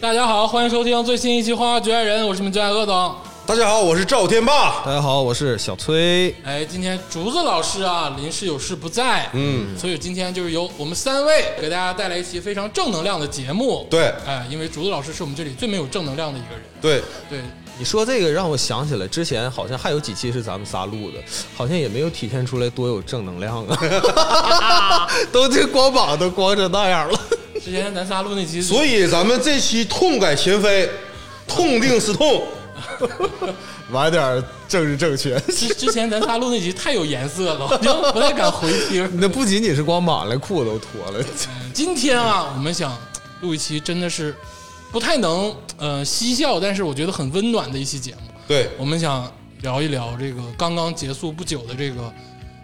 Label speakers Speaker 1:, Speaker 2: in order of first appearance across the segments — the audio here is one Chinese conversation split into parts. Speaker 1: 大家好，欢迎收听最新一期《花花局爱人》，我是你们最爱鄂总。
Speaker 2: 大家好，我是赵天霸。
Speaker 3: 大家好，我是小崔。
Speaker 1: 哎，今天竹子老师啊，临时有事不在，嗯，所以今天就是由我们三位给大家带来一期非常正能量的节目。
Speaker 2: 对
Speaker 1: 哎，因为竹子老师是我们这里最没有正能量的一个人。
Speaker 2: 对，
Speaker 1: 对，
Speaker 3: 你说这个让我想起来，之前好像还有几期是咱们仨录的，好像也没有体现出来多有正能量啊， 都这光膀都光成那样了。
Speaker 1: 之前咱仨录那期，
Speaker 2: 所以咱们这期痛改前非，痛定思痛。
Speaker 3: 玩点政治正确，
Speaker 1: 之之前咱仨录那集太有颜色了，我就不太敢回 听。
Speaker 3: 那不仅仅是光膀了，裤子都脱了。
Speaker 1: 今天啊，我们想录一期真的是不太能呃嬉笑，但是我觉得很温暖的一期节目。
Speaker 2: 对，
Speaker 1: 我们想聊一聊这个刚刚结束不久的这个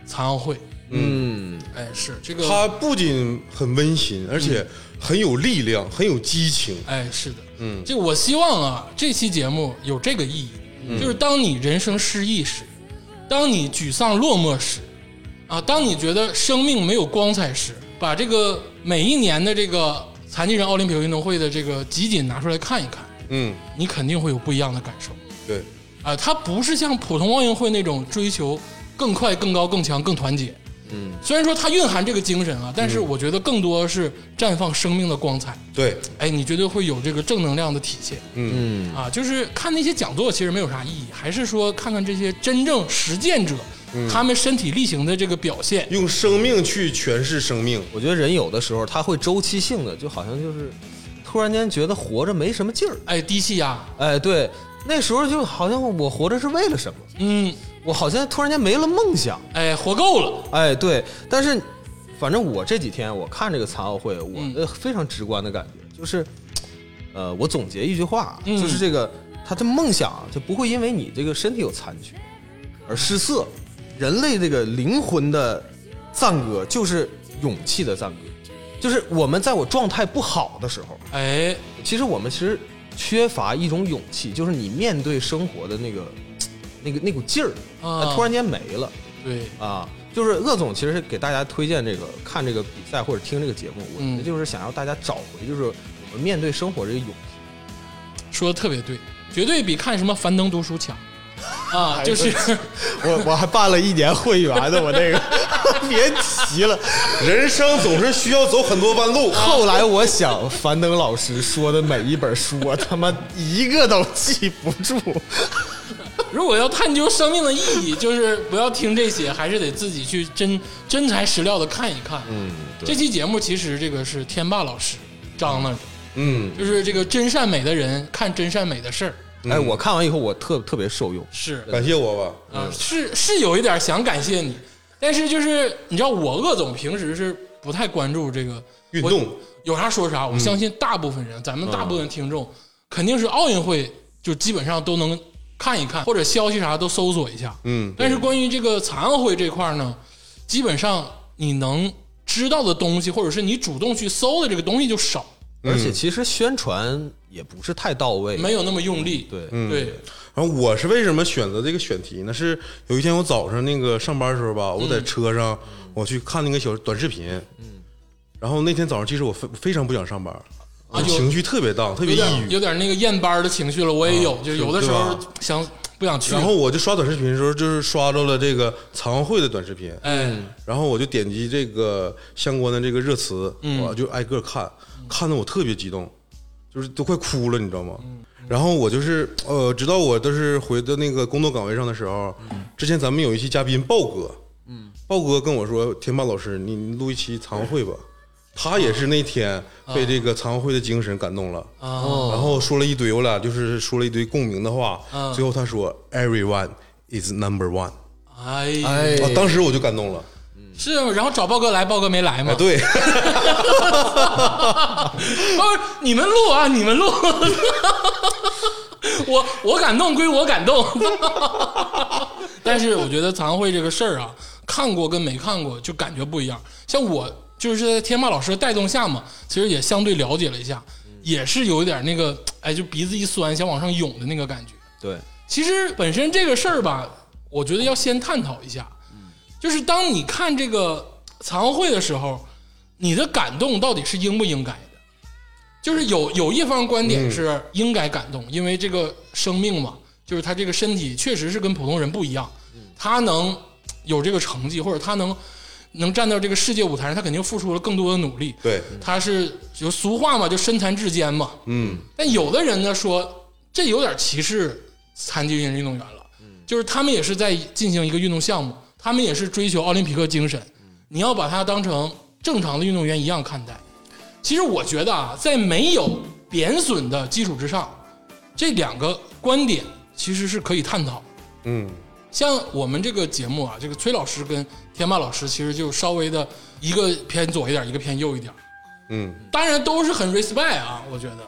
Speaker 1: 残奥会。
Speaker 3: 嗯，
Speaker 1: 哎，是这个，
Speaker 2: 它不仅很温馨，而
Speaker 1: 嗯
Speaker 2: 且很有力量，很有激情。
Speaker 1: 哎，是的，
Speaker 2: 嗯
Speaker 1: 这个我希望啊，这期节目有这个意义，就是当你人生失意时，当你沮丧落寞时，啊，当你觉得生命没有光彩时，把这个每一年的这个残疾人奥林匹克运动会的这个集锦拿出来看一看，
Speaker 2: 嗯，
Speaker 1: 你肯定会有不一样的感受。
Speaker 2: 对，
Speaker 1: 啊，它不是像普通奥运会那种追求更快、更高、更强、更团结。嗯，虽然说它蕴含这个精神啊，但是我觉得更多是绽放生命的光彩。
Speaker 2: 对，
Speaker 1: 哎，你绝对会有这个正能量的体现。嗯啊，就是看那些讲座其实没有啥意义，还是说看看这些真正实践者、他们身体力行的这个表现。
Speaker 2: 用生命去诠释生命。
Speaker 3: 我觉得人有的时候他会周期性的，就好像就是突然间觉得活着没什么劲儿。
Speaker 1: 哎，低气压，
Speaker 3: 哎，对，那时候就好像我活着是为了什么，
Speaker 1: 嗯，
Speaker 3: 我好像突然间没了梦想。
Speaker 1: 哎，活够了，
Speaker 3: 哎，对，但是反正我这几天我看这个残奥会，
Speaker 1: 嗯
Speaker 3: 我的非常直观的感觉就是，呃，我总结一句话，啊
Speaker 1: 嗯
Speaker 3: 就是这个他的梦想啊就不会因为你这个身体有残缺而失色，人类这个灵魂的赞歌就是勇气的赞歌，就是我们在我状态不好的时候，
Speaker 1: 哎，
Speaker 3: 其实我们其实缺乏一种勇气，就是你面对生活的那个那个那股劲儿，
Speaker 1: 啊
Speaker 3: 它突然间没了。
Speaker 1: 对，
Speaker 3: 啊，就是鄂总其实是给大家推荐这个看这个比赛或者听这个节目，我觉
Speaker 1: 嗯
Speaker 3: 得就是想让大家找回就是我们面对生活这个勇气。
Speaker 1: 说的特别对，绝对比看什么樊登读书强 啊，就是。
Speaker 3: 我我还办了一年会员的，我这个 别提了。
Speaker 2: 人生总是需要走很多弯路。
Speaker 3: 后来我想，樊登老师说的每一本书，我他妈一个都记不住。
Speaker 1: 如果要探究生命的意义，就是不要听这些，还是得自己去真真材实料的看一看。嗯，这期节目其实这个是天霸老师张那儿的，
Speaker 2: 嗯，
Speaker 1: 就是这个真善美的人看真善美的事儿，
Speaker 3: 哎，我看完以后，我特特别受用。
Speaker 1: 是
Speaker 2: 感谢我吧。
Speaker 1: 啊、是是有一点想感谢你，但是就是你知道我鄂总平时是不太关注这个
Speaker 2: 运动
Speaker 1: 我有啥说
Speaker 2: 嗯
Speaker 1: 啥。我相信大部分人，咱们大部分听众肯定是奥运会就基本上都能看一看，或者消息啥都搜索一下。
Speaker 2: 嗯
Speaker 1: 但是关于这个残奥会这块儿呢，基本上你能知道的东西，或者是你主动去搜的这个东西就少，
Speaker 3: 而且其实宣传也不是太到位。
Speaker 1: 没有那么用力。
Speaker 3: 对，
Speaker 2: 嗯
Speaker 1: 对，
Speaker 2: 然后我是为什么选择这个选题呢？是有一天我早上那个上班的时候吧，我在车上我去看那个小短视频，嗯，然后那天早上其实我非非常不想上班，我
Speaker 1: 有
Speaker 2: 情绪特别荡，特别
Speaker 1: 有
Speaker 2: 抑
Speaker 1: 点
Speaker 2: 郁。
Speaker 1: 有点那个厌班的情绪了，我也有，就是有的时候
Speaker 2: 对啊吧
Speaker 1: 想不想去。
Speaker 2: 然后我就刷短视频的时候，就是刷到了这个残奥会的短视频，
Speaker 1: 哎，
Speaker 2: 然后我就点击这个相关的这个热词，
Speaker 1: 嗯
Speaker 2: 我就挨个看，看的我特别激动，就是都快哭了，你知道吗？然后我就是呃，直到我都是回到那个工作岗位上的时候，
Speaker 1: 嗯
Speaker 2: 之前咱们有一期嘉宾豹哥，嗯，豹哥跟我说，天霸老师，你你录一期残奥会吧。
Speaker 1: 嗯
Speaker 2: 他也是那天被这个残奥会的精神感动了，
Speaker 1: 啊
Speaker 2: 然后说了一堆，我俩就是说了一堆共鸣的话。
Speaker 1: 啊
Speaker 2: 最后他说，everyone is number one，
Speaker 1: 哎呀
Speaker 3: 哎
Speaker 2: 啊，当时我就感动了。
Speaker 1: 是，啊然后找豹哥来，豹哥没来嘛？
Speaker 2: 哎，对。
Speaker 1: 哦，你们录啊，你们录。我我感动归我感动， 但是我觉得残奥会这个事儿啊，看过跟没看过就感觉不一样。像我就是在天霸老师的带动下嘛，其实也相对了解了一下，也是有一点那个，哎，就鼻子一酸想往上涌的那个感觉。
Speaker 3: 对，
Speaker 1: 其实本身这个事儿吧，我觉得要先探讨一下，就是当你看这个残奥会的时候，你的感动到底是应不应该的？就是有有一方观点是应该感动，因为这个生命嘛，就是他这个身体确实是跟普通人不一样，他能有这个成绩，或者他能能站到这个世界舞台上，他肯定付出了更多的努力。
Speaker 2: 对，
Speaker 1: 他是有俗话嘛，就身残志坚嘛。
Speaker 2: 嗯，
Speaker 1: 但有的人呢说，这有点歧视残疾人运动员了，就是他们也是在进行一个运动项目，他们也是追求奥林匹克精神，你要把他当成正常的运动员一样看待。其实我觉得啊，在没有贬损的基础之上，这两个观点其实是可以探讨的。
Speaker 2: 嗯，
Speaker 1: 像我们这个节目啊，这个崔老师跟天霸老师其实就稍微的一个偏左一点，一个偏右一点，
Speaker 2: 嗯，
Speaker 1: 当然都是很 respect 啊，我觉得。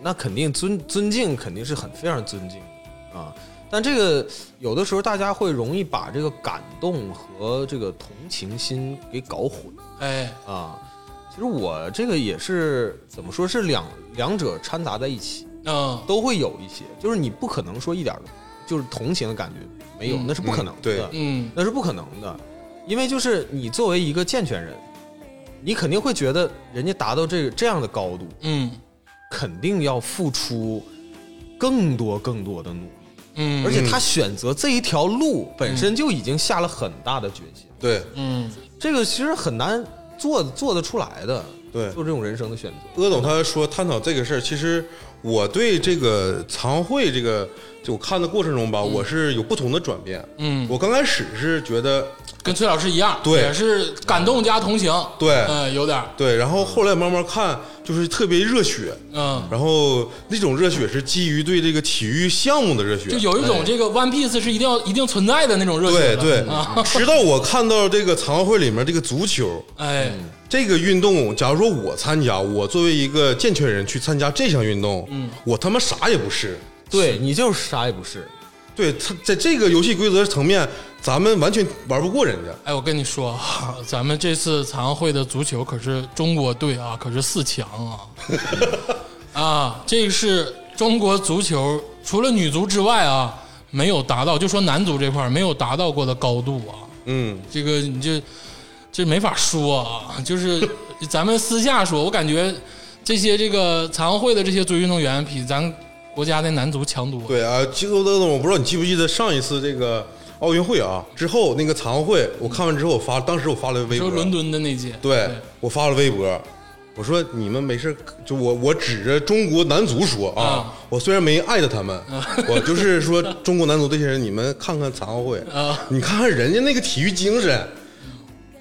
Speaker 3: 那肯定尊尊敬肯定是很非常尊敬的啊。但这个有的时候大家会容易把这个感动和这个同情心给搞混
Speaker 1: 哎，
Speaker 3: 啊。其实我这个也是怎么说是两两者掺杂在一起，
Speaker 1: 嗯，
Speaker 3: 都会有一些，就是你不可能说一点儿都就是同情的感觉没有，
Speaker 1: 嗯
Speaker 3: 那是不可能
Speaker 2: 嗯
Speaker 3: 的，
Speaker 2: 对
Speaker 1: 嗯
Speaker 3: 那是不可能的，因为就是你作为一个健全人，你肯定会觉得人家达到这个这样的高度，
Speaker 1: 嗯
Speaker 3: 肯定要付出更多更多的努力，
Speaker 1: 嗯，
Speaker 3: 而且他选择这一条路本身就已经下了很大的决心，
Speaker 2: 对
Speaker 1: 嗯
Speaker 3: 这个其实很难做做得出来的，
Speaker 2: 对。
Speaker 3: 做这种人生的选择。
Speaker 2: 鄂总他说探讨这个事儿，其实我对这个残奥会这个，就我看的过程中吧，我是有不同的转变。
Speaker 1: 嗯，
Speaker 2: 我刚开始是觉得
Speaker 1: 跟崔老师一样，
Speaker 2: 对
Speaker 1: 也是感动加同情，
Speaker 2: 对
Speaker 1: 嗯，有点儿，
Speaker 2: 对，然后后来慢慢看，就是特别热血，
Speaker 1: 嗯，
Speaker 2: 然后那种热血是基于对这个体育项目的热血，
Speaker 1: 就有一种这个 One Piece 是一定要一定存在的那种热血
Speaker 2: 对
Speaker 1: 了
Speaker 2: 哎对
Speaker 1: 啊，，
Speaker 2: 直到我看到这个残奥会里面这个足球
Speaker 1: 哎，
Speaker 2: 这个运动，假如说我参加，我作为一个健全人去参加这项运动，嗯，我他妈啥也不是。
Speaker 3: 对你就是啥也不是，
Speaker 2: 对他在这个游戏规则层面，咱们完全玩不过人家。
Speaker 1: 哎，我跟你说 啊，咱们这次残奥会的足球可是中国队啊，可是四强 啊！啊，这是中国足球除了女足之外啊，没有达到，就说男足这块儿没有达到过的高度啊。
Speaker 2: 嗯，
Speaker 1: 这个你这这没法说啊，就是咱们私下说，我感觉这些这个残奥会的这些足球运动员比咱国家的男足强多。
Speaker 2: 对啊，基哥德总，我不知道你记不记得上一次这个奥运会啊之后那个残奥会，我看完之后我发，当时我发了微博，
Speaker 1: 说伦敦的那届，
Speaker 2: 对我发了微博，我说你们没事儿，就我我指着中国男足说啊，
Speaker 1: 啊
Speaker 2: 我虽然没艾特他们，我就是说中国男足这些人，你们看看残奥会，
Speaker 1: 啊
Speaker 2: 你看看人家那个体育精神。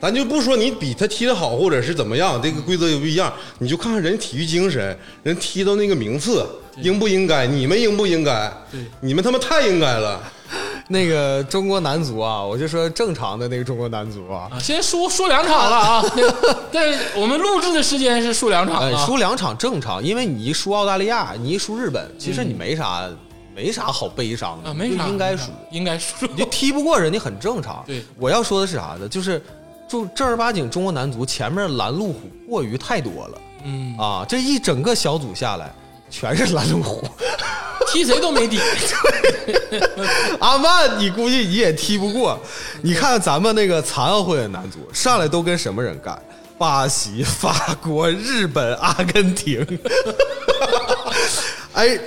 Speaker 2: 咱就不说你比他踢得好，或者是怎么样，这个规则也不一样。你就看看人体育精神，人踢到那个名次应不应该，你们应不应该？
Speaker 1: 对
Speaker 2: 你们他妈太应该了。
Speaker 3: 那个中国男足啊，我就说正常的那个中国男 足啊，
Speaker 1: 啊，先输输两场了 啊！那个但是我们录制的时间是输两场
Speaker 3: 哎，
Speaker 1: 啊。
Speaker 3: 输两场正常，因为你一输澳大利亚，你一输日本，其实你没啥、没啥好悲伤的，
Speaker 1: 啊，没
Speaker 3: 你
Speaker 1: 啥，
Speaker 3: 就应该输，，
Speaker 1: 应该输。
Speaker 3: 你就踢不过人家很正常。
Speaker 1: 对
Speaker 3: 我要说的是啥呢？就是正正儿八经中国男足前面拦路虎过于太多了
Speaker 1: 嗯，
Speaker 3: 啊，这一整个小组下来。全是拦路虎，
Speaker 1: 踢谁都 没底。
Speaker 3: 阿曼，你估计你也踢不过。你看咱们那个残奥会的男足，上来都跟什么人干？巴西、法国、日本、阿根廷， 哎，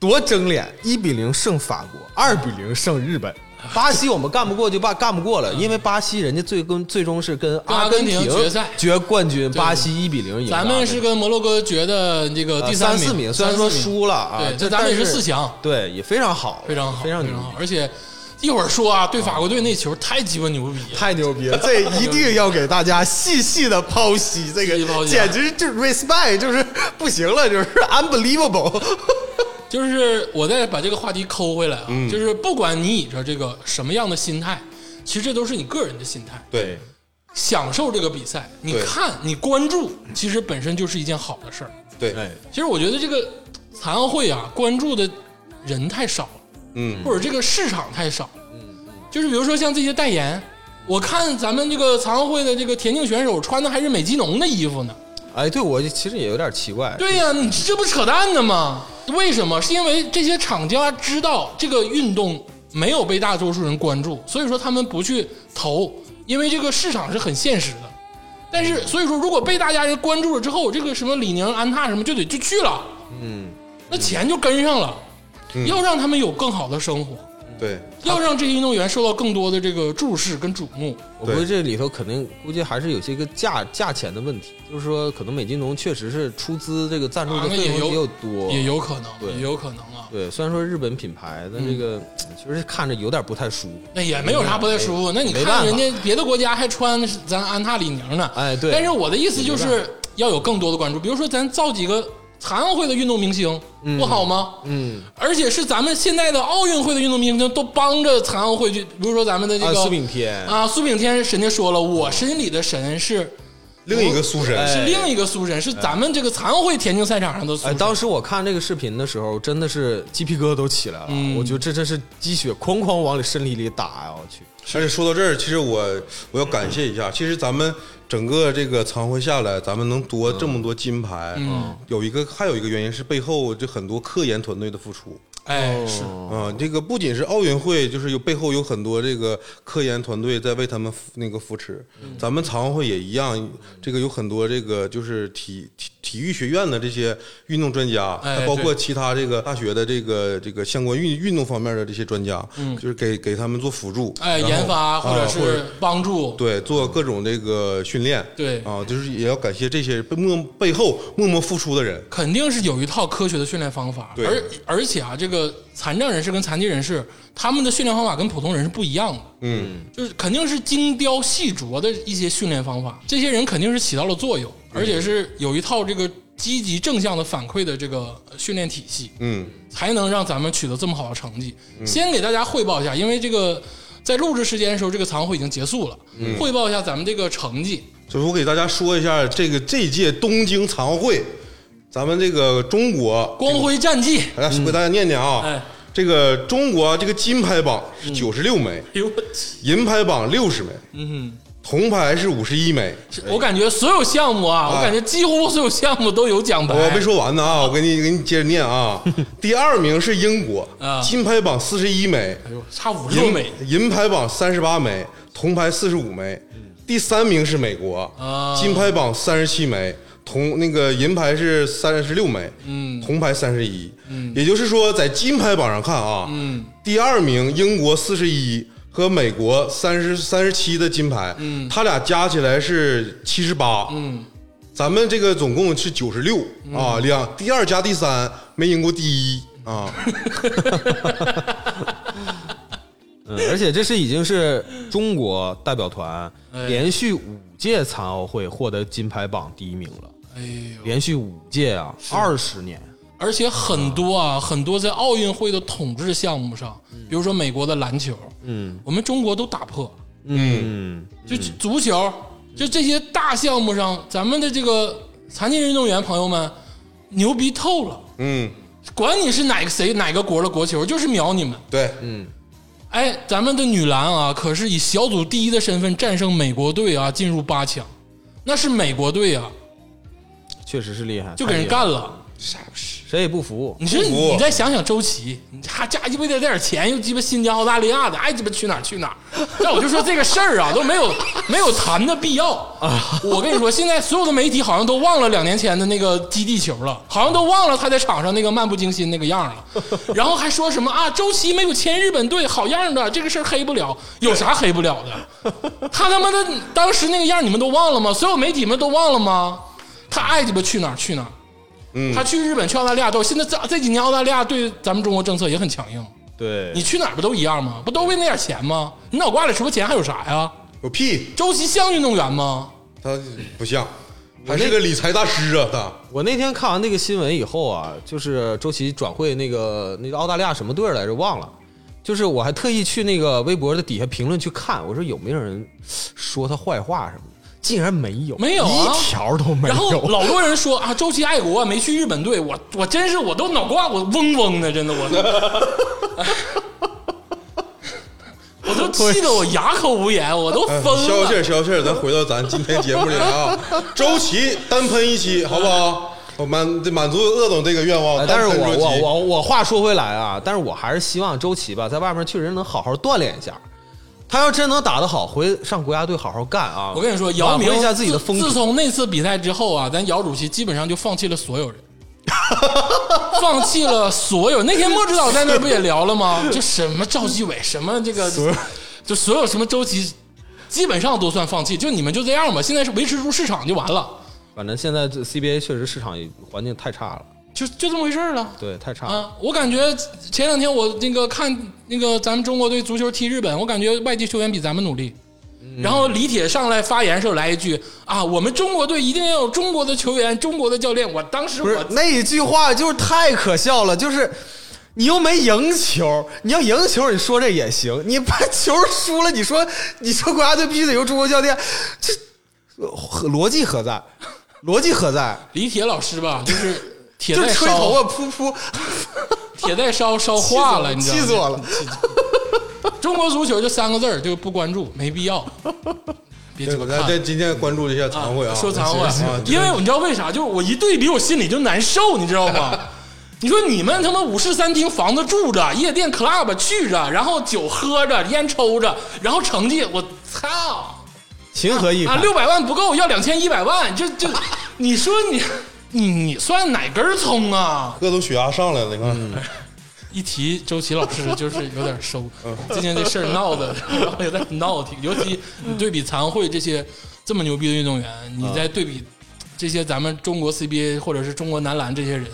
Speaker 3: 多争脸！一比零胜法国，二比零胜日本。巴西我们干不过就罢，干不过了，因为巴西人家最跟最终是跟
Speaker 1: 跟阿根
Speaker 3: 根
Speaker 1: 廷
Speaker 3: 廷
Speaker 1: 决赛
Speaker 3: 决冠军，巴西一比零赢了阿
Speaker 1: 咱
Speaker 3: 根廷。呃
Speaker 1: 们是跟摩洛哥决的这个第
Speaker 3: 啊三
Speaker 1: 四
Speaker 3: 名，
Speaker 1: 名，
Speaker 3: 虽然说
Speaker 1: 三四名
Speaker 3: 输了啊，
Speaker 1: 对，
Speaker 3: 这
Speaker 1: 这咱们也是
Speaker 3: 但
Speaker 1: 四强，
Speaker 3: 对，也非常好，
Speaker 1: 非常好，非
Speaker 3: 非常牛
Speaker 1: 常好。而且一会儿说啊，对法国队那球太鸡巴牛逼了。
Speaker 3: 太牛逼了！这一定要给大家细细的剖析，这
Speaker 1: 细细剖
Speaker 3: 个
Speaker 1: 析啊
Speaker 3: 简直就是 respect，就是不行了，就是 unbelievable。
Speaker 1: 就是我再把这个话题抠回来啊，就是不管你以着这个什么样的心态，其实这都是你个人的心态。
Speaker 2: 对，
Speaker 1: 享受这个比赛，你
Speaker 2: 对
Speaker 1: 看，你关注，其实本身就是一件好的事儿。
Speaker 2: 对，
Speaker 3: 哎，
Speaker 1: 其实我觉得这个残奥会啊，关注的人太少了，
Speaker 2: 嗯，
Speaker 1: 或者这个市场太少。就是比如说像这些代言，我看咱们这个残奥会的这个田径选手穿的还是美津浓的衣服呢。
Speaker 3: 哎，对我其实也有点奇怪，
Speaker 1: 对呀、你这不扯淡呢吗？为什么？是因为这些厂家知道这个运动没有被大多数人关注，所以说他们不去投，因为这个市场是很现实的。但是所以说，如果被大家人关注了之后，这个什么李宁、安踏什么就得就去了，
Speaker 3: 嗯，
Speaker 1: 那钱就跟上了。要让他们有更好的生活，
Speaker 2: 嗯对，
Speaker 1: 要让这些运动员受到更多的这个注视跟瞩目。
Speaker 3: 我估计这里头肯定估计还是有些个价价钱的问题，就是说可能美津浓确实是出资这个赞助
Speaker 1: 啊
Speaker 3: 的
Speaker 1: 那
Speaker 3: 费
Speaker 1: 也
Speaker 3: 用
Speaker 1: 有
Speaker 3: 比较多，
Speaker 1: 也有可能，
Speaker 3: 对
Speaker 1: 也有可能啊。
Speaker 3: 对，虽然说日本品牌，但这个
Speaker 1: 嗯
Speaker 3: 确实看着有点不太舒服。
Speaker 1: 那也没有啥不太舒服。那你
Speaker 3: 没办
Speaker 1: 看
Speaker 3: 法
Speaker 1: 人家别的国家还穿咱安踏李宁呢，
Speaker 3: 哎对
Speaker 1: 但是我的意思就是要有更多的关注，比如说咱造几个残奥会的运动明星，不好吗？
Speaker 3: 嗯，
Speaker 1: 而且是咱们现在的奥运会的运动明星都帮着残奥会去，比如说咱们的这
Speaker 3: 啊，
Speaker 1: 个
Speaker 3: 苏炳添，
Speaker 1: 啊，苏炳添，人家说了，我心里的神是
Speaker 2: 另一个苏神
Speaker 1: 是
Speaker 3: 哎
Speaker 1: 另一个苏神，是咱们这个残奥会田径赛场上的苏
Speaker 3: 哎，
Speaker 1: 神。
Speaker 3: 当时我看这个视频的时候，真的是鸡皮疙瘩都起来了。
Speaker 1: 嗯
Speaker 3: 我觉得这真是鸡血哐哐往里身体里打呀！我去，
Speaker 2: 而且说到这儿，其实我我要感谢一下，其实咱们整个这个残会下来，咱们能夺这么多金牌，嗯，有一个还有一个原因是背后这很多科研团队的付出。
Speaker 1: 哎，是
Speaker 3: 哦
Speaker 2: 啊、这个不仅是奥运会，就是有背后有很多这个科研团队在为他们扶那个扶持。咱们残奥会也一样，这个有很多这个就是体体体育学院的这些运动专家，
Speaker 1: 哎
Speaker 2: 还包括
Speaker 1: 对
Speaker 2: 其他这个大学的这个这个相关运运动方面的这些专家，就是给给他们做辅助，
Speaker 1: 哎，
Speaker 2: 然后
Speaker 1: 研发
Speaker 2: 啊
Speaker 1: 或者
Speaker 2: 或
Speaker 1: 是帮助，
Speaker 2: 对，做各种这个训练，
Speaker 1: 对
Speaker 2: 啊，就是也要感谢这些被默背后默默付出的人，
Speaker 1: 肯定是有一套科学的训练方法，
Speaker 2: 对
Speaker 1: 而而且啊，这个残障人士跟残疾人士他们的训练方法跟普通人是不一样的，
Speaker 2: 嗯，
Speaker 1: 就是肯定是精雕细琢的一些训练方法，这些人肯定是起到了作用，
Speaker 2: 嗯
Speaker 1: 而且是有一套这个积极正向的反馈的这个呃训练体系，
Speaker 2: 嗯，
Speaker 1: 才能让咱们取得这么好的成绩。先给大家汇报一下，因为这个在录制时间的时候，这个残奥会已经结束了，
Speaker 2: 嗯
Speaker 1: 汇报一下咱们这个成绩。
Speaker 2: 就是我给大家说一下这个这届东京残奥会，咱们这个哎中国，
Speaker 1: 光辉战绩，
Speaker 2: 来给大家念念啊，
Speaker 1: 哎嗯
Speaker 2: 这个中国这个金牌榜是九十六枚，
Speaker 1: 哎呦我去！
Speaker 2: 银牌榜六十枚，嗯，铜牌是五十一枚。
Speaker 1: 是我感觉所有项目啊，我感觉几乎所有项目都有奖牌。
Speaker 2: 哎我没说完呢啊，我给你给你接着 念啊。第二名是英国
Speaker 1: 啊，
Speaker 2: 金牌榜四十一枚，
Speaker 1: 哎呦，差五十多
Speaker 2: 银
Speaker 1: 枚
Speaker 2: 银牌榜三十八枚，铜牌四十五枚。第三名是美国，
Speaker 1: 嗯啊
Speaker 2: 金牌榜三十七枚，铜那个银牌是三十六枚，
Speaker 1: 嗯
Speaker 2: 铜牌三十一。也就是说，在金牌榜上看啊，
Speaker 1: 嗯，
Speaker 2: 第二名英国四十一。和美国三十三十七的金牌，嗯，他俩加起来是七十八，
Speaker 1: 嗯，
Speaker 2: 咱们这个总共是九十六啊，两第二加第三没赢过第一啊，
Speaker 3: 嗯，而且这是已经是中国代表团
Speaker 1: 哎
Speaker 3: 连续五届残奥会获得金牌榜第一名了，
Speaker 1: 哎呦，
Speaker 3: 连续五届啊，二十年。
Speaker 1: 而且很多啊，很多在奥运会的统治项目上，
Speaker 2: 嗯
Speaker 1: 比如说美国的篮球，嗯，我们中国都打破，
Speaker 3: 嗯，
Speaker 1: 就足球，就这些大项目上，咱们的这个残疾人运动员朋友们牛逼透了，
Speaker 2: 嗯，
Speaker 1: 管你是哪个谁哪个国的国球，就是秒你们。
Speaker 2: 对，
Speaker 1: 哎，咱们的女篮啊，可是以小组第一的身份战胜美国队啊，进入八强，那是美国队啊，
Speaker 3: 确实是厉害，
Speaker 1: 就给人
Speaker 3: 太厉害了，
Speaker 1: 干了。
Speaker 3: 谁也不服。
Speaker 1: 你说
Speaker 2: 不服
Speaker 1: 你再想想周琦，你还家鸡巴得点钱，又鸡巴新疆、澳大利亚的，爱鸡巴去哪儿去哪儿。但我就说这个事儿啊，都没有 没有谈的必要我跟你说，现在所有的媒体好像都忘了两年前的那个基地球了，好像都忘了他在场上那个漫不经心那个样儿了，然后还说什么啊，周琦没有签日本队，好样的，这个事儿黑不了，有啥黑不了的？他他妈的当时那个样儿你们都忘了吗？所有媒体们都忘了吗？他爱鸡巴去哪儿去哪儿。他去日本、去澳大利亚都，现在这这几年澳大利亚对咱们中国政策也很强硬。
Speaker 3: 对，
Speaker 1: 你去哪儿不都一样吗？不都为那点钱吗？你脑瓜里除了钱还有啥呀？
Speaker 2: 有屁，
Speaker 1: 周琦像运动员吗？
Speaker 2: 他不像，还是个理财大师啊，他
Speaker 3: 我那天看完那个新闻以后啊，就是周琦转会那个那个澳大利亚什么队儿来着忘了，就是我还特意去那个微博的底下评论去看，我说有没有人说他坏话什么的，竟然没有，
Speaker 1: 没有啊
Speaker 3: 一条都没
Speaker 1: 然后
Speaker 3: 有。
Speaker 1: 老多人说啊，周琦爱国，没去日本队，我我真是我都脑瓜我嗡嗡的，真的我都，我都气得我哑口无言，我都
Speaker 2: 哎
Speaker 1: 疯
Speaker 2: 消消气
Speaker 1: 了。
Speaker 2: 儿，消消气儿，咱回到咱今天节目里来啊。周琦单喷一期，好不好？我满满足鄂总这个愿望
Speaker 3: 哎，但 是
Speaker 2: 单
Speaker 3: 我
Speaker 2: 喷周
Speaker 3: 我
Speaker 2: 琦
Speaker 3: 我我话说回来啊，但是我还是希望周琦吧，在外面确实能好好锻炼一下。他要真能打得好，回上国家队好好干啊！
Speaker 1: 我跟你说，姚明
Speaker 3: 挽回一下自己的风
Speaker 1: 自
Speaker 3: 头。
Speaker 1: 从那次比赛之后啊，咱姚主席基本上就放弃了所 有人，放弃了所有。那天莫指导在那儿不也聊了吗？就什么赵继伟，什么这个，就所有什么周琦，基本上都算放弃。就你们就这样吧，现在是维持住市场就完了，
Speaker 3: 反正现在这 CBA 确实市场环境太差了，
Speaker 1: 就就这么回事儿了。
Speaker 3: 对，太差了。
Speaker 1: 啊，我感觉前两天我那个看那个咱们中国队足球踢日本，我感觉外籍球员比咱们努力。然后李铁上来发言时候来一句啊，我们中国队一定要有中国的球员、中国的教练。我当时
Speaker 3: 不是
Speaker 1: 我
Speaker 3: 那一句话就是太可笑了，就是你又没赢球，你要赢球你说这也行，你把球输了，你说你说国家队必须得由中国教练，这呃和逻辑何在？逻辑何在？
Speaker 1: 李铁老师 吧，就是铁
Speaker 3: 就
Speaker 1: 在
Speaker 3: 吹头啊
Speaker 1: 烧，
Speaker 3: 发扑扑，
Speaker 1: 铁在烧烧化了，你知道
Speaker 3: 气
Speaker 1: 吗？
Speaker 3: 死我了！
Speaker 1: 中国足球就三个字儿，就不关注，没必 要。别鸡巴
Speaker 2: 我
Speaker 1: 看
Speaker 2: 在在今天关注一下常会啊，
Speaker 1: 说残
Speaker 2: 啊
Speaker 1: 话，，因为你知道为啥？就是我一对比，我心里就难受，你知道吗？你说你们他妈五室三厅房子住着，夜店 club 去着，然后酒喝着，烟抽着，然后成绩我操
Speaker 3: 情何以
Speaker 1: 啊，
Speaker 3: 堪？
Speaker 1: 六百万不够，要两千一百万，这这，你说你你你算哪根葱啊？
Speaker 2: 各种血压上来了，你看，
Speaker 1: 一提周琦老师，就是有点收。
Speaker 2: 嗯
Speaker 1: 今天这事儿闹的，然 后有点闹挺。尤其你对比残会这些这么牛逼的运动员，你再对比这些咱们中国 CBA 或者是中国男篮这些人，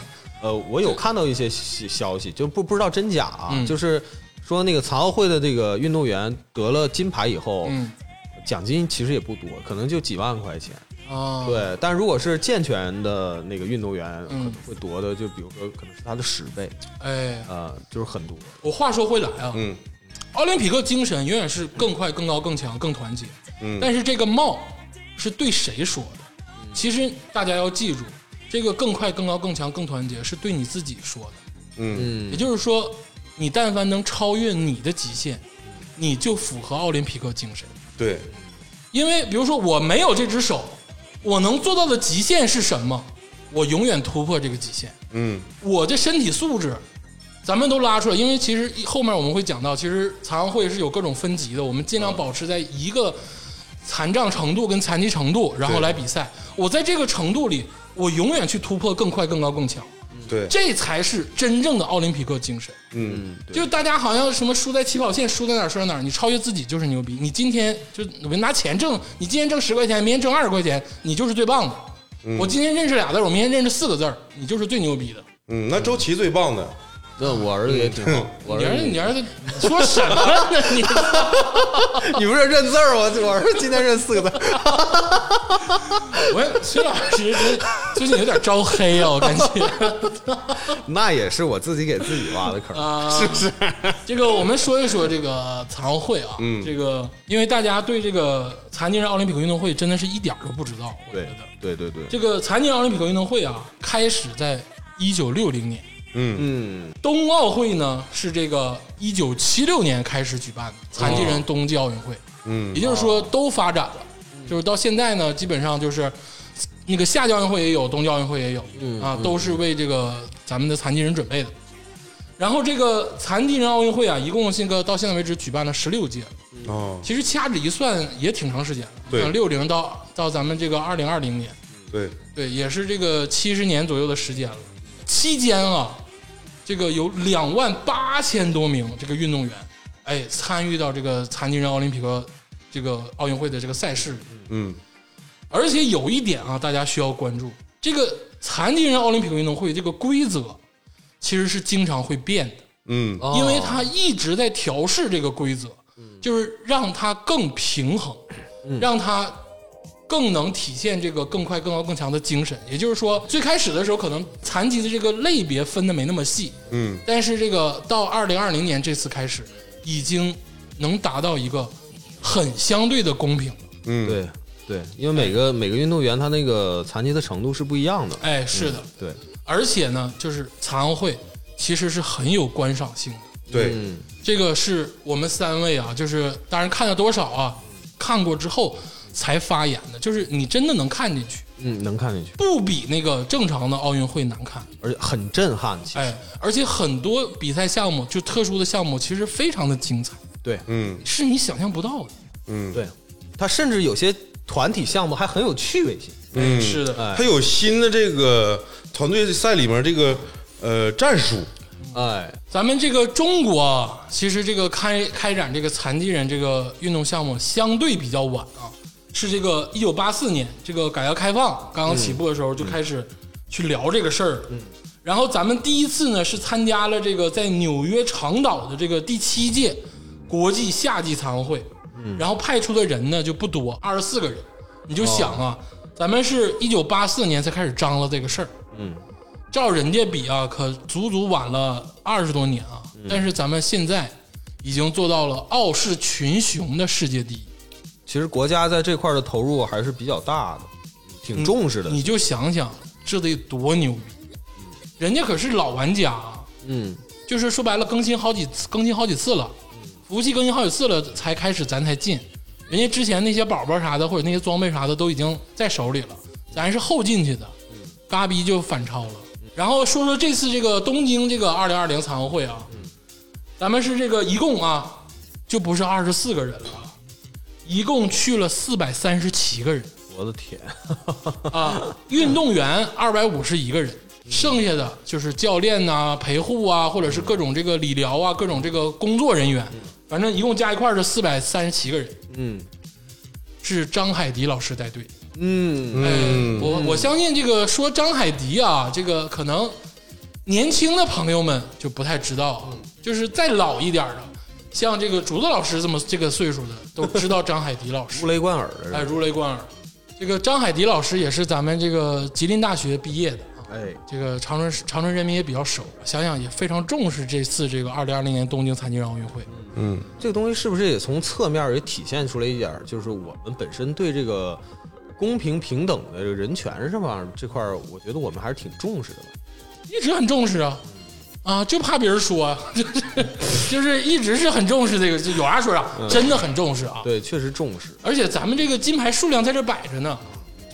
Speaker 3: 呃，我有看到一些消消息，就不不知道真假啊，
Speaker 1: 嗯
Speaker 3: 就是说那个残奥会的这个运动员得了金牌以
Speaker 2: 哦
Speaker 3: 后，
Speaker 1: 嗯
Speaker 3: 奖金其实也不多，可能就几万块钱。
Speaker 1: 啊，
Speaker 3: 对，但如果是健全的那个运动员，可
Speaker 1: 嗯
Speaker 3: 能会夺的，就比如说可能是他的十倍，
Speaker 1: 哎，
Speaker 3: 呃，就是很多。
Speaker 1: 我话说回来啊，
Speaker 2: 嗯
Speaker 1: 奥林匹克精神永远是更快、更高、更强、更团结。
Speaker 2: 嗯
Speaker 1: 但是这个帽是对谁说的？其实大家要记住，这个更快、更高、更强、更团结是对你自己说的。
Speaker 2: 嗯，
Speaker 1: 也
Speaker 3: 嗯，
Speaker 1: 就是说，你但凡能超越你的极限，你就符合奥林匹克精神。
Speaker 2: 对，
Speaker 1: 因为比如说，我没有这只手，我能做到的极限是什么？我永远突破这个极限。
Speaker 2: 嗯
Speaker 1: 我这身体素质，咱们都拉出来，因为其实后面我们会讲到，其实残奥会是有各种分级的，我们尽量保持在一个残障程度跟残疾程度，然后来比赛。我在这个程度里，我永远去突破更快、更高、更强，
Speaker 2: 对，
Speaker 1: 这才是真正的奥林匹克精神。
Speaker 2: 嗯
Speaker 1: 就大家好像什么输在起跑线，输在哪儿输在哪儿，你超越自己就是牛逼。你今天就我拿钱挣，你今天挣十块钱，明天挣二十块钱，你就是最棒的。
Speaker 3: 嗯
Speaker 1: 我今天认识俩字儿，我明天认识四个字儿，你就是最牛逼的。
Speaker 2: 嗯，那周琦最棒的，
Speaker 3: 那我儿子也挺好，我
Speaker 1: 你儿子，你儿子说什么呢？你
Speaker 3: 你不是认字儿吗？我儿子今天认四个字，
Speaker 1: 我崔老师这最近有点招黑啊，我感觉。
Speaker 3: 那也是我自己给自己挖的坑。
Speaker 1: 啊，是不是？这个我们说一说这个残奥会啊，
Speaker 2: 嗯
Speaker 1: 这个因为大家对这个残疾人奥林匹克运动会真的是一点儿都不知道，我觉
Speaker 3: 对
Speaker 1: 得。
Speaker 3: 对对对，
Speaker 1: 这个残疾人奥林匹克运动会啊，开始在一九六零年，
Speaker 2: 嗯
Speaker 3: 嗯，
Speaker 1: 冬奥会呢是这个一九七六年开始举办的残疾人冬季奥运会，
Speaker 2: 嗯
Speaker 1: 也就是说都发展了，就是到现在呢，基本上就是那个夏季奥运会也有，冬季奥运会也有，
Speaker 2: 嗯
Speaker 1: 啊，都是为这个咱们的残疾人准备的。然后这个残疾人奥运会啊，一共这个到现在为止举办了十六届，
Speaker 3: 嗯
Speaker 2: 哦，
Speaker 1: 其实掐指一算也挺长时间了，
Speaker 2: 对
Speaker 1: 六零到到咱们这个二零二零年，
Speaker 2: 对，
Speaker 1: 对，也是这个七十年左右的时间了。期间啊，这个有两万八千多名这个运动员，哎，参与到这个残疾人奥林匹克这个奥运会的这个赛事里。
Speaker 2: 嗯
Speaker 1: 而且有一点啊，大家需要关注，这个残疾人奥林匹克运动会这个规则其实是经常会变的，
Speaker 2: 嗯
Speaker 1: 因
Speaker 3: 哦
Speaker 1: 为它一直在调试这个规则，就是让它更平衡，让它更能体现这个更快、更高、更强的精神。也就是说，最开始的时候可能残疾的这个类别分的没那么细，
Speaker 2: 嗯
Speaker 1: 但是这个到二零二零年这次开始，已经能达到一个很相对的公平了。
Speaker 2: 嗯，
Speaker 3: 对对，因为每个每个运动员他那个残疾的程度是不一样的。
Speaker 1: 哎，是的。
Speaker 3: 对，
Speaker 1: 而且呢，就是残奥会其实是很有观赏性的。
Speaker 2: 对，
Speaker 3: 嗯，
Speaker 1: 这个是我们三位啊，就是当然看了多少啊，看过之后才发言的，就是你真的能看进去，
Speaker 3: 嗯，能看进去，
Speaker 1: 不比那个正常的奥运会难看。哎
Speaker 3: 而且很震撼。其实，
Speaker 1: 哎，而且很多比赛项目，就特殊的项目，其实非常的精彩。
Speaker 3: 对
Speaker 2: 嗯
Speaker 1: 是你想象不到的。
Speaker 2: 嗯，
Speaker 3: 对，他甚至有些团体项目还很有趣味性。
Speaker 1: 嗯，是的，
Speaker 3: 哎
Speaker 2: 他有新的这个团队赛里面这个呃战术，
Speaker 3: 哎，
Speaker 1: 咱们这个中国其实这个开开展这个残疾人这个运动项目相对比较晚啊，是这个一九八四年这个改革开放刚刚起步的时候就开始去聊这个事儿。嗯，然后咱们第一次呢是参加了这个在纽约长岛的这个第七届国际夏季残奥会，然后派出的人呢就不多，二十四个人。你就想啊，咱们是一九八四年才开始张罗这个事儿。照人家比啊，可足足晚了二十多年啊。但是咱们现在已经做到了傲视群雄的世界第一。
Speaker 3: 其实国家在这块儿的投入还是比较大的，挺重视的。
Speaker 1: 嗯你就想想，这得多牛逼！人家可是老玩家啊，
Speaker 3: 嗯，
Speaker 1: 就是说白了，更新好几次，更新好几次了，服务器更新好几次了，才开始咱才进。人家之前那些宝宝啥的，或者那些装备啥的，都已经在手里了，咱是后进去的，嘎逼就反超了。然后说说这次这个东京这个二零二零残奥会啊，咱们是这个一共啊，就不是二十四个人了，一共去了四百三十七个人。
Speaker 3: 我的天，
Speaker 1: 啊，运动员二百五十一个人，剩下的就是教练呐、陪护啊，或者是各种这个理疗啊、各种这个工作人员，反正一共加一块儿是四百三十七个人，
Speaker 3: 嗯
Speaker 1: 是张海迪老师带队。
Speaker 3: 嗯，
Speaker 1: 嗯，我我相信这个说张海迪啊，这个可能年轻的朋友们就不太知道，啊就是再老一点儿的，像这个竹子老师这么这个岁数的，都知道张海迪老师
Speaker 3: 乌。雷贯耳的
Speaker 1: 哎，
Speaker 3: 人，
Speaker 1: 如雷贯耳。这个张海迪老师也是咱们这个吉林大学毕业的啊，
Speaker 3: 哎，
Speaker 1: 这个长春长春人民也比较熟，想想也非常重视这次这个二零二零年东京残疾人奥运会。
Speaker 2: 嗯
Speaker 3: 这个东西是不是也从侧面也体现出来一点儿，就是我们本身对这个公平平等的这个人权这方面这块儿，我觉得我们还是挺重视的吧。
Speaker 1: 一直很重视啊，啊，就怕别人说啊， 就是就是一直是很重视这个，就有啥说啥，真的很重视啊。
Speaker 3: 对，确实重视。
Speaker 1: 而且咱们这个金牌数量在这摆着呢，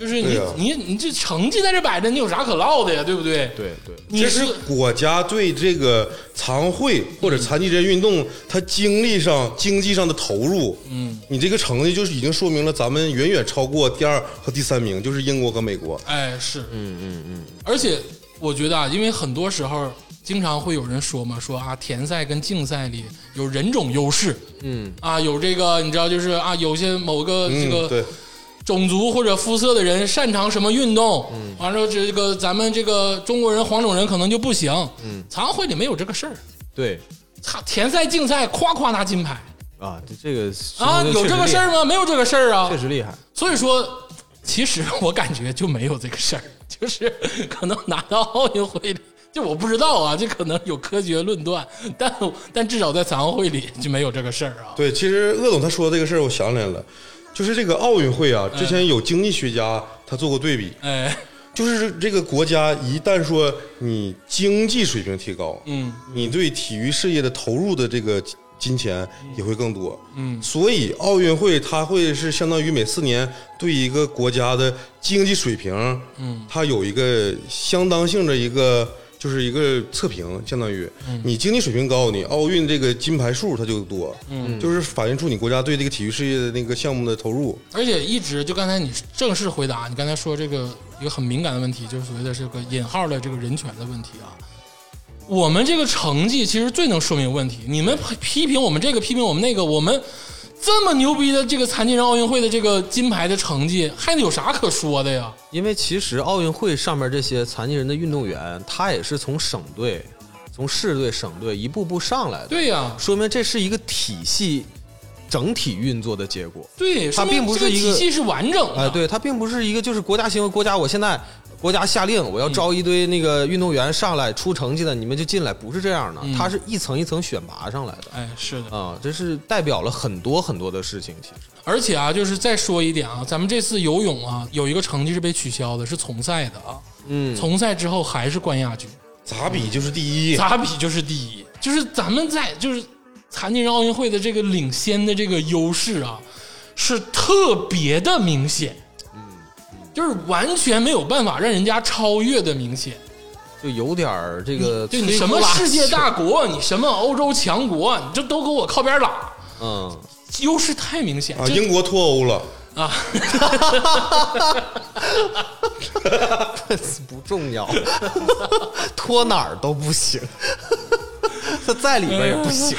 Speaker 1: 就是你、
Speaker 2: 对啊
Speaker 1: 你你这成绩在这摆着，你有啥可唠的呀？对不对？
Speaker 3: 对对，
Speaker 1: 你嗯
Speaker 2: 这是国家对这个残奥会或者残疾人运动，它精力上、经济上的投入，嗯，你这个成绩就是已经说明了咱们远远超过第二和第三名，就是英国和美国。
Speaker 1: 哎，是，嗯嗯嗯。而且我觉得啊，因为很多时候经常会有人说嘛，说啊，田赛跟竞赛里有人种优势，
Speaker 3: 嗯，
Speaker 1: 啊，有这个你知道，就是啊，有些某个这
Speaker 2: 嗯，
Speaker 1: 个
Speaker 2: 对，
Speaker 1: 种族或者肤色的人擅长什么运动，完了这个咱们这个中国人、黄种人可能就不行。嗯，残奥会里没有这个事儿，
Speaker 3: 对
Speaker 1: 操，田赛、竞赛夸夸拿金牌
Speaker 3: 啊，这这个
Speaker 1: 啊，有这个事儿吗？没有这个事儿啊，
Speaker 3: 确实厉害，
Speaker 1: 所以说，其实我感觉就没有这个事儿， 就是可能拿到奥运会里，就我不知道啊，这可能有科学论断，但但至少在残奥会里就没有这个事儿啊。
Speaker 2: 对，其实鄂总他说这个事儿，我想起来了，就是这个奥运会啊，
Speaker 1: 嗯
Speaker 2: 之前有经济学家他做过对比，
Speaker 1: 哎，
Speaker 2: 就是这个国家一旦说你经济水平提高，
Speaker 1: 嗯，
Speaker 2: 你对体育事业的投入的这个金钱也会更多，嗯，所以奥运会它会是相当于每四年对一个国家的经济水平，嗯，它有一个相当性的一个。就是一个测评，相当于你经济水平高，你奥运这个金牌数它就多，嗯，就是反映出你国家对这个体育事业的那个项目的投入，
Speaker 1: 而且一直就刚才你正式回答，你刚才说这个一个很敏感的问题，就是所谓的这个引号的这个人权的问题啊。我们这个成绩其实最能说明问题。你们批批评我们这个，批评我们那个，我们这么牛逼的这个残疾人奥运会的这个金牌的成绩，还有啥可说的呀？
Speaker 3: 因为其实奥运会上面这些残疾人的运动员，他也是从省队、从市队、省队一步步上来的，
Speaker 1: 对呀、
Speaker 3: 说明这是一个体系整体运作的结果。
Speaker 1: 对，
Speaker 3: 它
Speaker 1: 说明
Speaker 3: 并不
Speaker 1: 这
Speaker 3: 是一
Speaker 1: 体
Speaker 3: 个
Speaker 1: 系是完整的，
Speaker 3: 哎，对，它并不是一个就是国家行为，国家我现在国家下令
Speaker 1: 嗯
Speaker 3: 我要招一堆那个运动员上来出成绩的，你们就进来，不是这样的，
Speaker 1: 嗯
Speaker 3: 它是一层一层选拔上来的
Speaker 1: 哎，是的。
Speaker 3: 啊，这是代表了很多很多的事情，其实
Speaker 1: 而且啊，就是再说一点啊，咱们这次游泳啊，有一个成绩是被取消的，是从赛的啊，
Speaker 3: 嗯，
Speaker 1: 从赛之后还是冠亚军，
Speaker 2: 咋比就是第一，
Speaker 1: 咋比就是第一，就是咱们在就是残疾人奥运会的这个领先的这个优势啊，是特别的明显，
Speaker 2: 嗯
Speaker 1: 就是完全没有办法让人家超越的明显。
Speaker 3: 就有点儿这个
Speaker 2: 呃
Speaker 1: 对
Speaker 3: 摧
Speaker 1: 你
Speaker 3: 枯
Speaker 1: 什么
Speaker 3: 拉
Speaker 1: 世界
Speaker 3: 朽
Speaker 1: 大国，你什么欧洲强国，你这都给我靠边儿拉。
Speaker 3: 嗯，
Speaker 1: 优势太明显
Speaker 2: 啊，
Speaker 1: 这
Speaker 2: 英国脱欧了，
Speaker 1: 啊，
Speaker 3: 不重 要，拖哪儿都不行， 他在里边也不行。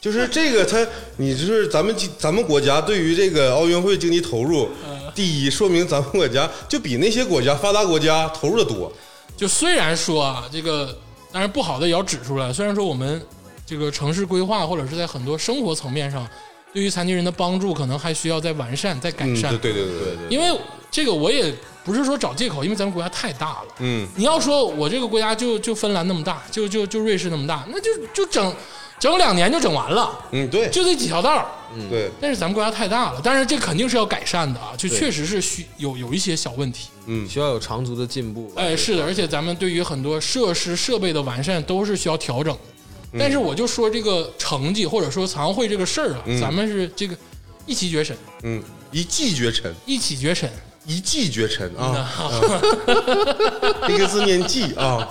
Speaker 2: 就是这个他，你就是咱们咱们国家对于这个奥运会经济投入，
Speaker 1: 嗯
Speaker 2: 第一说明咱们国家就比那些国家发达国家投入的多，
Speaker 1: 就虽然说啊，这个当然不好的也要指出来。虽然说我们这个城市规划或者是在很多生活层面上，对于残疾人的帮助可能还需要再完善、再改
Speaker 2: 嗯，
Speaker 1: 善。
Speaker 2: 对对对对对，
Speaker 1: 啊因为这个我也不是说找借口，因为咱们国家太大了。
Speaker 2: 嗯，
Speaker 1: 你要说我这个国家就就芬兰那么大，就就就瑞士那么大，那就就整整两年就整完了，
Speaker 2: 嗯对
Speaker 1: 就这几条道儿。
Speaker 2: 对，
Speaker 1: 但是咱们国家太大了，但是这肯定是要改善的啊，就确实是需有有一些小问题。
Speaker 2: 嗯
Speaker 3: 需要有长足的进步。
Speaker 1: 哎，是的，而且咱们对于很多设施设备的完善都是需要调整的。但是我就说这个成绩，或者说残奥会这个事儿啊，咱们是这个一骑绝尘，
Speaker 2: 嗯，一骑绝尘，
Speaker 1: 一骑绝尘。
Speaker 2: 一骑绝尘啊，
Speaker 1: 嗯
Speaker 2: 啊这个字念骑啊，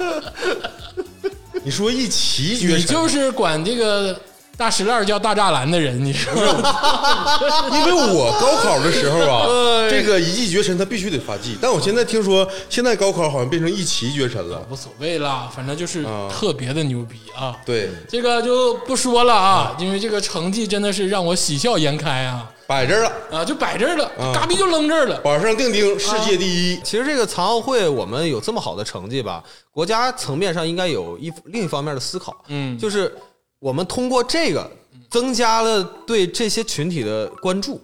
Speaker 2: 你说一骑绝
Speaker 1: 你
Speaker 2: 尘，
Speaker 1: 就是管这个大石烂儿叫大栅栏的人，你说
Speaker 2: 因为我高考的时候 啊，
Speaker 1: 哎
Speaker 2: 这个一骑绝尘他必须得发迹，但我现在听说现在高考好像变成一骑绝尘了，
Speaker 1: 无所谓啦，反正就是
Speaker 2: 啊
Speaker 1: 特别的牛逼啊。
Speaker 2: 对，
Speaker 1: 这个就不说了啊，因为这个成绩真的是让我喜笑颜开啊
Speaker 2: 摆这儿了。
Speaker 1: 啊，就摆这儿了，
Speaker 2: 啊
Speaker 1: 嘎逼就扔这儿了。
Speaker 2: 板上钉钉，世界第一。
Speaker 1: 啊
Speaker 3: 其实这个残奥会我们有这么好的成绩吧，国家层面上应该有一另一方面的思考，
Speaker 1: 嗯
Speaker 3: 就是我们通过这个增加了对这些群体的关注，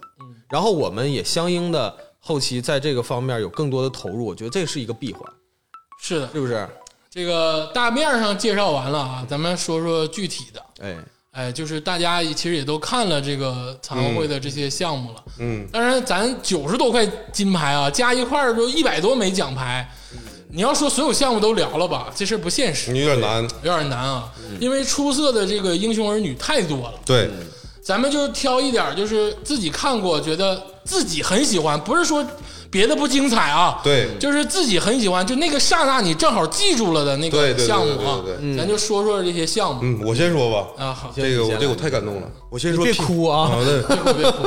Speaker 3: 然后我们也相应的后期在这个方面有更多的投入，我觉得这是一个闭环，
Speaker 1: 是的，
Speaker 3: 是不是？
Speaker 1: 这个大面上介绍完了啊，咱们说说具体的。
Speaker 3: 哎，
Speaker 1: 哎，就是大家其实也都看了这个残奥会的这些项目了。
Speaker 2: 嗯，
Speaker 1: 当然，咱九十多块金牌啊，加一块儿就一百多枚奖牌。
Speaker 2: 嗯
Speaker 1: 你要说所有项目都聊了吧，这事儿不现实，
Speaker 2: 有点难。
Speaker 1: 有点难啊，
Speaker 2: 嗯
Speaker 1: 因为出色的这个英雄儿女太多了。
Speaker 2: 对，
Speaker 1: 咱们就是挑一点儿，就是自己看过，觉得自己很喜欢，不是说别的不精彩啊，
Speaker 2: 对
Speaker 1: 就是自己很喜欢，就那个刹那你正好记住了的那
Speaker 2: 对
Speaker 1: 个
Speaker 2: 对对
Speaker 1: 项目啊
Speaker 2: 对对对，
Speaker 1: 咱就说说这些项目
Speaker 2: 嗯，我先说吧。
Speaker 1: 啊。好，
Speaker 2: 这个
Speaker 3: 你
Speaker 2: 我
Speaker 3: 先
Speaker 2: 这个我太感动了，我先
Speaker 3: 你
Speaker 2: 说
Speaker 3: 别
Speaker 2: 乒
Speaker 3: 哭啊
Speaker 2: 好的，
Speaker 1: 别哭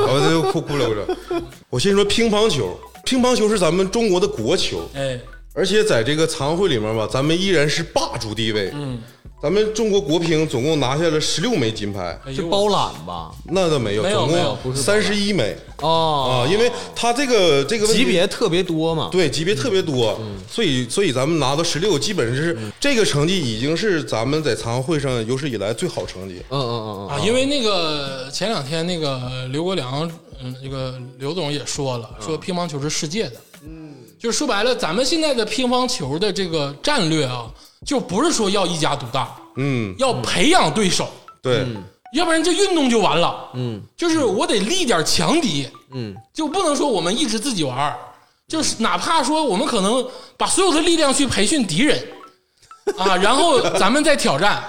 Speaker 2: 好的，哭哭不了不了。我先说乒乓球，乒乓球是咱们中国的国球，
Speaker 1: 哎，
Speaker 2: 而且在这个残奥会里面吧，咱们依然是霸主地位。嗯，咱们中国国乒总共拿下了十六枚金牌，
Speaker 1: 哎呦
Speaker 3: 是包揽吧？
Speaker 2: 那倒没有，
Speaker 1: 没有
Speaker 2: 总
Speaker 1: 没有
Speaker 2: 共
Speaker 1: 不
Speaker 2: 三十一枚
Speaker 3: 哦，
Speaker 2: 啊，因为他这个这个问题
Speaker 3: 级别特别多嘛，
Speaker 2: 对，级别特别多，
Speaker 1: 嗯
Speaker 2: 所以所以咱们拿到十六，基本上是、这个成绩已经是咱们在残奥会上有史以来最好成绩。
Speaker 3: 嗯嗯嗯
Speaker 1: 啊，因为那个前两天那个刘国梁，嗯，那个刘总也说了，说乒乓球是世界的，嗯，就是说白了，咱们现在的乒乓球的这个战略啊，就不是说要一家独大，
Speaker 2: 嗯，
Speaker 1: 要培养对手，
Speaker 2: 对，
Speaker 1: 要不然这运动就完了，
Speaker 3: 嗯，
Speaker 1: 就是我得立点强敌，
Speaker 3: 嗯
Speaker 1: 就不能说我们一直自己玩儿，就是哪怕说我们可能把所有的力量去培训敌人。啊，然后咱们再挑战，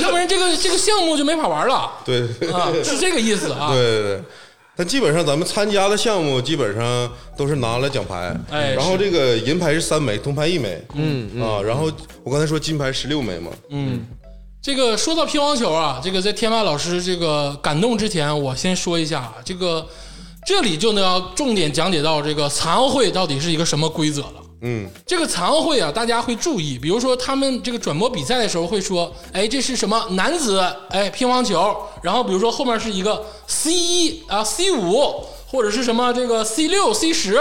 Speaker 1: 要不然这个这个项目就没法玩了。
Speaker 2: 对， 对
Speaker 1: 啊，是这个意思啊。
Speaker 2: 对对。但基本上咱们参加的项目基本上都是拿了奖牌，
Speaker 1: 哎
Speaker 2: 然后这个银牌是三枚，铜牌一枚，
Speaker 3: 嗯
Speaker 2: 啊，然后我刚才说金牌十六枚嘛，
Speaker 1: 嗯，这个说到乒乓球啊，这个在天霸老师这个感动之前，我先说一下啊，这个这里就能要重点讲解到这个残奥会到底是一个什么规则了。
Speaker 2: 嗯，
Speaker 1: 这个残奥会啊，大家会注意，比如说他们这个转播比赛的时候会说，哎，这是什么男子哎乒乓球，然后比如说后面是一个 C 一啊 C 五或者是什么这个 C 六 C 十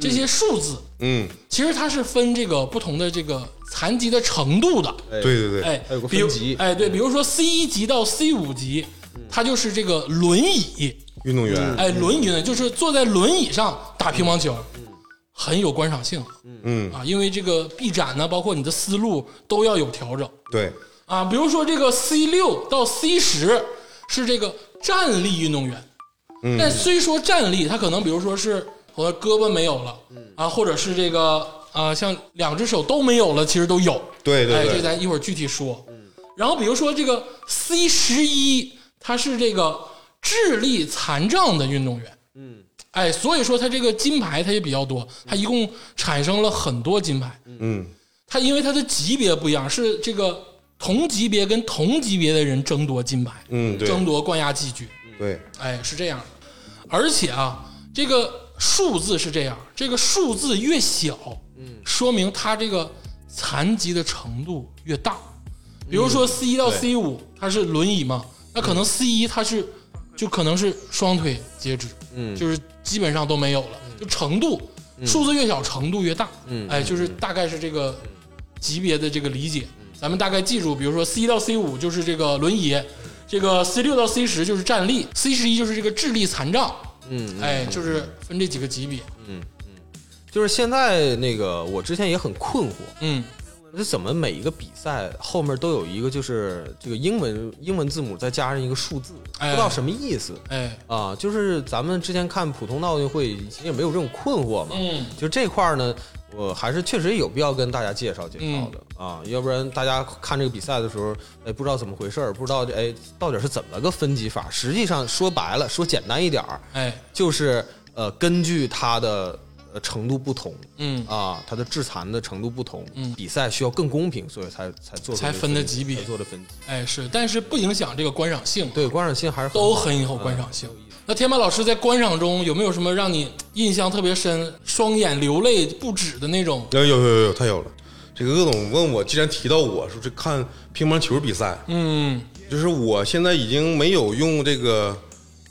Speaker 1: 这些数字，
Speaker 2: 嗯，
Speaker 1: 其实它是分这个不同的这个残疾的程度的。
Speaker 2: 对对对，
Speaker 1: 哎，
Speaker 3: 还有个
Speaker 1: 比如
Speaker 3: 分级嗯
Speaker 1: 哎，对，比如说 C 一级到 C 五级，它就是这个轮椅，
Speaker 2: 运动员，
Speaker 1: 哎，轮椅呢就是坐在轮椅上打乒乓球，
Speaker 3: 嗯
Speaker 1: 很有观赏性
Speaker 2: 嗯，
Speaker 1: 啊，因为这个臂展呢，包括你的思路都要有调整
Speaker 2: 对，
Speaker 1: 啊。比如说这个 C 六到 C 十是这个站立运动员，
Speaker 3: 嗯
Speaker 1: 但虽说站立，他可能比如说是我的胳膊没有了
Speaker 3: 嗯
Speaker 1: 啊，或者是这个啊，像两只手都没有了，其实都有。
Speaker 2: 对
Speaker 1: 哎，
Speaker 2: 对
Speaker 1: 这
Speaker 2: 对，
Speaker 1: 咱一会儿具体说。然后比如说这个 C 十一，他是这个智力残障的运动员。嗯，哎，所以说他这个金牌他也比较多，他一共产生了很多金牌。
Speaker 2: 嗯，
Speaker 1: 他因为他的级别不一样，是这个同级别跟同级别的人争夺金牌，
Speaker 2: 嗯对
Speaker 1: 争夺冠亚季军。嗯，
Speaker 2: 对，
Speaker 1: 哎，是这样的。而且啊，这个数字是这样，这个数字越小，嗯，说明它这个残疾的程度越大。比如说 C 一到 C 五，它是轮椅嘛，那可能 C 一它是就可能是双腿截肢，嗯，就是基本上都没有了，就程度数字越小，程度越大，嗯，哎，就是大概是这个级别的这个理解。咱们大概记住，比如说 C 到 C 五就是这个轮椅，这个 C 六到 C 十就是站立，C 十一就是这个智力残障，嗯，哎，就是分这几个级别，
Speaker 3: 就是现在那个，我之前也很困惑，
Speaker 1: 嗯，
Speaker 3: 这怎么每一个比赛后面都有一个就是这个英文英文字母再加上一个数字，不
Speaker 1: 哎
Speaker 3: 知道什么意思
Speaker 1: 哎，
Speaker 3: 啊？就是咱们之前看普通的奥运会，其实也没有这种困惑嘛。
Speaker 1: 嗯，
Speaker 3: 就这块儿呢，我还是确实有必要跟大家介绍介绍的、
Speaker 1: 嗯
Speaker 3: 啊，要不然大家看这个比赛的时候，哎，不知道怎么回事儿，不知道哎到底是怎么个分级法。实际上说白了，说简单一点儿，
Speaker 1: 哎，
Speaker 3: 就是呃根据它的呃程度不同，
Speaker 1: 嗯，
Speaker 3: 啊，它的致残的程度不同，
Speaker 1: 嗯
Speaker 3: 比赛需要更公平，所以才才做出
Speaker 1: 才
Speaker 3: 这个
Speaker 1: 分的
Speaker 3: 级
Speaker 1: 级别
Speaker 3: 才，做的分级。
Speaker 1: 哎是，但是不影响这个观赏性，
Speaker 3: 对，观赏性还是很
Speaker 1: 都
Speaker 3: 好
Speaker 1: 很有观赏性。那天马老师在观赏中有没有什么让你印象特别深、双眼流泪不止的那种？
Speaker 2: 哎有有有有，太有了。这个鄂总问我，既然提到我说这看乒乓球比赛，
Speaker 1: 嗯
Speaker 2: 就是我现在已经没有用这个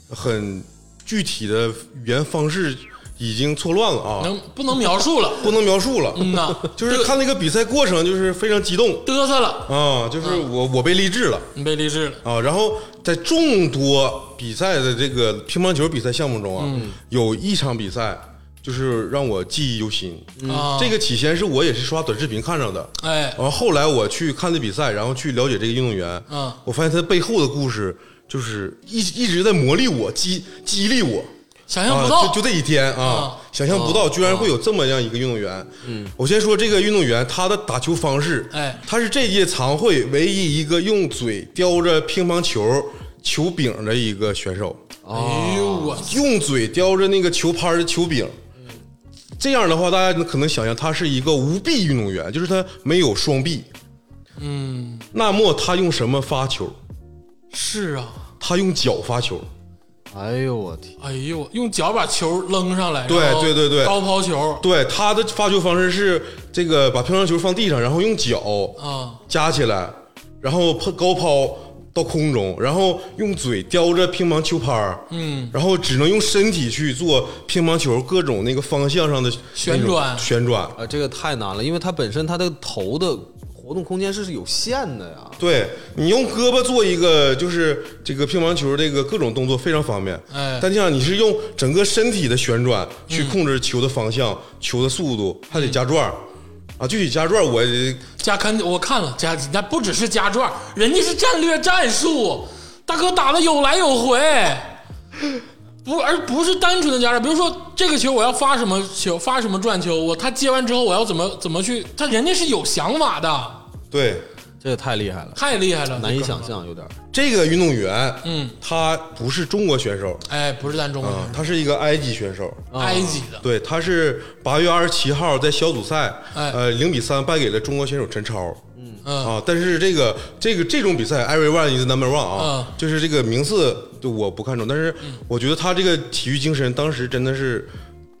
Speaker 2: 很具体的语言方式，已经错乱了啊，
Speaker 1: 能不能描述 了？
Speaker 2: 不能描述了。
Speaker 1: 嗯呐，
Speaker 2: 就是看那个比赛过程，就是非常激动
Speaker 1: 嘚瑟了，
Speaker 2: 啊，就是
Speaker 1: 嗯
Speaker 2: 我我被励志了
Speaker 1: 你被励志了。
Speaker 2: 啊。然后在众多比赛的这个乒乓球比赛项目中啊，
Speaker 1: 嗯
Speaker 2: 有一场比赛就是让我记忆犹新。
Speaker 1: 啊
Speaker 2: 嗯这个哦起先是我也是刷短视频看着的，
Speaker 1: 哎，
Speaker 2: 然后后来我去看的比赛，然后去了解这个运动员，
Speaker 1: 嗯
Speaker 2: 我发现他背后的故事就是一一直在磨砺我、激激励我。
Speaker 1: 想象
Speaker 2: 啊
Speaker 1: 不到，
Speaker 2: 就就这一天啊
Speaker 1: 啊，
Speaker 2: 想象不到居然会有这么样一个运动员。嗯，我先说这个运动员他的打球方式，
Speaker 1: 哎
Speaker 2: 他是这届常会唯一一个用嘴叼着乒乓球球柄的一个选手，
Speaker 1: 哎
Speaker 2: 哦
Speaker 1: 呦我，
Speaker 2: 用嘴叼着那个球拍儿的球柄。这样的话，大家可能想象他是一个无臂运动员，就是他没有双臂。
Speaker 1: 嗯，
Speaker 2: 那么他用什么发球？
Speaker 1: 是啊，
Speaker 2: 他用脚发球。
Speaker 3: 哎呦我天，
Speaker 1: 哎呦，用脚把球扔上来，
Speaker 2: 对
Speaker 1: 然后
Speaker 2: 对对对
Speaker 1: 高抛球
Speaker 2: 对，他的发球方式是这个把乒乓球放地上，然后用脚
Speaker 1: 啊，
Speaker 2: 夹起来，然后抛高抛到空中，然后用嘴叼着乒乓球拍儿，
Speaker 1: 嗯，
Speaker 2: 然后只能用身体去做乒乓球各种那个方向上的
Speaker 1: 旋
Speaker 2: 那种
Speaker 1: 转
Speaker 2: 旋转。
Speaker 3: 啊，这个太难了，因为它本身它的头的活动空间是有限的呀。
Speaker 2: 对你用胳膊做一个，就是这个乒乓球这个各种动作非常方便。
Speaker 1: 哎
Speaker 2: 但这样你是用整个身体的旋转去控制球的方向、球的速度，还得加转儿、
Speaker 1: 嗯
Speaker 2: 啊。具体加转儿我
Speaker 1: 加肯我看了加，那不只是加转，人家是战略战术，大哥打的有来有回，不而不是单纯的加转，比如说这个球我要发什么球，发什么转球，我他接完之后我要怎么怎么去，他人家是有想法的，
Speaker 2: 对
Speaker 3: 这也太厉害了，
Speaker 1: 太厉害了，
Speaker 3: 难以
Speaker 1: 这哥们
Speaker 3: 想
Speaker 1: 儿，
Speaker 3: 象，有点儿。
Speaker 2: 这个运动员，
Speaker 1: 嗯，
Speaker 2: 他不是中国选手
Speaker 1: 哎，不是咱中国
Speaker 2: 啊
Speaker 1: 人，，
Speaker 2: 他是一个埃及选手。
Speaker 1: 埃及的，
Speaker 2: 对，他是八月二十七号在小组赛，
Speaker 1: 哎
Speaker 2: 呃，零比三败给了中国选手陈超。
Speaker 1: 嗯
Speaker 2: 啊，但是这个这个这种比赛，everyone is number one 啊，
Speaker 1: 嗯
Speaker 2: 就是这个名次就我不看重，但是我觉得他这个体育精神当时真的是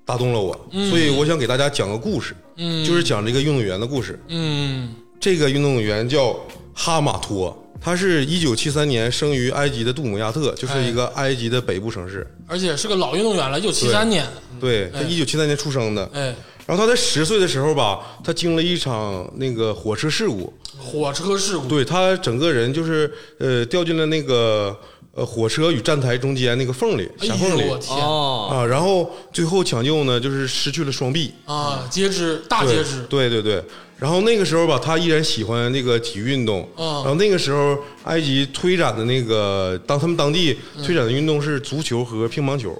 Speaker 2: 打动了我，所以我想给大家讲个故事，
Speaker 1: 嗯
Speaker 2: 就是讲这个运动员的故事。
Speaker 1: 嗯
Speaker 2: 这个运动员叫哈马托，他是一九七三年生于埃及的杜姆亚特，
Speaker 1: 哎
Speaker 2: 就是一个埃及的北部城市。
Speaker 1: 而且是个老运动员了，一九七
Speaker 2: 对
Speaker 1: 三年，
Speaker 2: 对他
Speaker 1: 哎
Speaker 2: 一九七三年出生的，
Speaker 1: 哎，
Speaker 2: 然后他在十岁的时候吧，他经历一场那个火车事故，
Speaker 1: 火车事故，
Speaker 2: 对他整个人就是呃掉进了那个呃火车与站台中间那个缝里
Speaker 1: 哎
Speaker 2: 狭缝里
Speaker 1: 呦我天
Speaker 3: 哦，
Speaker 2: 啊，然后最后抢救呢就是失去了双臂，
Speaker 1: 啊，截肢，大
Speaker 2: 对
Speaker 1: 截肢，
Speaker 2: 对对对。然后那个时候吧，他依然喜欢那个体育运动。
Speaker 1: 嗯
Speaker 2: 然后那个时候，埃及推展的那个当他们当地推展的运动是足球和乒乓球。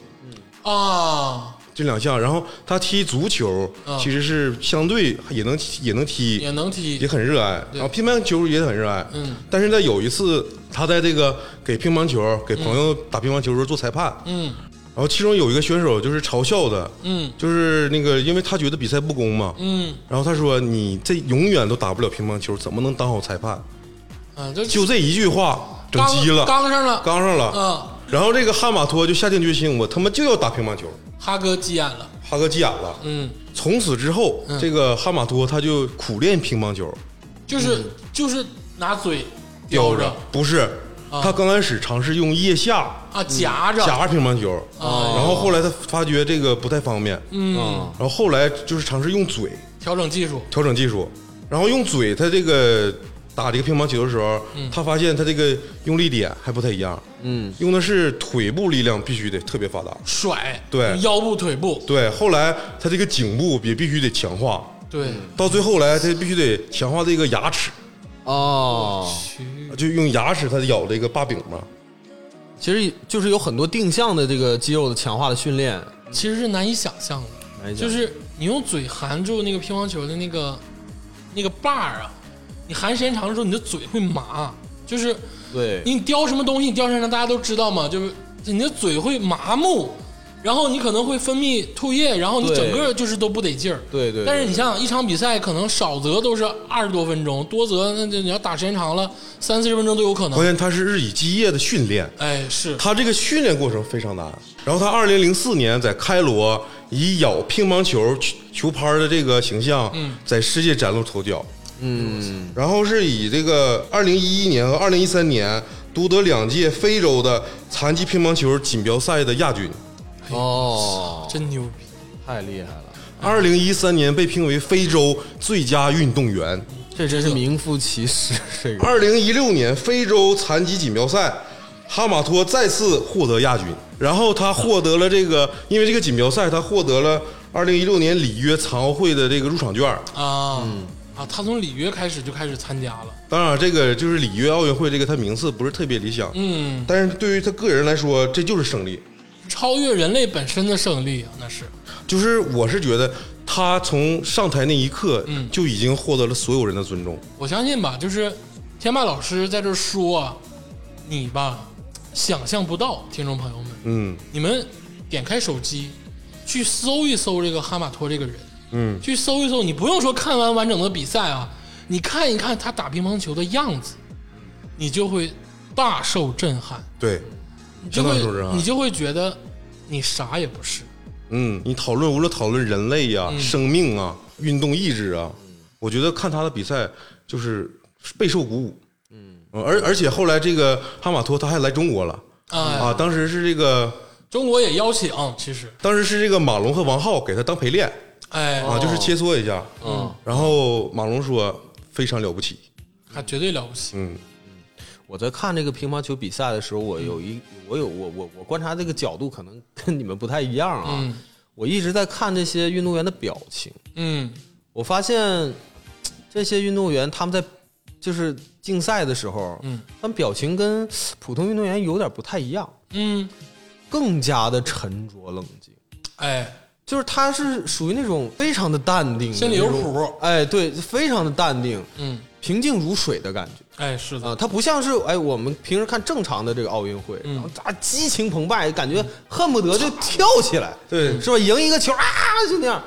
Speaker 1: 啊，
Speaker 2: 这两项，然后他踢足球，
Speaker 1: 嗯
Speaker 2: 其实是相对也能也能踢，
Speaker 1: 也能踢
Speaker 2: 也很热爱，然后乒乓球也很热爱。
Speaker 1: 嗯，
Speaker 2: 但是在有一次，他在这个给乒乓球给朋友打乒乓球的时候做裁判，
Speaker 1: 嗯
Speaker 2: 然后其中有一个选手就是嘲笑他，
Speaker 1: 嗯
Speaker 2: 就是那个因为他觉得比赛不公嘛，
Speaker 1: 嗯
Speaker 2: 然后他说你这永远都打不了乒乓球，怎么能当好裁判？
Speaker 1: 啊，这
Speaker 2: 就这一句话整
Speaker 1: 刚
Speaker 2: 急了，
Speaker 1: 刚上了，
Speaker 2: 刚上了。
Speaker 1: 啊，
Speaker 2: 然后这个哈马托就下定决心，我他妈就要打乒乓球。
Speaker 1: 哈哥急眼了，
Speaker 2: 哈哥急眼了，
Speaker 1: 嗯，
Speaker 2: 从此之后，这个哈马托他就苦练乒乓球，
Speaker 1: 就是、就是拿嘴嗯叼着
Speaker 2: 不是，他刚开始尝试用腋下
Speaker 1: 啊夹着，
Speaker 2: 夹乒乓球，然后后来他发觉这个不太方便，
Speaker 1: 啊嗯，
Speaker 2: 然后后来就是尝试用嘴
Speaker 1: 调整技术，
Speaker 2: 调整技术，然后用嘴他这个打这个乒乓球的时候，
Speaker 1: 嗯
Speaker 2: 他发现他这个用力点还不太一样，
Speaker 3: 嗯，
Speaker 2: 用的是腿部力量必须得特别发达，
Speaker 1: 甩，
Speaker 2: 对
Speaker 1: 腰部、腿部，
Speaker 2: 对，后来他这个颈部也必须得强化，
Speaker 1: 对，
Speaker 2: 到最后来他必须得强化这个牙齿。
Speaker 3: 哦，
Speaker 1: 去
Speaker 2: 就用牙齿它咬这个把柄嘛。
Speaker 3: 其实就是有很多定向的这个肌肉的强化的训练，
Speaker 1: 其实是难以想象的。就是你用嘴含住那个乒乓球的那个那个把儿啊，你含时间长了之后，你的嘴会麻。就是
Speaker 3: 对，
Speaker 1: 你叼什么东西，你叼身上，大家都知道嘛，就是你的嘴会麻木，然后你可能会分泌唾液，然后你
Speaker 3: 对
Speaker 1: 整个就是都不得劲儿。
Speaker 3: 对对对
Speaker 1: 但是你想想，一场比赛可能少则都是二十多分钟，多则那就你要打时间长了，三四十分钟都有可
Speaker 2: 关
Speaker 1: 能。
Speaker 2: 键它是日以继夜的训练，
Speaker 1: 哎，是
Speaker 2: 它这个训练过程非常难。然后他二零零四年在开罗以咬乒乓球球球拍儿的这个形象，在世界崭露头角。
Speaker 3: 嗯，
Speaker 2: 然后是以这个二零一一年和二零一三年夺得两届非洲的残疾乒乓球锦标赛的亚军。
Speaker 3: 哦，
Speaker 1: 真牛逼。
Speaker 3: 太厉害了，
Speaker 2: 二零一三年被评为非洲最佳运动员。
Speaker 3: 这真是名副其实，这个
Speaker 2: 二零一六年非洲残疾锦标赛，哈马托再次获得亚军，然后他获得了这个，因为这个锦标赛，他获得了二零一六年里约残奥会的这个入场券。
Speaker 1: 啊、
Speaker 3: 嗯
Speaker 1: 啊！他从里约开始就开始参加了，
Speaker 2: 当然，这个就是里约奥运会这个他名次不是特别理想，
Speaker 1: 嗯，
Speaker 2: 但是对于他个人来说，这就是胜利。
Speaker 1: 超越人类本身的胜利啊，那是
Speaker 2: 就是我是觉得他从上台那一刻就已经获得了所有人的尊重。
Speaker 1: 我相信吧，就是天霸老师在这儿说啊，你吧想象不到，听众朋友们，
Speaker 2: 嗯
Speaker 1: 你们点开手机去搜一搜这个哈马托这个人，
Speaker 2: 嗯，
Speaker 1: 去搜一搜，你不用说看完完整的比赛啊，你看一看他打乒乓球的样子，你就会大受震撼，
Speaker 2: 对，
Speaker 1: 你就
Speaker 2: 相当受震
Speaker 1: 会
Speaker 2: 撼
Speaker 1: 你就会觉得你啥也不是，
Speaker 2: 嗯，你讨论无论讨论人类呀、生命啊、运动意志啊，我觉得看他的比赛就是备受鼓舞。嗯，而而且后来这个哈马托他还来中国了
Speaker 1: 哎、
Speaker 2: 啊，当时是这个
Speaker 1: 中国也邀请，其实，
Speaker 2: 当时是这个马龙和王浩给他当陪练
Speaker 1: 哎，
Speaker 2: 啊，就是切磋一下。
Speaker 3: 嗯，
Speaker 2: 然后马龙说非常了不起，
Speaker 1: 他绝对了不起。
Speaker 2: 嗯
Speaker 3: 我在看这个乒乓球比赛的时候，我有一我有我我我观察这个角度可能跟你们不太一样啊，
Speaker 1: 嗯
Speaker 3: 我一直在看这些运动员的表情，
Speaker 1: 嗯
Speaker 3: 我发现嘖这些运动员他们在就是竞赛的时候，
Speaker 1: 嗯，
Speaker 3: 他们表情跟嘖普通运动员有点不太一样，
Speaker 1: 嗯，
Speaker 3: 更加的沉着冷静。
Speaker 1: 哎，
Speaker 3: 就是他是属于那种非常的淡定的那种，
Speaker 1: 心里有
Speaker 2: 嗯
Speaker 1: 谱
Speaker 3: 哎，对，非常的淡定，
Speaker 1: 嗯，
Speaker 3: 平静如水的感觉
Speaker 1: 哎，是
Speaker 3: 啊、
Speaker 1: 的，
Speaker 3: 他不像是哎我们平时看正常的这个奥运会，
Speaker 1: 嗯
Speaker 3: 然后啊激情澎湃，感觉恨不得就跳起 来，
Speaker 2: 对
Speaker 3: 是吧？赢一个球啊，就那样。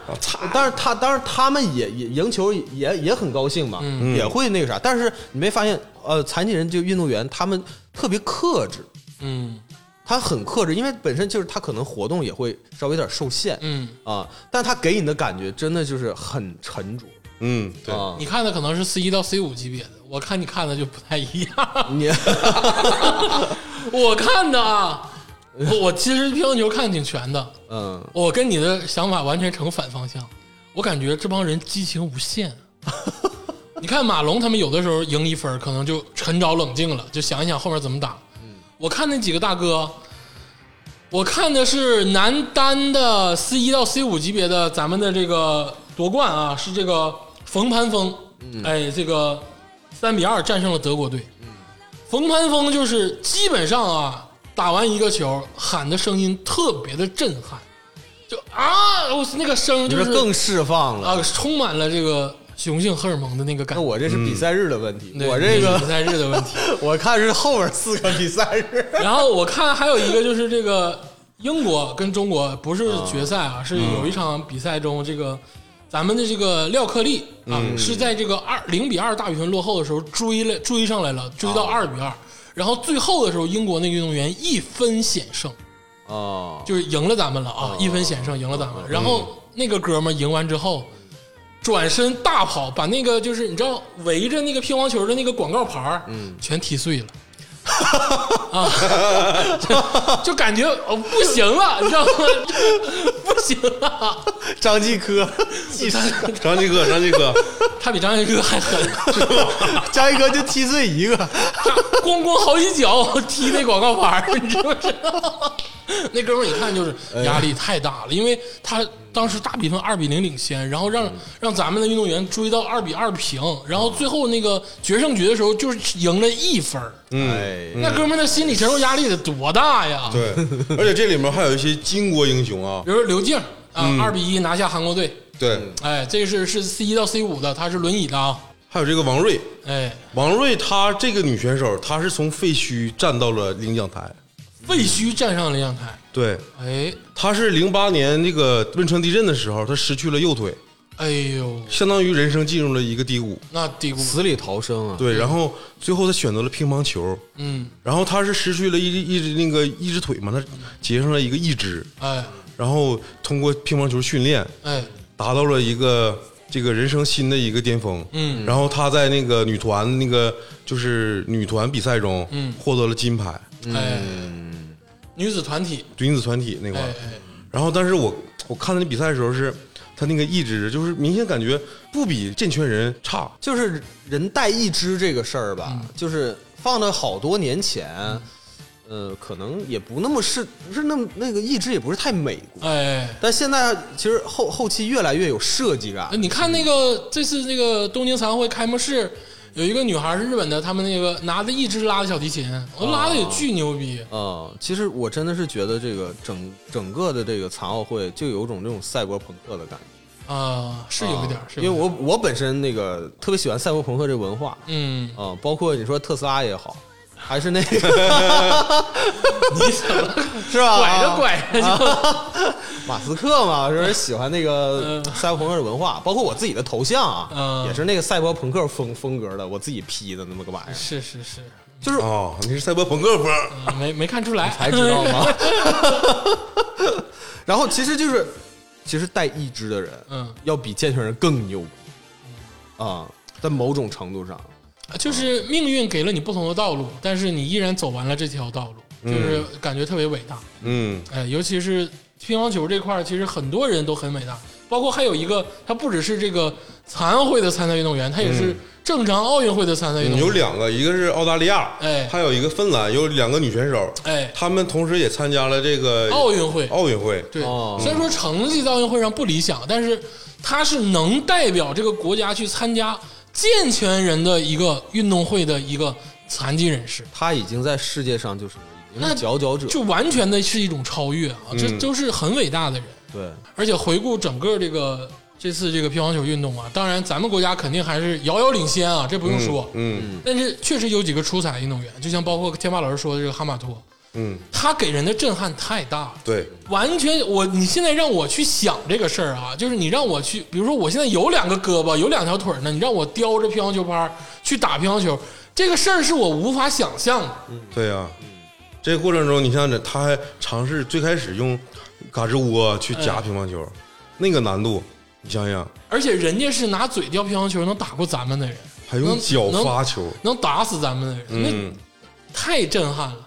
Speaker 3: 但是他当然他们也也赢球也也也很高兴嘛，
Speaker 1: 嗯
Speaker 3: 也会那个啥。但是你没发现呃，残疾人就运动员他们特别克制，
Speaker 1: 嗯
Speaker 3: 他很克制，因为本身就是他可能活动也会稍微有点受限，
Speaker 1: 嗯，
Speaker 3: 啊，但他给你的感觉真的就是很沉着
Speaker 2: 嗯，对，
Speaker 3: 啊
Speaker 1: 你，看的可能是 C 一到 C 五级别的，我看你看的就不太一样。
Speaker 3: 你
Speaker 1: 我看的啊，我我其实乒乓球看的挺全的，
Speaker 3: 嗯，
Speaker 1: 我跟你的想法完全成反方向。我感觉这帮人激情无限。 你看马龙他们有的时候赢一分，可能就沉着冷静了，就想一想后面怎么打。
Speaker 3: 嗯
Speaker 1: 我看那几个大哥，我看的是男单的 C 一到 C 五级别的咱们的这个夺冠啊，是这个冯盘峰，
Speaker 3: 嗯
Speaker 1: 哎，这个三比二战胜了德国队。冯盘峰就是基本上啊，打完一个球喊的声音特别的震撼，就啊，我那个声
Speaker 3: 你
Speaker 1: 就
Speaker 3: 这
Speaker 1: 是
Speaker 3: 更释放了。
Speaker 1: 啊，充满了这个雄性荷尔蒙的那个感
Speaker 3: 那
Speaker 1: 觉。
Speaker 3: 我这是比赛日的问题，
Speaker 1: 对
Speaker 3: 我这
Speaker 1: 你是
Speaker 3: 个
Speaker 1: 比赛日的问 题。
Speaker 3: 我看是后面四个比 赛日
Speaker 1: 然后我看还有一个就是这个英国跟中国不是决赛
Speaker 3: 嗯
Speaker 1: 啊，是有一场比赛中，这个咱们的这个廖克利
Speaker 3: 嗯哦
Speaker 1: 啊，是在这个二零比二大比分落后的时候追了追上来了，追到二比二。然后最后的时候，英国那个运动员一分险胜，
Speaker 3: 啊，
Speaker 1: 就是赢了咱们了啊，一分险胜赢了咱们。然后那个哥们儿赢完之后，转身大跑，把那个就是你知道围着那个乒乓球的那个广告牌儿，全踢碎了。 啊， 就就感觉哦不行了，你知道吗？ 不行了，
Speaker 3: 张 继科，继
Speaker 1: 他
Speaker 2: 张继哥，张继 哥，
Speaker 1: 他比张杰哥还狠，
Speaker 3: 张继科就踢碎一个，
Speaker 1: 他 咣咣好几脚踢那广告牌儿，你知不知道？ 那哥们儿一看就是压力太大了，因为他当时大比分二比零领先，然后让让咱们的运动员追到二比二平，然后最后那个决胜局的时候就是赢了一分儿。
Speaker 3: 哎，
Speaker 1: 那哥们儿的心理承受压力得多大呀？
Speaker 2: 对，而且这里面还有一些巾帼英雄啊
Speaker 1: 比，如说刘静啊，二比一拿下韩国队，
Speaker 2: 对，
Speaker 1: 哎，这是是 C 一到 C 五的，他是轮椅的啊，
Speaker 2: 还有这个王瑞，
Speaker 1: 哎，
Speaker 2: 王瑞她这个女选手，她是从废墟站到了领奖台，
Speaker 1: 废墟站上领奖台，
Speaker 2: 对，
Speaker 1: 哎，
Speaker 2: 她是零八年那个汶川地震的时候，她失去了右腿，
Speaker 1: 哎呦，
Speaker 2: 相当于人生进入了一个低谷。
Speaker 1: 那低谷，
Speaker 3: 死里逃生啊，
Speaker 2: 对，然后最后她选择了乒乓球，
Speaker 1: 嗯，
Speaker 2: 然后她是失去了一一只那个一只腿嘛，她截上了一个义肢，
Speaker 1: 哎
Speaker 2: 然后通过乒乓球训练，
Speaker 1: 哎，
Speaker 2: 达到了一个这个人生新的一个巅峰。
Speaker 1: 嗯，
Speaker 2: 然后她在那个女团那个就是女团比赛中，
Speaker 1: 嗯
Speaker 2: 获得了金牌，
Speaker 3: 嗯
Speaker 1: 哎，女子团体，
Speaker 2: 女子团体那块
Speaker 1: 哎
Speaker 2: 儿。
Speaker 1: 哎，
Speaker 2: 然后，但是我我看她那比赛的时候是，她那个意志就是明显感觉不比健全人差。
Speaker 3: 就是人带一只这个事儿吧，
Speaker 1: 嗯
Speaker 3: 就是放到好多年前，呃，可能也不那么是不是那么那个一只也不是太美国，
Speaker 1: 哎，
Speaker 3: 但现在其实后后期越来越有设计感
Speaker 1: 哎，你看那
Speaker 3: 嗯
Speaker 1: 个这次那个东京残奥会开幕式，有一个女孩是日本的，他们那个拿着一只拉的小提琴，我拉的
Speaker 3: 哦
Speaker 1: 也巨牛逼，
Speaker 3: 啊、其实我真的是觉得这个整整个的这个残奥会就有种这种赛博朋克的感觉，
Speaker 1: 啊，是有一点儿
Speaker 3: 啊，
Speaker 1: 是
Speaker 3: 因
Speaker 1: 有
Speaker 3: 为
Speaker 1: 一点儿，
Speaker 3: 我我本身那个特别喜欢赛博朋克这个文化
Speaker 1: 嗯，
Speaker 3: 啊、包括你说特斯拉也好，还是那个
Speaker 1: 你怎么
Speaker 3: 是吧？
Speaker 1: 拐着拐着
Speaker 3: 啊
Speaker 1: 就
Speaker 3: 马斯克嘛，就是喜欢那个
Speaker 1: 嗯
Speaker 3: 赛博朋克的文化，包括我自己的头像啊，
Speaker 1: 嗯
Speaker 3: 也是那个赛博朋克风风格的，我自己 P 的那么个 玩意儿，
Speaker 1: 是是是，
Speaker 3: 就是
Speaker 2: 哦，你是赛博朋克风，
Speaker 1: 啊没没看出来，
Speaker 3: 才知道吗？ 然后其实就是，其实带一只的人，
Speaker 1: 嗯，
Speaker 3: 要比健全人更牛逼啊，在某种程度上，
Speaker 1: 就是命运给了你不同的道路，但是你依然走完了这条道路，就是感觉特别伟大。
Speaker 2: 嗯，
Speaker 1: 哎，尤其是乒乓球这块儿，其实很多人都很伟大，包括还有一个，他不只是这个残奥会的参赛运动员，他也是正常奥运会的参赛运动
Speaker 2: 嗯有
Speaker 1: 员。
Speaker 2: 两个，一个是澳大利亚，
Speaker 1: 哎
Speaker 2: 还有一个芬兰，有两个女选手，
Speaker 1: 哎，
Speaker 2: 她们同时也参加了这个
Speaker 1: 奥运会，
Speaker 2: 奥运会，
Speaker 1: 对，
Speaker 3: 哦
Speaker 1: 虽然说成绩在奥运会上不理想，但是他是能代表这个国家去参加健全人的一个运动会的一个残疾人士。
Speaker 3: 他已经在世界上就是已经
Speaker 1: 那
Speaker 3: 是佼佼者，
Speaker 1: 就完全的是一种超越啊，这都是很伟大的人。
Speaker 3: 对，
Speaker 1: 而且回顾整个这个这次这个乒乓球运动啊，当然咱们国家肯定还是遥遥领先啊，这不用说。
Speaker 2: 嗯
Speaker 1: 但是确实有几个出彩运动员，就像包括天霸老师说的这个哈马托，
Speaker 2: 嗯，
Speaker 1: 他给人的震撼太大了。
Speaker 2: 对，
Speaker 1: 完全，我你现在让我去想这个事儿啊，就是你让我去，比如说我现在有两个胳膊，有两条腿呢，你让我叼着乒乓球拍儿去打乒乓球，这个事儿是我无法想象的。
Speaker 2: 对呀、这个过程中，你像这，她还尝试最开始用嘎吱窝去夹乒乓球，那个难度，你想想，
Speaker 1: 而且人家是拿嘴叼乒乓球能打过咱们的人，
Speaker 2: 还用
Speaker 1: 能
Speaker 2: 脚
Speaker 1: 能
Speaker 2: 发球，
Speaker 1: 能打死咱们的人，
Speaker 2: 嗯。
Speaker 1: 那太震撼了。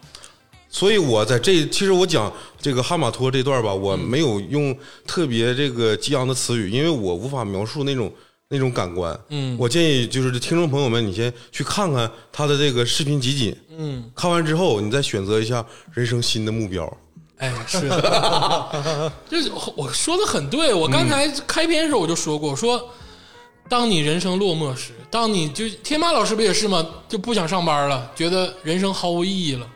Speaker 2: 所以我在这，其实我讲这个哈马托这段吧，我没有用特别这个激昂的词语，因为我无法描述那种那种感官。
Speaker 1: 嗯
Speaker 2: 我建议就是听众朋友们，你先去看看他的这个视频集锦，
Speaker 1: 嗯，
Speaker 2: 看完之后你再选择一下人生新的目标。
Speaker 1: 哎，是， 就是我说的很对。我
Speaker 2: 嗯
Speaker 1: 刚才开篇的时候我就说过，说当你人生落寞时，当你就天马老师不也是吗？就不想上班了，觉得人生毫无意义了。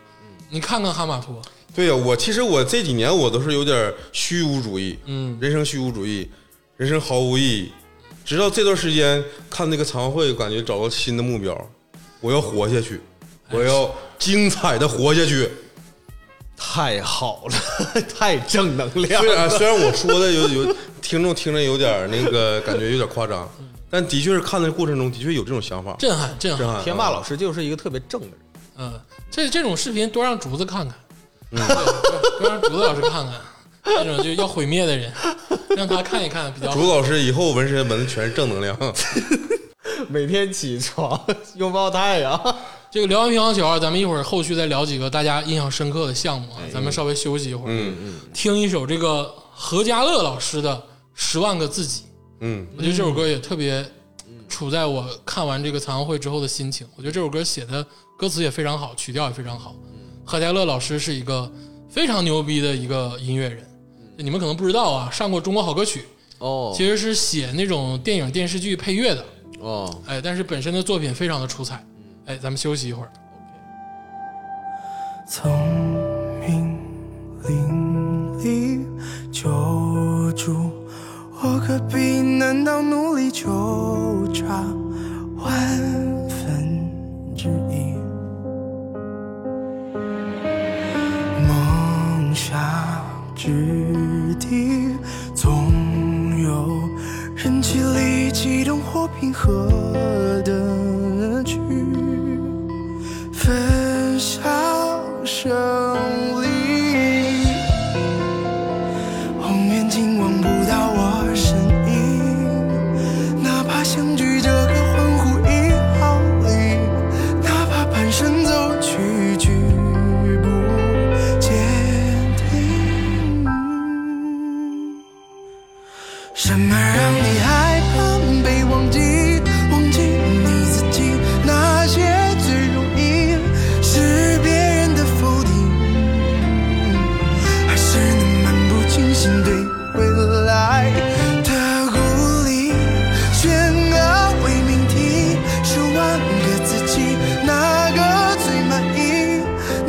Speaker 1: 你看看哈马托，
Speaker 2: 对呀、我其实我这几年我都是有点虚无主义，
Speaker 1: 嗯，
Speaker 2: 人生虚无主义，人生毫无意义。直到这段时间看那个残奥会，感觉找到新的目标，我要活下去，我要精彩的活下 去。
Speaker 3: 太好了， 太正能量
Speaker 2: 虽
Speaker 3: 了，
Speaker 2: 然虽然我说的有有听众听着有点儿那个感觉有点夸张，嗯但的确是看的过程中的确有这种想法，啊
Speaker 1: 震撼，震撼，
Speaker 2: 震撼。
Speaker 3: 天霸老师就是一个特别正的人，
Speaker 1: 嗯，这这种视频多让竹子看看，
Speaker 2: 嗯
Speaker 1: 对多让竹子老师看看，那种就要毁灭的人，让他看一看比较好
Speaker 2: 竹。老师以后纹身纹的全是正能量，
Speaker 3: 每天起床 拥抱太阳，
Speaker 1: 这个聊完乒乓球啊，咱们一会儿后续再聊几个大家印象深刻的项目啊，
Speaker 2: 哎
Speaker 1: 咱们稍微休息一会儿，
Speaker 2: 嗯嗯
Speaker 1: 听一首这个何家乐老师的《十万个自己》。
Speaker 2: 嗯，
Speaker 1: 我觉得这首歌也特别处在我看完这个残奥会之后的心情。我觉得这首歌写的歌词也非常好，曲调也非常好。何家乐老师是一个非常牛逼的一个音乐人，你们可能不知道啊，上过《中国好歌曲》，
Speaker 3: 哦
Speaker 1: 其实是写那种电影电视剧配乐的，
Speaker 3: 哦，
Speaker 1: 哎，但是本身的作品非常的出彩。哎，咱们休息一会儿。
Speaker 4: 聪明伶俐，救助我何必难道努力就差万分之一？梦想之地，总有人激励激动或平和的去分享胜利。后面竟望不到我身影，哪怕相聚这个欢呼一毫厘，哪怕蹒跚走去举步坚定。什么让你害怕被忘记？忘记你自己，那些最容易是别人的否定，还是那漫不经心对未来的鼓励？宣告为命题，十万个自己，哪个最满意？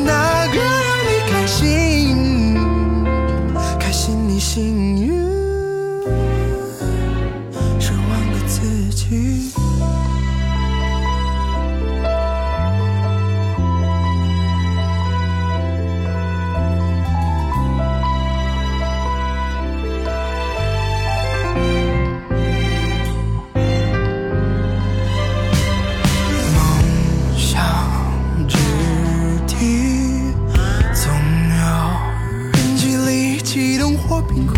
Speaker 4: 哪个让你开心？开心你幸运，十万个自己。梦想之地，总有人激励、激动或平和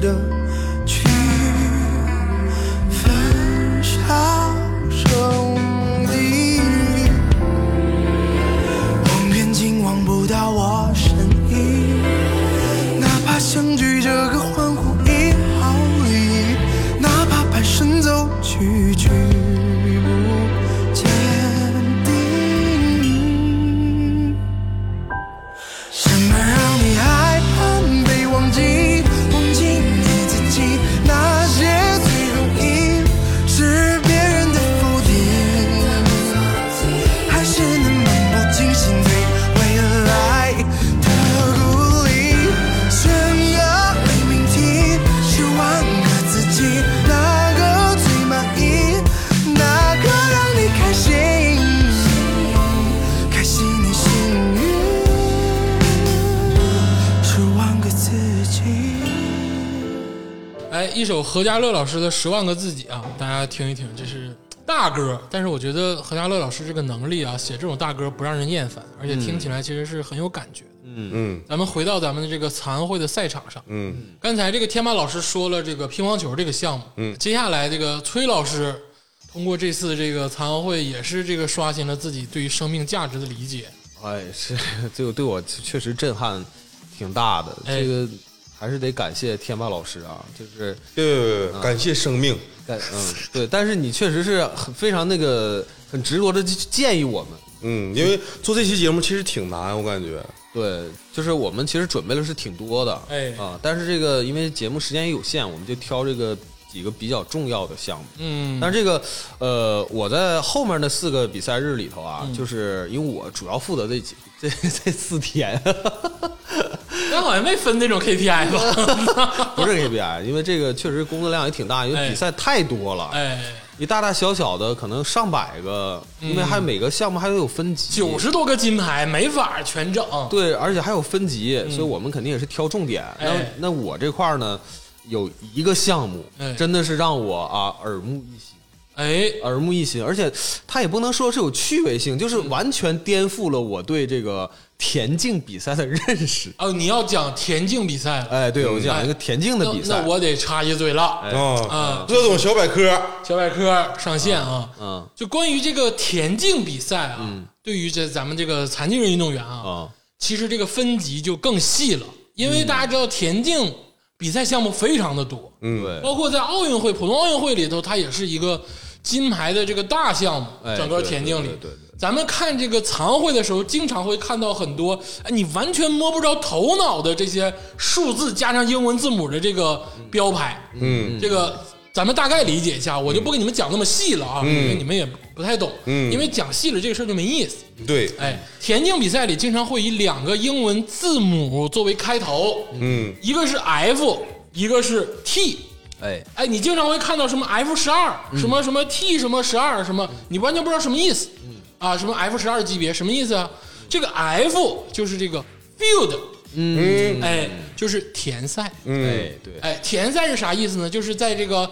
Speaker 4: 的去分享胜利。望远镜望不到我身影。哪怕相聚这个欢呼一毫厘，哪怕蹒跚走去举步坚定。什么让你害怕被忘记？忘记你自己，那些最容易是别人的否定，还是那漫不经心对未来的鼓励？悬崖未命题，十万个自己，哪个最满意？哪个让你开心？开心你幸运，十万个自己。
Speaker 1: 哎，一首何家乐老师的《十万个自己》啊，大家听一听，这是大歌，但是我觉得何家乐老师这个能力啊，写这种大歌不让人厌烦，而且听起来其实是很有感觉的。
Speaker 2: 嗯
Speaker 1: 咱们回到咱们的这个残奥会的赛场上，
Speaker 2: 嗯
Speaker 1: 刚才这个天马老师说了这个乒乓球这个项目，
Speaker 2: 嗯
Speaker 1: 接下来这个崔老师通过这次这个残奥会，也是这个刷新了自己对于生命价值的理解。
Speaker 3: 哎，是 对我对我确实震撼挺大的，
Speaker 1: 哎
Speaker 3: 这个还是得感谢天霸老师啊，就是
Speaker 2: 别别别，感谢生命，
Speaker 3: 感嗯对，但是你确实是很非常那个很执着的建议我们，
Speaker 2: 嗯，因为做这期节目其实挺难，我感觉，
Speaker 3: 对，就是我们其实准备的是挺多的，
Speaker 1: 哎
Speaker 3: 啊，但是这个因为节目时间也有限，我们就挑这个几个比较重要的项目。
Speaker 1: 嗯，
Speaker 3: 但是这个，呃，我在后面的四个比赛日里头啊，
Speaker 1: 嗯
Speaker 3: 就是因为我主要负责这几这这四天，
Speaker 1: 但好像没分那种 KPI 吧？
Speaker 3: 不是 KPI，因为这个确实工作量也挺大，因为
Speaker 1: 哎
Speaker 3: 比赛太多了，
Speaker 1: 哎，
Speaker 3: 你大大小小的可能上百个，因为还每个项目还有分级，
Speaker 1: 嗯九十多个金牌没法全整。
Speaker 3: 对，而且还有分级，所以我们肯定也是挑重点。
Speaker 1: 嗯哎
Speaker 3: 那那我这块儿呢，有一个项目
Speaker 1: 哎
Speaker 3: 真的是让我啊耳目一新，
Speaker 1: 哎，
Speaker 3: 耳目一新，而且它也不能说是有趣味性，就是
Speaker 1: 嗯
Speaker 3: 完全颠覆了我对这个田径比赛的 认识。
Speaker 1: 哦，你要讲田径比赛了，
Speaker 3: 哎，对我讲一个田径的比
Speaker 1: 嗯那
Speaker 3: 赛，哎
Speaker 1: 那我得插一嘴了
Speaker 2: 啊，
Speaker 1: 啊！
Speaker 2: 热懂小百科，
Speaker 1: 小百科上线啊，
Speaker 3: 嗯
Speaker 1: 就关于这个田径比赛啊，对于这咱们这个残疾人运动员啊，
Speaker 3: 啊
Speaker 1: 其实这个分级就更细了，因为大家知道田径比赛项目非常的多，
Speaker 3: 对，
Speaker 1: 包括在奥运会、普通奥运会里头，它也是一个金牌的这个大项目，
Speaker 3: 哎
Speaker 1: 整个田径里
Speaker 3: 对对对对。
Speaker 1: 咱们看这个残奥会的时候，经常会看到很多哎你完全摸不着头脑的这些数字加上英文字母的这个标牌，
Speaker 2: 嗯，
Speaker 1: 这个咱们大概理解一下，我就不给你们讲那么细了
Speaker 3: 嗯
Speaker 1: 啊，因为你们也不太懂，
Speaker 2: 嗯
Speaker 1: 因为讲细了这个事儿就没意思。
Speaker 2: 对，
Speaker 1: 哎，田径比赛里经常会以两个英文字母作为开头，
Speaker 2: 嗯，
Speaker 1: 一个是 F，一个是 T。
Speaker 3: 哎，
Speaker 1: 哎，你经常会看到什么 F 十二，什么什么 T 什么十二，什么你完全不知道什么意思，啊，什么 F 十二级别什么意思啊？这个 F 就是这个 field，嗯，哎，就是田赛，
Speaker 2: 嗯，
Speaker 3: 哎，对，
Speaker 1: 哎，田赛是啥意思呢？就是在这个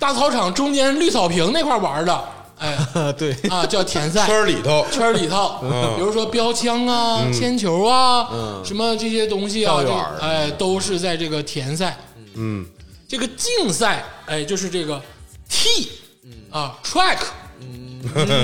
Speaker 1: 大操场中间绿草坪那块玩的，哎，
Speaker 3: 啊对，
Speaker 1: 啊，叫田
Speaker 3: 哎
Speaker 1: 赛。
Speaker 2: 圈儿里头，
Speaker 1: 圈儿里头，
Speaker 3: 嗯
Speaker 1: 比如说标枪啊、铅球啊、什么这些东西啊，
Speaker 3: 跳远
Speaker 1: 这
Speaker 3: 儿
Speaker 1: 哎，都是在这个田赛。
Speaker 2: 嗯
Speaker 1: 这个竞赛，哎，就是这个 T
Speaker 3: 嗯
Speaker 1: 啊，track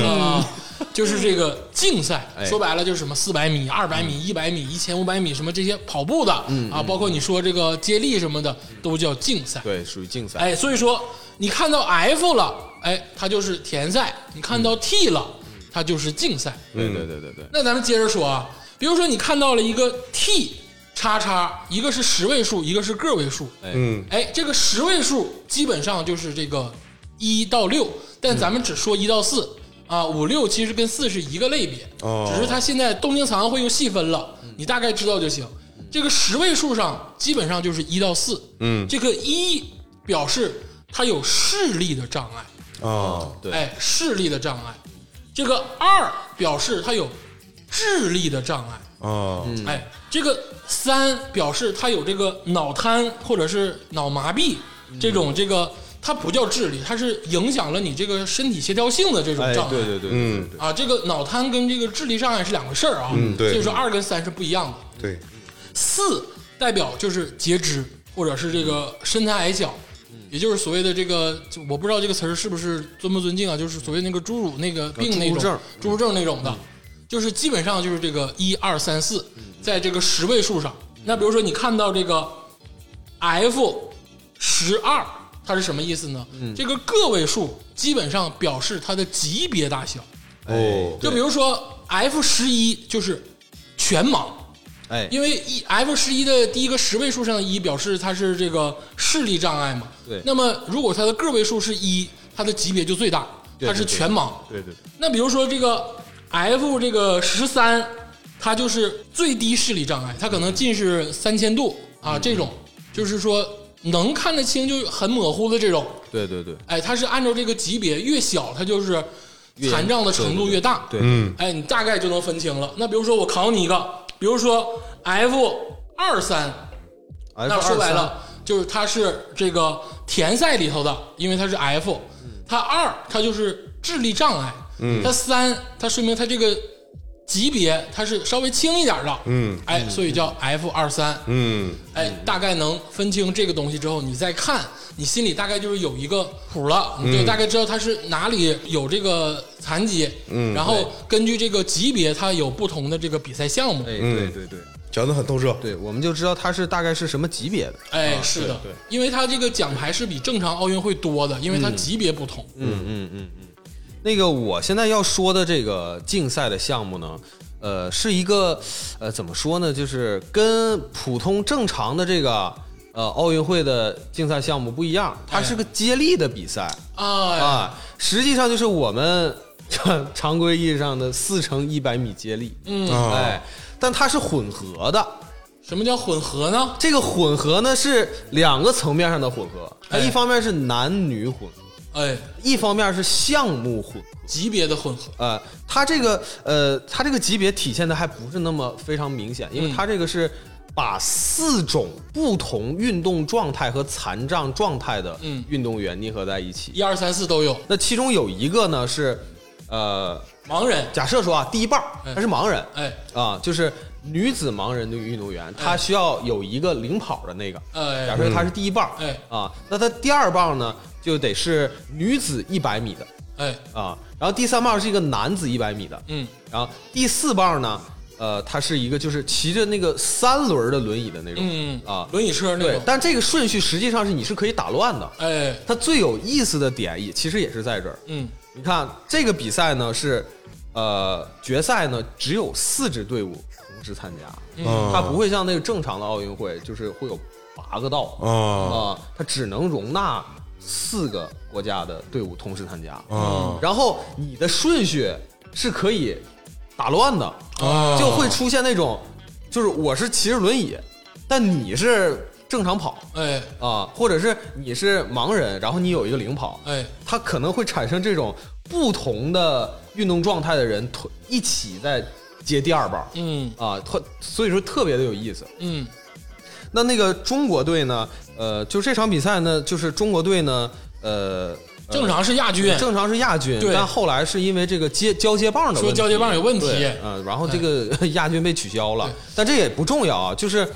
Speaker 1: 啊，就是这个竞赛。
Speaker 3: 哎嗯
Speaker 1: 说白了就是什么四百米、二百米、一百米、一千五百米什么这些跑步的啊，包括你说这个接力什么的，都叫竞赛。
Speaker 3: 嗯对，属于竞赛，
Speaker 1: 哎，所以说你看到 F 了，哎，它就是田赛；你看到 T 了，
Speaker 3: 嗯
Speaker 1: 它就是竞赛。
Speaker 3: 对对对对对，
Speaker 1: 那咱们接着说啊，比如说你看到了一个 T 叉叉，一个是十位数，一个是个位数，
Speaker 2: 嗯
Speaker 1: 哎，这个十位数基本上就是这个一到六，但咱
Speaker 2: 嗯
Speaker 1: 们只说一到四、啊，五六其实跟四是一个类别，
Speaker 2: 哦
Speaker 1: 只是它现在东京残奥会又细分了，你大概知道就行。这个十位数上基本上就是一到四，
Speaker 2: 嗯
Speaker 1: 这个一表示它有视力的障碍，
Speaker 2: 啊，
Speaker 3: 哦对
Speaker 1: 哎，视力的障碍。这个二表示它有智力的障碍，
Speaker 2: 啊，
Speaker 3: 嗯
Speaker 1: 哎，这个三表示他有这个脑瘫或者是脑麻痹
Speaker 3: 嗯
Speaker 1: 这种这个，它不叫智力，它是影响了你这个身体协调性的这种
Speaker 3: 哎，
Speaker 1: 障碍。
Speaker 3: 对对对，
Speaker 2: 嗯，
Speaker 1: 啊，这个脑瘫跟这个智力障碍是两回事儿啊。
Speaker 2: 嗯对
Speaker 1: 所以说二跟三是不一样的。
Speaker 2: 对，
Speaker 1: 四代表就是截肢或者是这个身材矮小，也就是所谓的这个，就我不知道这个词儿是不是尊不尊敬啊，就是所谓那个侏儒那个病那
Speaker 3: 侏儒
Speaker 1: 种
Speaker 3: 症
Speaker 1: 侏儒症那种的，就是基本上就是这个一二三四，在这个十位数上。那比如说你看到这个 F 十二，它是什么意思呢？这个个位数基本上表示它的级别大小，
Speaker 3: 哎
Speaker 2: 哦，
Speaker 1: 就比如说 F 十一就是全盲，
Speaker 3: 哎，
Speaker 1: 因为一 F 十一的第一个十位数上的一表示它是这个视力障碍嘛。
Speaker 3: 对
Speaker 1: 那么如果它的个位数是一，它的级别就最大，
Speaker 3: 对
Speaker 1: 它是全盲。
Speaker 3: 对对，对
Speaker 1: 那比如说这个 F 这个十三，它就是最低视力障碍，它可能近视三千度啊，
Speaker 3: 嗯
Speaker 1: 这种就是说能看得清就很模糊的这种。
Speaker 3: 对对对，
Speaker 1: 哎，它是按照这个级别越小，它就是
Speaker 3: 越
Speaker 1: 残障的程度越大。
Speaker 3: 对
Speaker 2: 嗯
Speaker 1: 哎，你大概就能分清了。那比如说我考你一个，比如说 F 二三，那说白了就是它是这个田赛里头的，因为它是 F，它二它就是智力障碍，嗯，它三它说明它这个级别它是稍微轻一点的，
Speaker 2: 嗯，
Speaker 1: 哎，所以叫 F 二三，
Speaker 2: 嗯
Speaker 1: 哎，大概能分清这个东西之后，你再看，你心里大概就是有一个谱了，
Speaker 3: 嗯
Speaker 1: 你就大概知道它是哪里有这个残疾，嗯，然后根据这个级别，它有不同的这个比赛项目，
Speaker 3: 哎，对对对
Speaker 2: 嗯讲的很透彻，
Speaker 3: 对，我们就知道它是大概是什么级别的，
Speaker 1: 哎，是的，
Speaker 3: 啊对对
Speaker 1: 因为它这个奖牌是比正常奥运会多的，因为它级别不同，
Speaker 3: 嗯那个我现在要说的这个竞赛的项目呢，呃，是一个呃怎么说呢，就是跟普通正常的这个呃奥运会的竞赛项目不一样，
Speaker 1: 哎
Speaker 3: 它是个接力的比赛、
Speaker 1: 啊，
Speaker 3: 啊，实际上就是我们 常常规意义上的四乘一百米接力，
Speaker 1: 嗯，
Speaker 2: 啊，
Speaker 3: 哎，但它是混合的。
Speaker 1: 什么叫混合呢？
Speaker 3: 这个混合呢是两个层面上的混合，它
Speaker 1: 哎
Speaker 3: 一方面是男女混合，
Speaker 1: 哎，
Speaker 3: 一方面是项目混合。
Speaker 1: 级别的混合，
Speaker 3: 呃，它这个呃，它这个级别体现的还不是那么非常明显，因为它这个是把四种不同运动状态和残障状态的运动员捏合在一起。
Speaker 1: 一二三四都有，
Speaker 3: 那其中有一个呢是，呃，
Speaker 1: 盲人，
Speaker 3: 假设说啊，第一棒
Speaker 1: 哎
Speaker 3: 他是盲人，
Speaker 1: 哎
Speaker 3: 啊，就是女子盲人的运动员，她需要有一个领跑的那个。
Speaker 1: 哎
Speaker 3: 假设她是第一棒，
Speaker 1: 哎
Speaker 3: 啊，那她第二棒呢就得是女子一百米的
Speaker 1: 哎，
Speaker 3: 啊，然后第三棒是一个男子一百米的，
Speaker 1: 嗯，
Speaker 3: 然后第四棒呢，呃，它是一个就是骑着那个三轮儿的轮椅的那种，
Speaker 1: 嗯
Speaker 3: 啊，
Speaker 1: 轮椅车那
Speaker 3: 对
Speaker 1: 种，，
Speaker 3: 但这个顺序实际上是你是可以打乱的。
Speaker 1: 哎，
Speaker 3: 它最有意思的点也其实也是在这儿，
Speaker 1: 嗯
Speaker 3: 你看这个比赛呢是，呃，决赛呢只有四支队伍同时参加，
Speaker 2: 啊
Speaker 3: 嗯它不会像那个正常的奥运会，就是会有八个道啊、
Speaker 2: 啊
Speaker 3: 它只能容纳四个国家的队伍同时参加，
Speaker 2: 啊
Speaker 3: 然后你的顺序是可以打乱的，
Speaker 2: 啊
Speaker 3: 就会出现那种，就是我是骑着轮椅，但你是正常跑
Speaker 1: 哎
Speaker 3: 啊，或者是你是盲人，然后你有一个领跑，
Speaker 1: 哎，
Speaker 3: 它可能会产生这种不同的运动状态的人同一起在接第二棒
Speaker 1: 嗯
Speaker 3: 啊，特所以说特别的有意思。
Speaker 1: 嗯
Speaker 3: 那那个中国队呢，呃，就这场比赛呢，就是中国队呢，呃，呃
Speaker 1: 正常是亚军，
Speaker 3: 正常是亚军，
Speaker 1: 对
Speaker 3: 但后来是因为这个接交接棒的问
Speaker 1: 说
Speaker 3: 题
Speaker 1: 交接棒有问题哎
Speaker 3: 对嗯、然后这个 亚军被取消了
Speaker 1: 对，
Speaker 3: 但这也不重要啊，就是。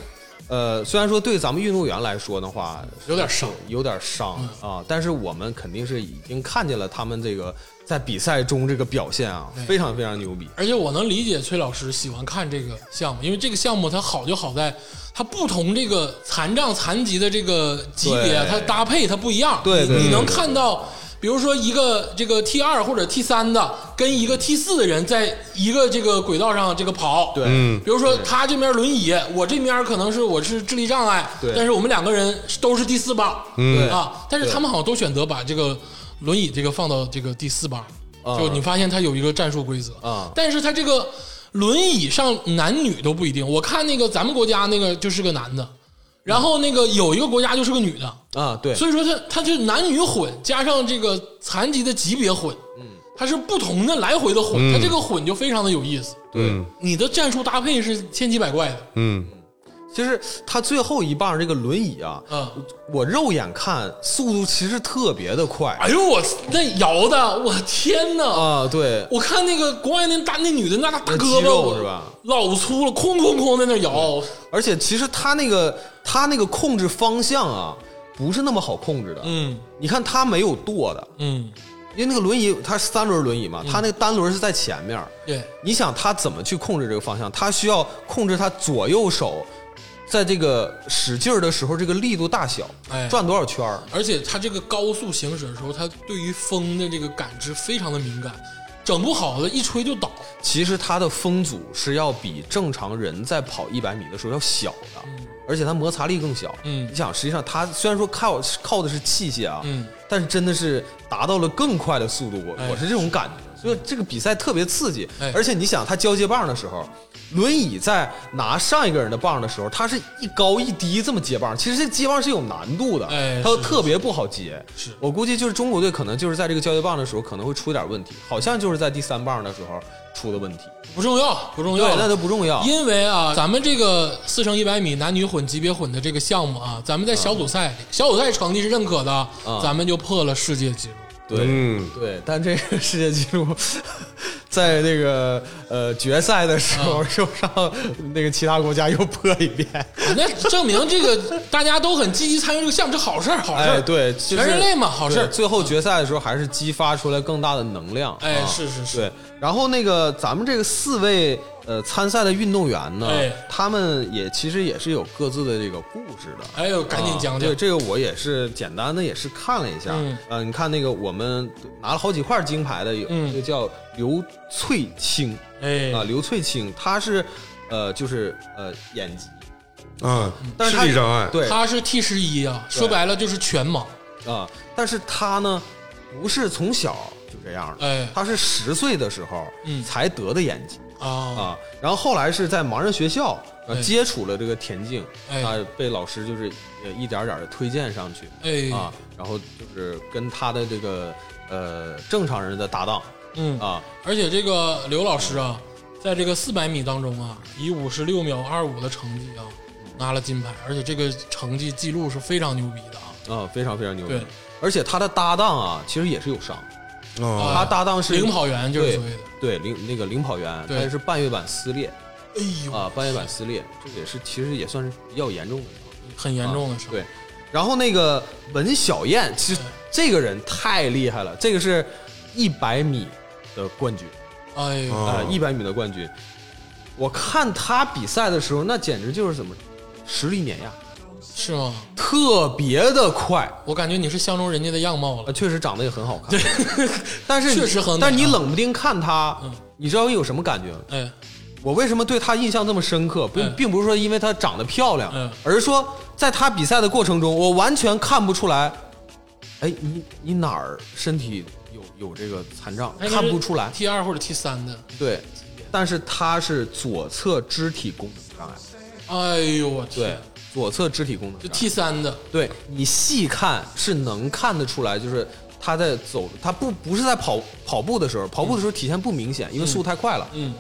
Speaker 3: 呃，虽然说对咱们运动员来说的话，
Speaker 1: 有点伤，
Speaker 3: 有点伤
Speaker 1: 嗯
Speaker 3: 啊，但是我们肯定是已经看见了他们这个在比赛中这个表现啊，非常非常牛逼。
Speaker 1: 而且我能理解崔老师喜欢看这个项目，因为这个项目它好就好在它不同这个残障残疾的这个级别，
Speaker 3: 对
Speaker 1: 它搭配它不一样。
Speaker 3: 对对
Speaker 1: 你
Speaker 3: 对
Speaker 1: 你能看到，比如说一个这个 T 二或者 T 三的跟一个 T 四的人在一个这个轨道上这个跑，
Speaker 3: 对，
Speaker 2: 嗯
Speaker 1: 比如说他这边轮椅，我这边可能是我是智力障碍，
Speaker 3: 对嗯
Speaker 1: 但是我们两个人都是第四棒，
Speaker 3: 对
Speaker 1: 啊，但是他们好像都选择把这个轮椅这个放到这个第四棒，
Speaker 3: 啊
Speaker 1: 就你发现它有一个战术规则
Speaker 3: 啊
Speaker 1: 但是它这个轮椅上男女都不一定，我看那个咱们国家那个就是个男
Speaker 3: 嗯
Speaker 1: 的，然后那个有一个国家就是个女的，
Speaker 3: 啊，对，
Speaker 1: 所以说它它是男女混，加上这个残疾的级别混，嗯，它是不同的来回的
Speaker 3: 嗯
Speaker 1: 混，它这个混就非常的有意思。
Speaker 2: 嗯
Speaker 1: 你的战术搭配是千奇百怪的，
Speaker 2: 嗯
Speaker 3: 就是他最后一棒这个轮椅啊，
Speaker 1: 嗯，
Speaker 3: 我肉眼看速度其实特别的快
Speaker 1: 哎呦我那摇的，我天哪！
Speaker 3: 啊，对，
Speaker 1: 我看那个国外那大那女的那大大
Speaker 3: 那
Speaker 1: 胳
Speaker 3: 肌
Speaker 1: 膊
Speaker 3: 肉是吧？
Speaker 1: 老粗了，哐哐哐在那摇，
Speaker 3: 而且其实他那个他那个控制方向啊，不是那么好控制的。
Speaker 1: 嗯
Speaker 3: 你看他没有舵的，
Speaker 1: 嗯，
Speaker 3: 因为那个轮椅它是三轮轮椅嘛，它那个单轮是在前面儿。
Speaker 1: 对，
Speaker 3: 你想他怎么去控制这个方向？他需要控制他左右手在这个使劲儿的时候，这个力度大小，
Speaker 1: 哎
Speaker 3: 转多少圈儿。
Speaker 1: 而且她这个高速行驶的时候，她对于风的这个感知非常的敏感，整不好的一吹就倒，
Speaker 3: 其实它的风阻是要比正常人在跑一百米的时候要小的，而且它摩擦力更小。
Speaker 1: 嗯
Speaker 3: 你想，实际上它虽然说靠靠的是器械啊，
Speaker 1: 嗯，
Speaker 3: 但是真的是达到了更快的速度，我、
Speaker 1: 哎
Speaker 3: 我是这种感觉。所以这个比赛特别刺激，
Speaker 1: 哎
Speaker 3: 而且你想，它交接棒的时候，轮椅在拿上一个人的棒的时候，它是一高一低这么接棒，其实这接棒是有难度的，
Speaker 1: 哎
Speaker 3: 它
Speaker 1: 是
Speaker 3: 特别不好接。
Speaker 1: 是
Speaker 3: 我估计就是中国队可能就是在这个交接棒的时候可能会出一点问题，好像就是在第三棒的时候出的问题。
Speaker 1: 不重要，不重要
Speaker 3: 对，
Speaker 1: 了，
Speaker 3: 那都不重要。
Speaker 1: 因为啊，咱们这个四乘一百米男女混级别混的这个项目啊，咱们在小组赛里，小组赛成绩是认可的，
Speaker 3: 啊
Speaker 1: 咱们就破了世界纪录。
Speaker 3: 对
Speaker 2: 嗯
Speaker 3: 对，但这个世界纪录在那个呃决赛的时
Speaker 1: 嗯
Speaker 3: 候又让那个其他国家又破一遍。
Speaker 1: 那证明这个大家都很积极参与这个项目，这好事儿，好事儿、
Speaker 3: 哎，对，就是
Speaker 1: 全人类嘛好事
Speaker 3: 对最后决赛的时候还是激发出来更大的能量。
Speaker 1: 哎
Speaker 3: 啊
Speaker 1: 是是是
Speaker 3: 对。然后那个咱们这个四位呃参赛的运动员呢
Speaker 1: 哎，
Speaker 3: 他们也其实也是有各自的这个故事的。
Speaker 1: 哎呦，赶紧讲
Speaker 3: 啊
Speaker 1: 讲
Speaker 3: 对，这个我也是简单的，也是看了一下。
Speaker 1: 嗯
Speaker 3: 嗯、你看那个我们拿了好几块金牌的，有
Speaker 1: 嗯
Speaker 3: 一个叫刘翠清
Speaker 1: 哎、
Speaker 3: 啊，刘翠清，她是呃，就是呃眼疾，
Speaker 2: 啊，
Speaker 3: 但是
Speaker 2: 视
Speaker 3: 他
Speaker 2: 力障碍，
Speaker 3: 对啊、
Speaker 1: 他是 T 十一啊，说白了就是全盲。
Speaker 3: 但是她呢不是从小就这样的，
Speaker 1: 哎
Speaker 3: 她是十岁的时候
Speaker 1: 嗯
Speaker 3: 才得的眼疾。
Speaker 1: 啊，
Speaker 3: 啊，然后后来是在盲人学校呃
Speaker 1: 哎
Speaker 3: 接触了这个田径，
Speaker 1: 哎
Speaker 3: 啊，被老师就是呃一点点的推荐上去，
Speaker 1: 哎
Speaker 3: 啊，然后就是跟他的这个呃正常人的搭档
Speaker 1: 嗯，
Speaker 3: 啊，
Speaker 1: 而且这个刘老师啊，在这个四百米当中啊，以五十六秒二五的成绩啊，拿了金牌，而且这个成绩记录是非常牛逼的啊！
Speaker 3: 啊，非常非常牛逼
Speaker 1: 对。
Speaker 3: 而且他的搭档啊，其实也是有伤，
Speaker 2: 啊，
Speaker 3: 他搭档是
Speaker 1: 领跑员就是
Speaker 3: 对
Speaker 1: 所谓的
Speaker 3: 对领那个领跑员，
Speaker 1: 对
Speaker 3: 他是半月板撕裂
Speaker 1: 哎呦，
Speaker 3: 啊，半月板撕裂，这也是其实也算是比较严重的伤。
Speaker 1: 很严重的伤。
Speaker 3: 对，然后那个文小燕，其实
Speaker 1: 对
Speaker 3: 这个人太厉害了，这个是一百米的冠军
Speaker 1: 哎呦，
Speaker 2: 啊
Speaker 3: 啊，一百、0米的冠军。我看他比赛的时候，那简直就是怎么实力碾压，
Speaker 1: 是吗？
Speaker 3: 特别的快。
Speaker 1: 我感觉你是相中人家的样貌
Speaker 3: 啊，
Speaker 1: 了。
Speaker 3: 确实长得也很好看，但是你
Speaker 1: 确实很嗯
Speaker 3: 但你
Speaker 1: 美啊
Speaker 3: 冷不丁看他，你知道有什么感觉吗？
Speaker 1: 哎，
Speaker 3: 我为什么对他印象这么深刻？并、
Speaker 1: 嗯
Speaker 3: 并不是说因为他长得漂亮，
Speaker 1: 嗯
Speaker 3: 而是说在他比赛的过程中，我完全看不出来，哎，你你哪儿身体有有这个残障，
Speaker 1: 哎
Speaker 3: 看不出来。
Speaker 1: T 二或者 T 三的。
Speaker 3: 对，但是他是左侧肢体功能障碍，
Speaker 1: 哎呦我
Speaker 3: 对
Speaker 1: 天，，
Speaker 3: 左侧肢体功能
Speaker 1: 就
Speaker 3: 障碍。
Speaker 1: T 三的，
Speaker 3: 对你细看是能看得出来，就是他在走，他不不是在跑跑步的时候，跑步的时候体现不明显，因为速度太快了。
Speaker 1: 嗯，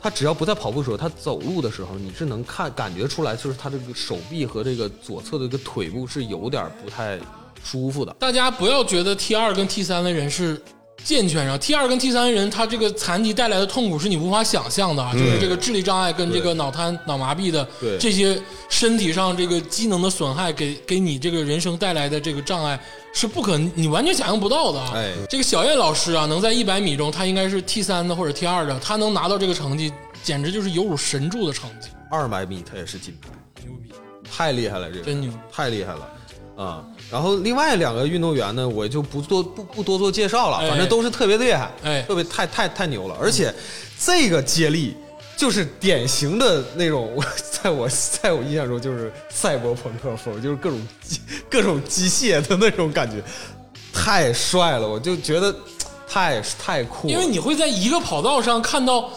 Speaker 3: 他只要不在跑步的时候，他走路的时候，你是能看感觉出来，就是他这个手臂和这个左侧的这个腿部是有点不太舒服的。
Speaker 1: 大家不要觉得 T 二跟 T 三的人是健全上，T 二跟 T 三人他这个残疾带来的痛苦是你无法想象的啊，就是这个智力障碍跟这个脑瘫、脑麻痹的
Speaker 3: 嗯对
Speaker 1: 这些身体上这个机能的损害给给你这个人生带来的这个障碍是不可你完全想象不到的啊。
Speaker 3: 哎
Speaker 1: 这个小燕老师啊，能在一百米中，她应该是 T 三的或者 T 二的，她能拿到这个成绩，简直就是有辱神助的成绩，
Speaker 3: 二百米他也是金牌，
Speaker 1: 牛逼，
Speaker 3: 太厉害了，这个
Speaker 1: 真牛。
Speaker 3: 太厉害了。啊、然后另外两个运动员呢，我就不多不不多做介绍了，
Speaker 1: 哎
Speaker 3: 反正都是特别厉害，
Speaker 1: 哎
Speaker 3: 特别太太太牛了，而且这个接力就是典型的那种， 我在我在我印象中就是赛博朋克风，就是各种机各种机械的那种感觉，太帅了，我就觉得太太酷了，
Speaker 1: 因为你会在一个跑道上看到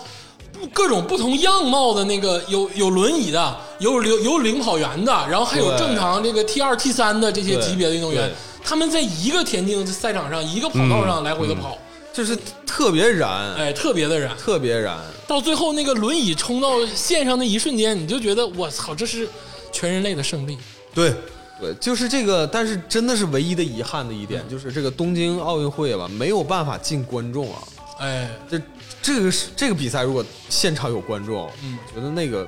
Speaker 1: 不各种不同样貌的那个有有轮椅的，有有有领跑员的，然后还有
Speaker 3: 对
Speaker 1: 正常这个 T 二 T 三的这些
Speaker 3: 对
Speaker 1: 级别的运动员
Speaker 3: 对，
Speaker 1: 他们在一个田径赛场上一个跑道上来回的跑，
Speaker 3: 就是特别燃，
Speaker 1: 哎，特别的燃。
Speaker 3: 特别燃，
Speaker 1: 到最后那个轮椅冲到线上那一瞬间，你就觉得我操，这是全人类的胜利。
Speaker 2: 对，
Speaker 3: 对，就是这个，但是真的是唯一的遗憾的一
Speaker 1: 嗯
Speaker 3: 点，就是这个东京奥运会吧，没有办法进观众啊。
Speaker 1: 哎，
Speaker 3: 这这个是这个比赛，如果现场有观众，
Speaker 1: 嗯
Speaker 3: 我觉得那个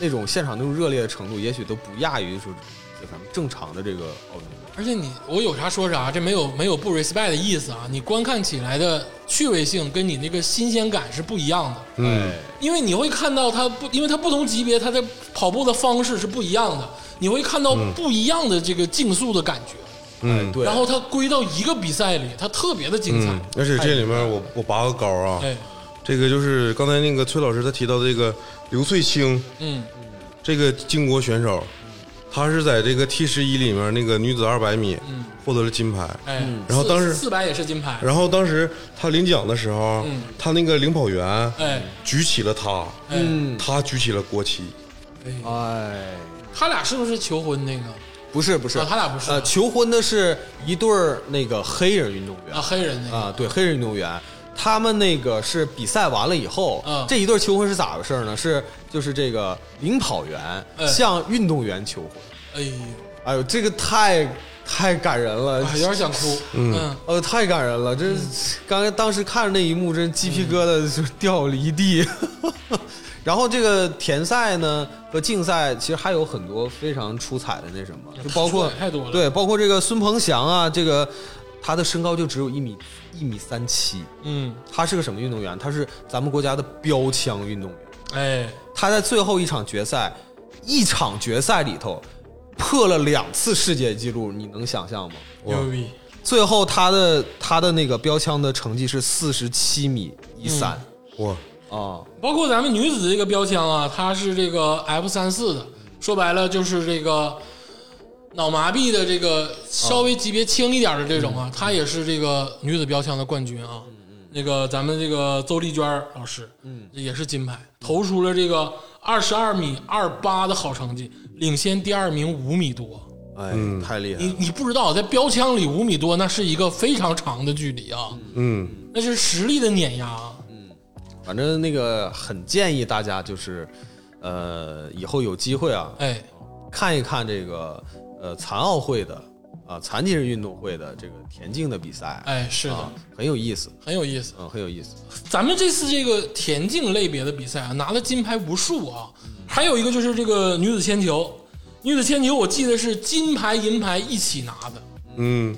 Speaker 3: 那种现场那种热烈的程度，也许都不亚于就是咱们正常的这个奥运会。
Speaker 1: 而且你我有啥说啥，这没有没有不 respect 的意思啊。你观看起来的趣味性跟你那个新鲜感是不一样的。
Speaker 2: 嗯，
Speaker 1: 因为你会看到他不，因为他不同级别，他的跑步的方式是不一样的，你会看到不一样的这个竞速的感觉。
Speaker 2: 嗯，
Speaker 3: 对，
Speaker 1: 然后他归到一个比赛里，他特别的精彩。
Speaker 2: 嗯，而且这里面我我拔个高啊，
Speaker 1: 哎，
Speaker 2: 这个就是刚才那个崔老师他提到这个刘翠青
Speaker 1: 嗯，
Speaker 2: 这个巾帼选手，她是在这个 T 十一里面那个女子二百米获得了金牌，
Speaker 1: 嗯哎，
Speaker 2: 然后当时
Speaker 1: 四百也是金牌，
Speaker 2: 然后当时她领奖的时候，她那个领跑员
Speaker 1: 嗯哎
Speaker 2: 举起了她，
Speaker 1: 哎，
Speaker 3: 嗯，
Speaker 2: 她举起了国旗，
Speaker 3: 哎，
Speaker 1: 他俩是不是求婚那个
Speaker 3: 不是不是，
Speaker 1: 啊他俩不是
Speaker 3: 呃，求婚的是一对儿那个黑人运动员
Speaker 1: 啊？黑人那个
Speaker 3: 啊，对，黑人运动员，他们那个是比赛完了以后，
Speaker 1: 嗯
Speaker 3: 这一对求婚是咋回事呢？是就是这个领跑员
Speaker 1: 哎
Speaker 3: 向运动员求婚，
Speaker 1: 哎呦，
Speaker 3: 哎呦，这个太太感人了。
Speaker 1: 啊有点想哭。嗯，
Speaker 3: 呃，太感人了！这刚才当时看着那一幕，真鸡皮疙瘩就掉了一地。 然后这个田赛呢和竞赛，其实还有很多非常出彩的那什么，就包括
Speaker 1: 哎太多了
Speaker 3: 对，包括这个孙鹏翔啊，这个他的身高就只有一米一米三七，
Speaker 1: 嗯，
Speaker 3: 他是个什么运动员？他是咱们国家的标枪运动员。
Speaker 1: 哎，
Speaker 3: 他在最后一场决赛，一场决赛里头破了两次世界纪录，你能想象吗？
Speaker 1: 牛逼，
Speaker 3: 最后他的他的那个标枪的成绩是四十七米一三
Speaker 2: 哇，
Speaker 3: 啊，
Speaker 1: 包括咱们女子这个标枪啊，它是这个 F 三四的，说白了就是这个脑麻痹的这个稍微级别轻一点的这种啊，她也是这个女子标枪的冠军啊。那个咱们这个邹丽娟老师，嗯，也是金牌，投出了这个二十二米二八的好成绩，领先第二名五米多。
Speaker 3: 哎，太厉害
Speaker 1: 你
Speaker 3: 了！
Speaker 1: 你不知道，在标枪里五米多那是一个非常长的距离啊，
Speaker 2: 嗯，
Speaker 1: 那是实力的碾压啊。
Speaker 3: 反正那个很建议大家就是，呃，以后有机会啊，
Speaker 1: 哎，
Speaker 3: 看一看这个呃残奥会的啊、残疾人运动会的这个田径的比赛，
Speaker 1: 哎，是的，
Speaker 3: 啊，很有意思，
Speaker 1: 很有意思。
Speaker 3: 嗯，很有意思。
Speaker 1: 咱们这次这个田径类别的比赛啊，拿了金牌无数啊，还有一个就是这个女子铅球，女子铅球我记得是金牌银牌一起拿的，
Speaker 2: 嗯，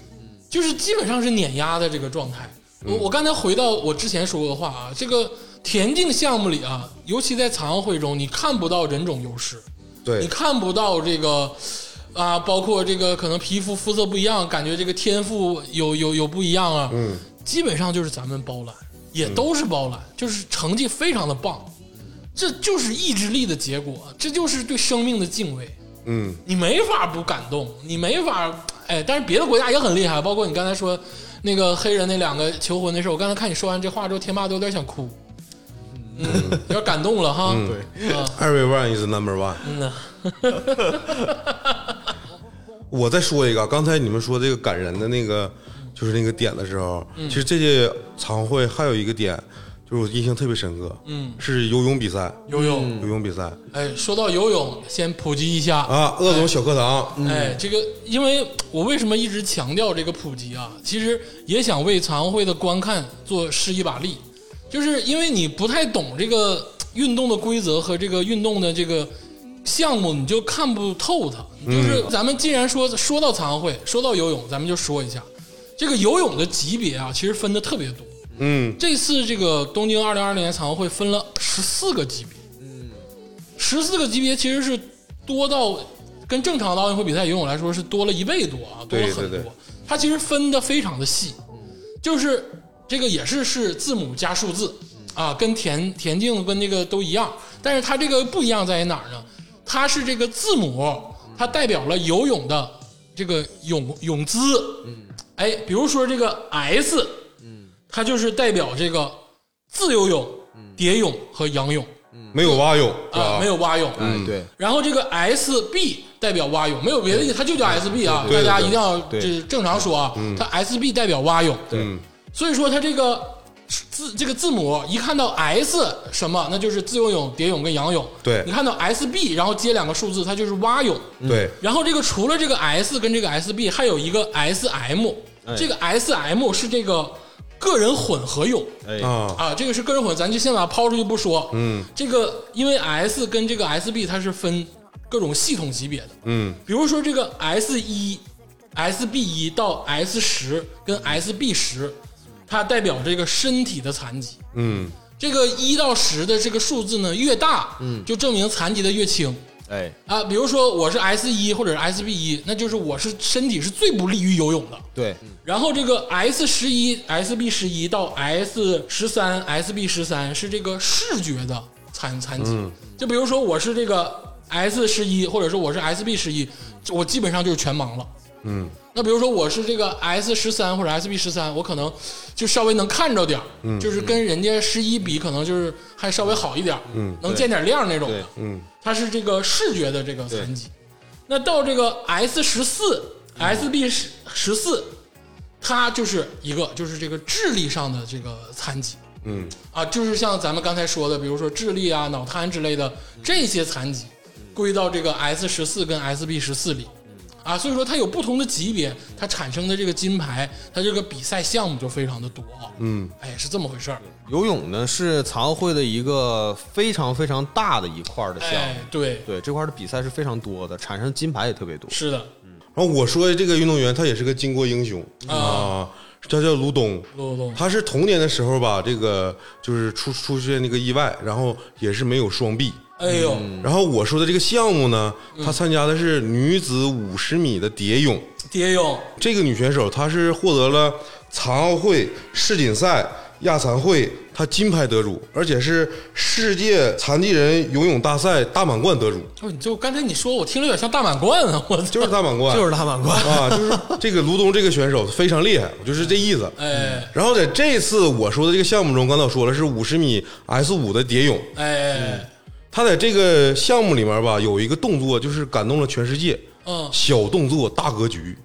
Speaker 1: 就是基本上是碾压的这个状态。我我刚才回到我之前说过的话啊，这个田径项目里啊，尤其在残奥会中，你看不到人种优势，你
Speaker 2: 对，
Speaker 1: 看不到这个啊，包括这个可能皮肤肤色不一样，感觉这个天赋有有有不一样啊，
Speaker 2: 嗯，
Speaker 1: 基本上就是咱们包揽，也都是包揽，就是成绩非常的棒，这就是意志力的结果，这就是对生命的敬畏。
Speaker 2: 嗯，
Speaker 1: 你没法不感动，你没法哎，但是别的国家也很厉害，包括你刚才说那个黑人那两个求婚的事儿，我刚才看你说完这话之后，天霸都有点想哭， 嗯，有点感动了哈。
Speaker 2: 嗯
Speaker 1: 对，
Speaker 2: 二位 one is number one。
Speaker 1: 嗯呐，
Speaker 2: 我再说一个啊，刚才你们说这个感人的那个，就是那个点的时候，
Speaker 1: 嗯
Speaker 2: 其实这届残奥会还有一个点，就是我印象特别深刻，嗯，是游泳比赛，
Speaker 1: 游泳，
Speaker 2: 游泳比赛
Speaker 1: 哎，说到游泳，先普及一下
Speaker 2: 啊，鄂总小课堂，
Speaker 1: 哎，这个，因为我为什么一直强调这个普及啊？其实也想为残奥会的观看做施一把力，就是因为你不太懂这个呃运动的规则和这个运动的这个项目，你就看不透它。就是咱们既然说说到残奥会，说到游泳，咱们就说一下这个游泳的级别啊，其实分的特别多。
Speaker 2: 嗯，
Speaker 1: 这次这个东京二零二零年残奥会分了十四个级别，嗯，十四个级别其实是多到跟正常的奥运会比赛游泳来说是多了一倍多啊，多了
Speaker 2: 对
Speaker 1: 很多。
Speaker 2: 对对嗯
Speaker 1: 它其实分的非常的细，就是这个也是是字母加数字
Speaker 2: 嗯
Speaker 1: 啊，跟田田径跟那个都一样，但是它这个不一样在于哪儿呢？它是这个字母，
Speaker 2: 嗯
Speaker 1: 它代表了游泳的这个泳泳姿，
Speaker 2: 嗯
Speaker 1: 哎，比如说这个 S，它就是代表这个自由泳、蝶泳和仰泳
Speaker 2: 没有蛙泳是
Speaker 1: 啊，
Speaker 2: 吧？
Speaker 1: 没有蛙泳。
Speaker 2: 嗯
Speaker 3: 哎，对，
Speaker 1: 然后这个 SB 代表蛙泳，没有别的意思，它就叫 SB 啊，
Speaker 2: 对对对
Speaker 1: 大家一定要
Speaker 3: 对
Speaker 1: 就是正常说啊，它 SB 代表蛙泳。
Speaker 2: 嗯，
Speaker 1: 所以说它这个字这个字母一看到 S 什么，那就是自由泳、蝶泳跟仰泳。
Speaker 2: 对
Speaker 1: 你看到 SB，然后接两个数字，它就是蛙泳。
Speaker 2: 对，
Speaker 1: 然后这个除了这个 S 跟这个 SB，还有一个 SM，、这个
Speaker 2: 哎
Speaker 1: SM 是这个个人混合泳
Speaker 3: 哎，
Speaker 2: 啊，
Speaker 1: 啊，这个是个人混，咱就先把它抛出去不说。
Speaker 2: 嗯
Speaker 1: 这个因为 S 跟这个 SB 它是分各种系统级别的，
Speaker 2: 嗯
Speaker 1: 比如说这个 S 一、SB 一到 S 十跟 SB 十，它代表这个身体的残疾。
Speaker 2: 嗯，
Speaker 1: 这个一到十的这个数字呢越大，嗯，就证明残疾的越轻。
Speaker 3: 哎，
Speaker 1: 啊，比如说我是 S 一或者是 SB 一，那就是我是身体是最不利于游泳的。
Speaker 3: 对，
Speaker 1: 然后这个 S 十一、SB 十一到 S 十三、SB 十三是这个视觉的残残疾。就比如说我是这个 S 十一，或者说我是 SB 十一，我基本上就是全盲了。
Speaker 2: 嗯，
Speaker 1: 那比如说我是这个 S 十三或者 SB 十三，我可能就稍微能看着点儿，就是跟人家十一比，可能就是还稍微好一点，嗯，能见点亮那种的
Speaker 3: 对。
Speaker 2: 嗯，
Speaker 1: 它是这个视觉的这个残疾。那到这个 S 十四、SB 十十四，它就是一个就是这个智力上的这个残疾。
Speaker 2: 嗯，
Speaker 1: 啊，就是像咱们刚才说的，比如说智力啊、脑瘫之类的这些残疾，归到这个 S 十四跟 SB 十四里。啊，所以说它有不同的级别，它产生的这个金牌，它这个比赛项目就非常的多啊。嗯，哎，是这么回事儿。
Speaker 3: 游泳呢是残奥会的一个非常非常大的一块儿的项
Speaker 1: 哎
Speaker 3: 目，，
Speaker 1: 对，
Speaker 3: 对这块儿的比赛是非常多的，产生金牌也特别多。
Speaker 1: 是的，
Speaker 2: 然后我说这个运动员他也是个巾帼英雄啊，他叫卢东，
Speaker 1: 陆东，
Speaker 2: 他是童年的时候吧，这个就是出出现那个意外，然后也是没有双臂。
Speaker 1: 哎呦，
Speaker 2: 然后我说的这个项目呢，她参加的是女子五十米的蝶泳。
Speaker 1: 蝶泳，
Speaker 2: 这个女选手她是获得了残奥会、世锦赛、亚残会，她金牌得主，而且是世界残疾人游泳大赛大满贯得主，
Speaker 1: 哦，你就刚才你说，我听着有点像大满贯啊！我操，
Speaker 2: 就是大满贯，
Speaker 3: 就是大满贯，
Speaker 2: 啊，就是这个卢东这个选手非常厉害，就是这意思。
Speaker 1: 哎
Speaker 2: 然后在这次我说的这个项目中，刚才我说了是五十米 S 五的蝶泳，
Speaker 1: 哎，
Speaker 2: 他在这个项目里面吧，有一个动作就是感动了全世界，
Speaker 1: 嗯，
Speaker 2: 小动作大格局，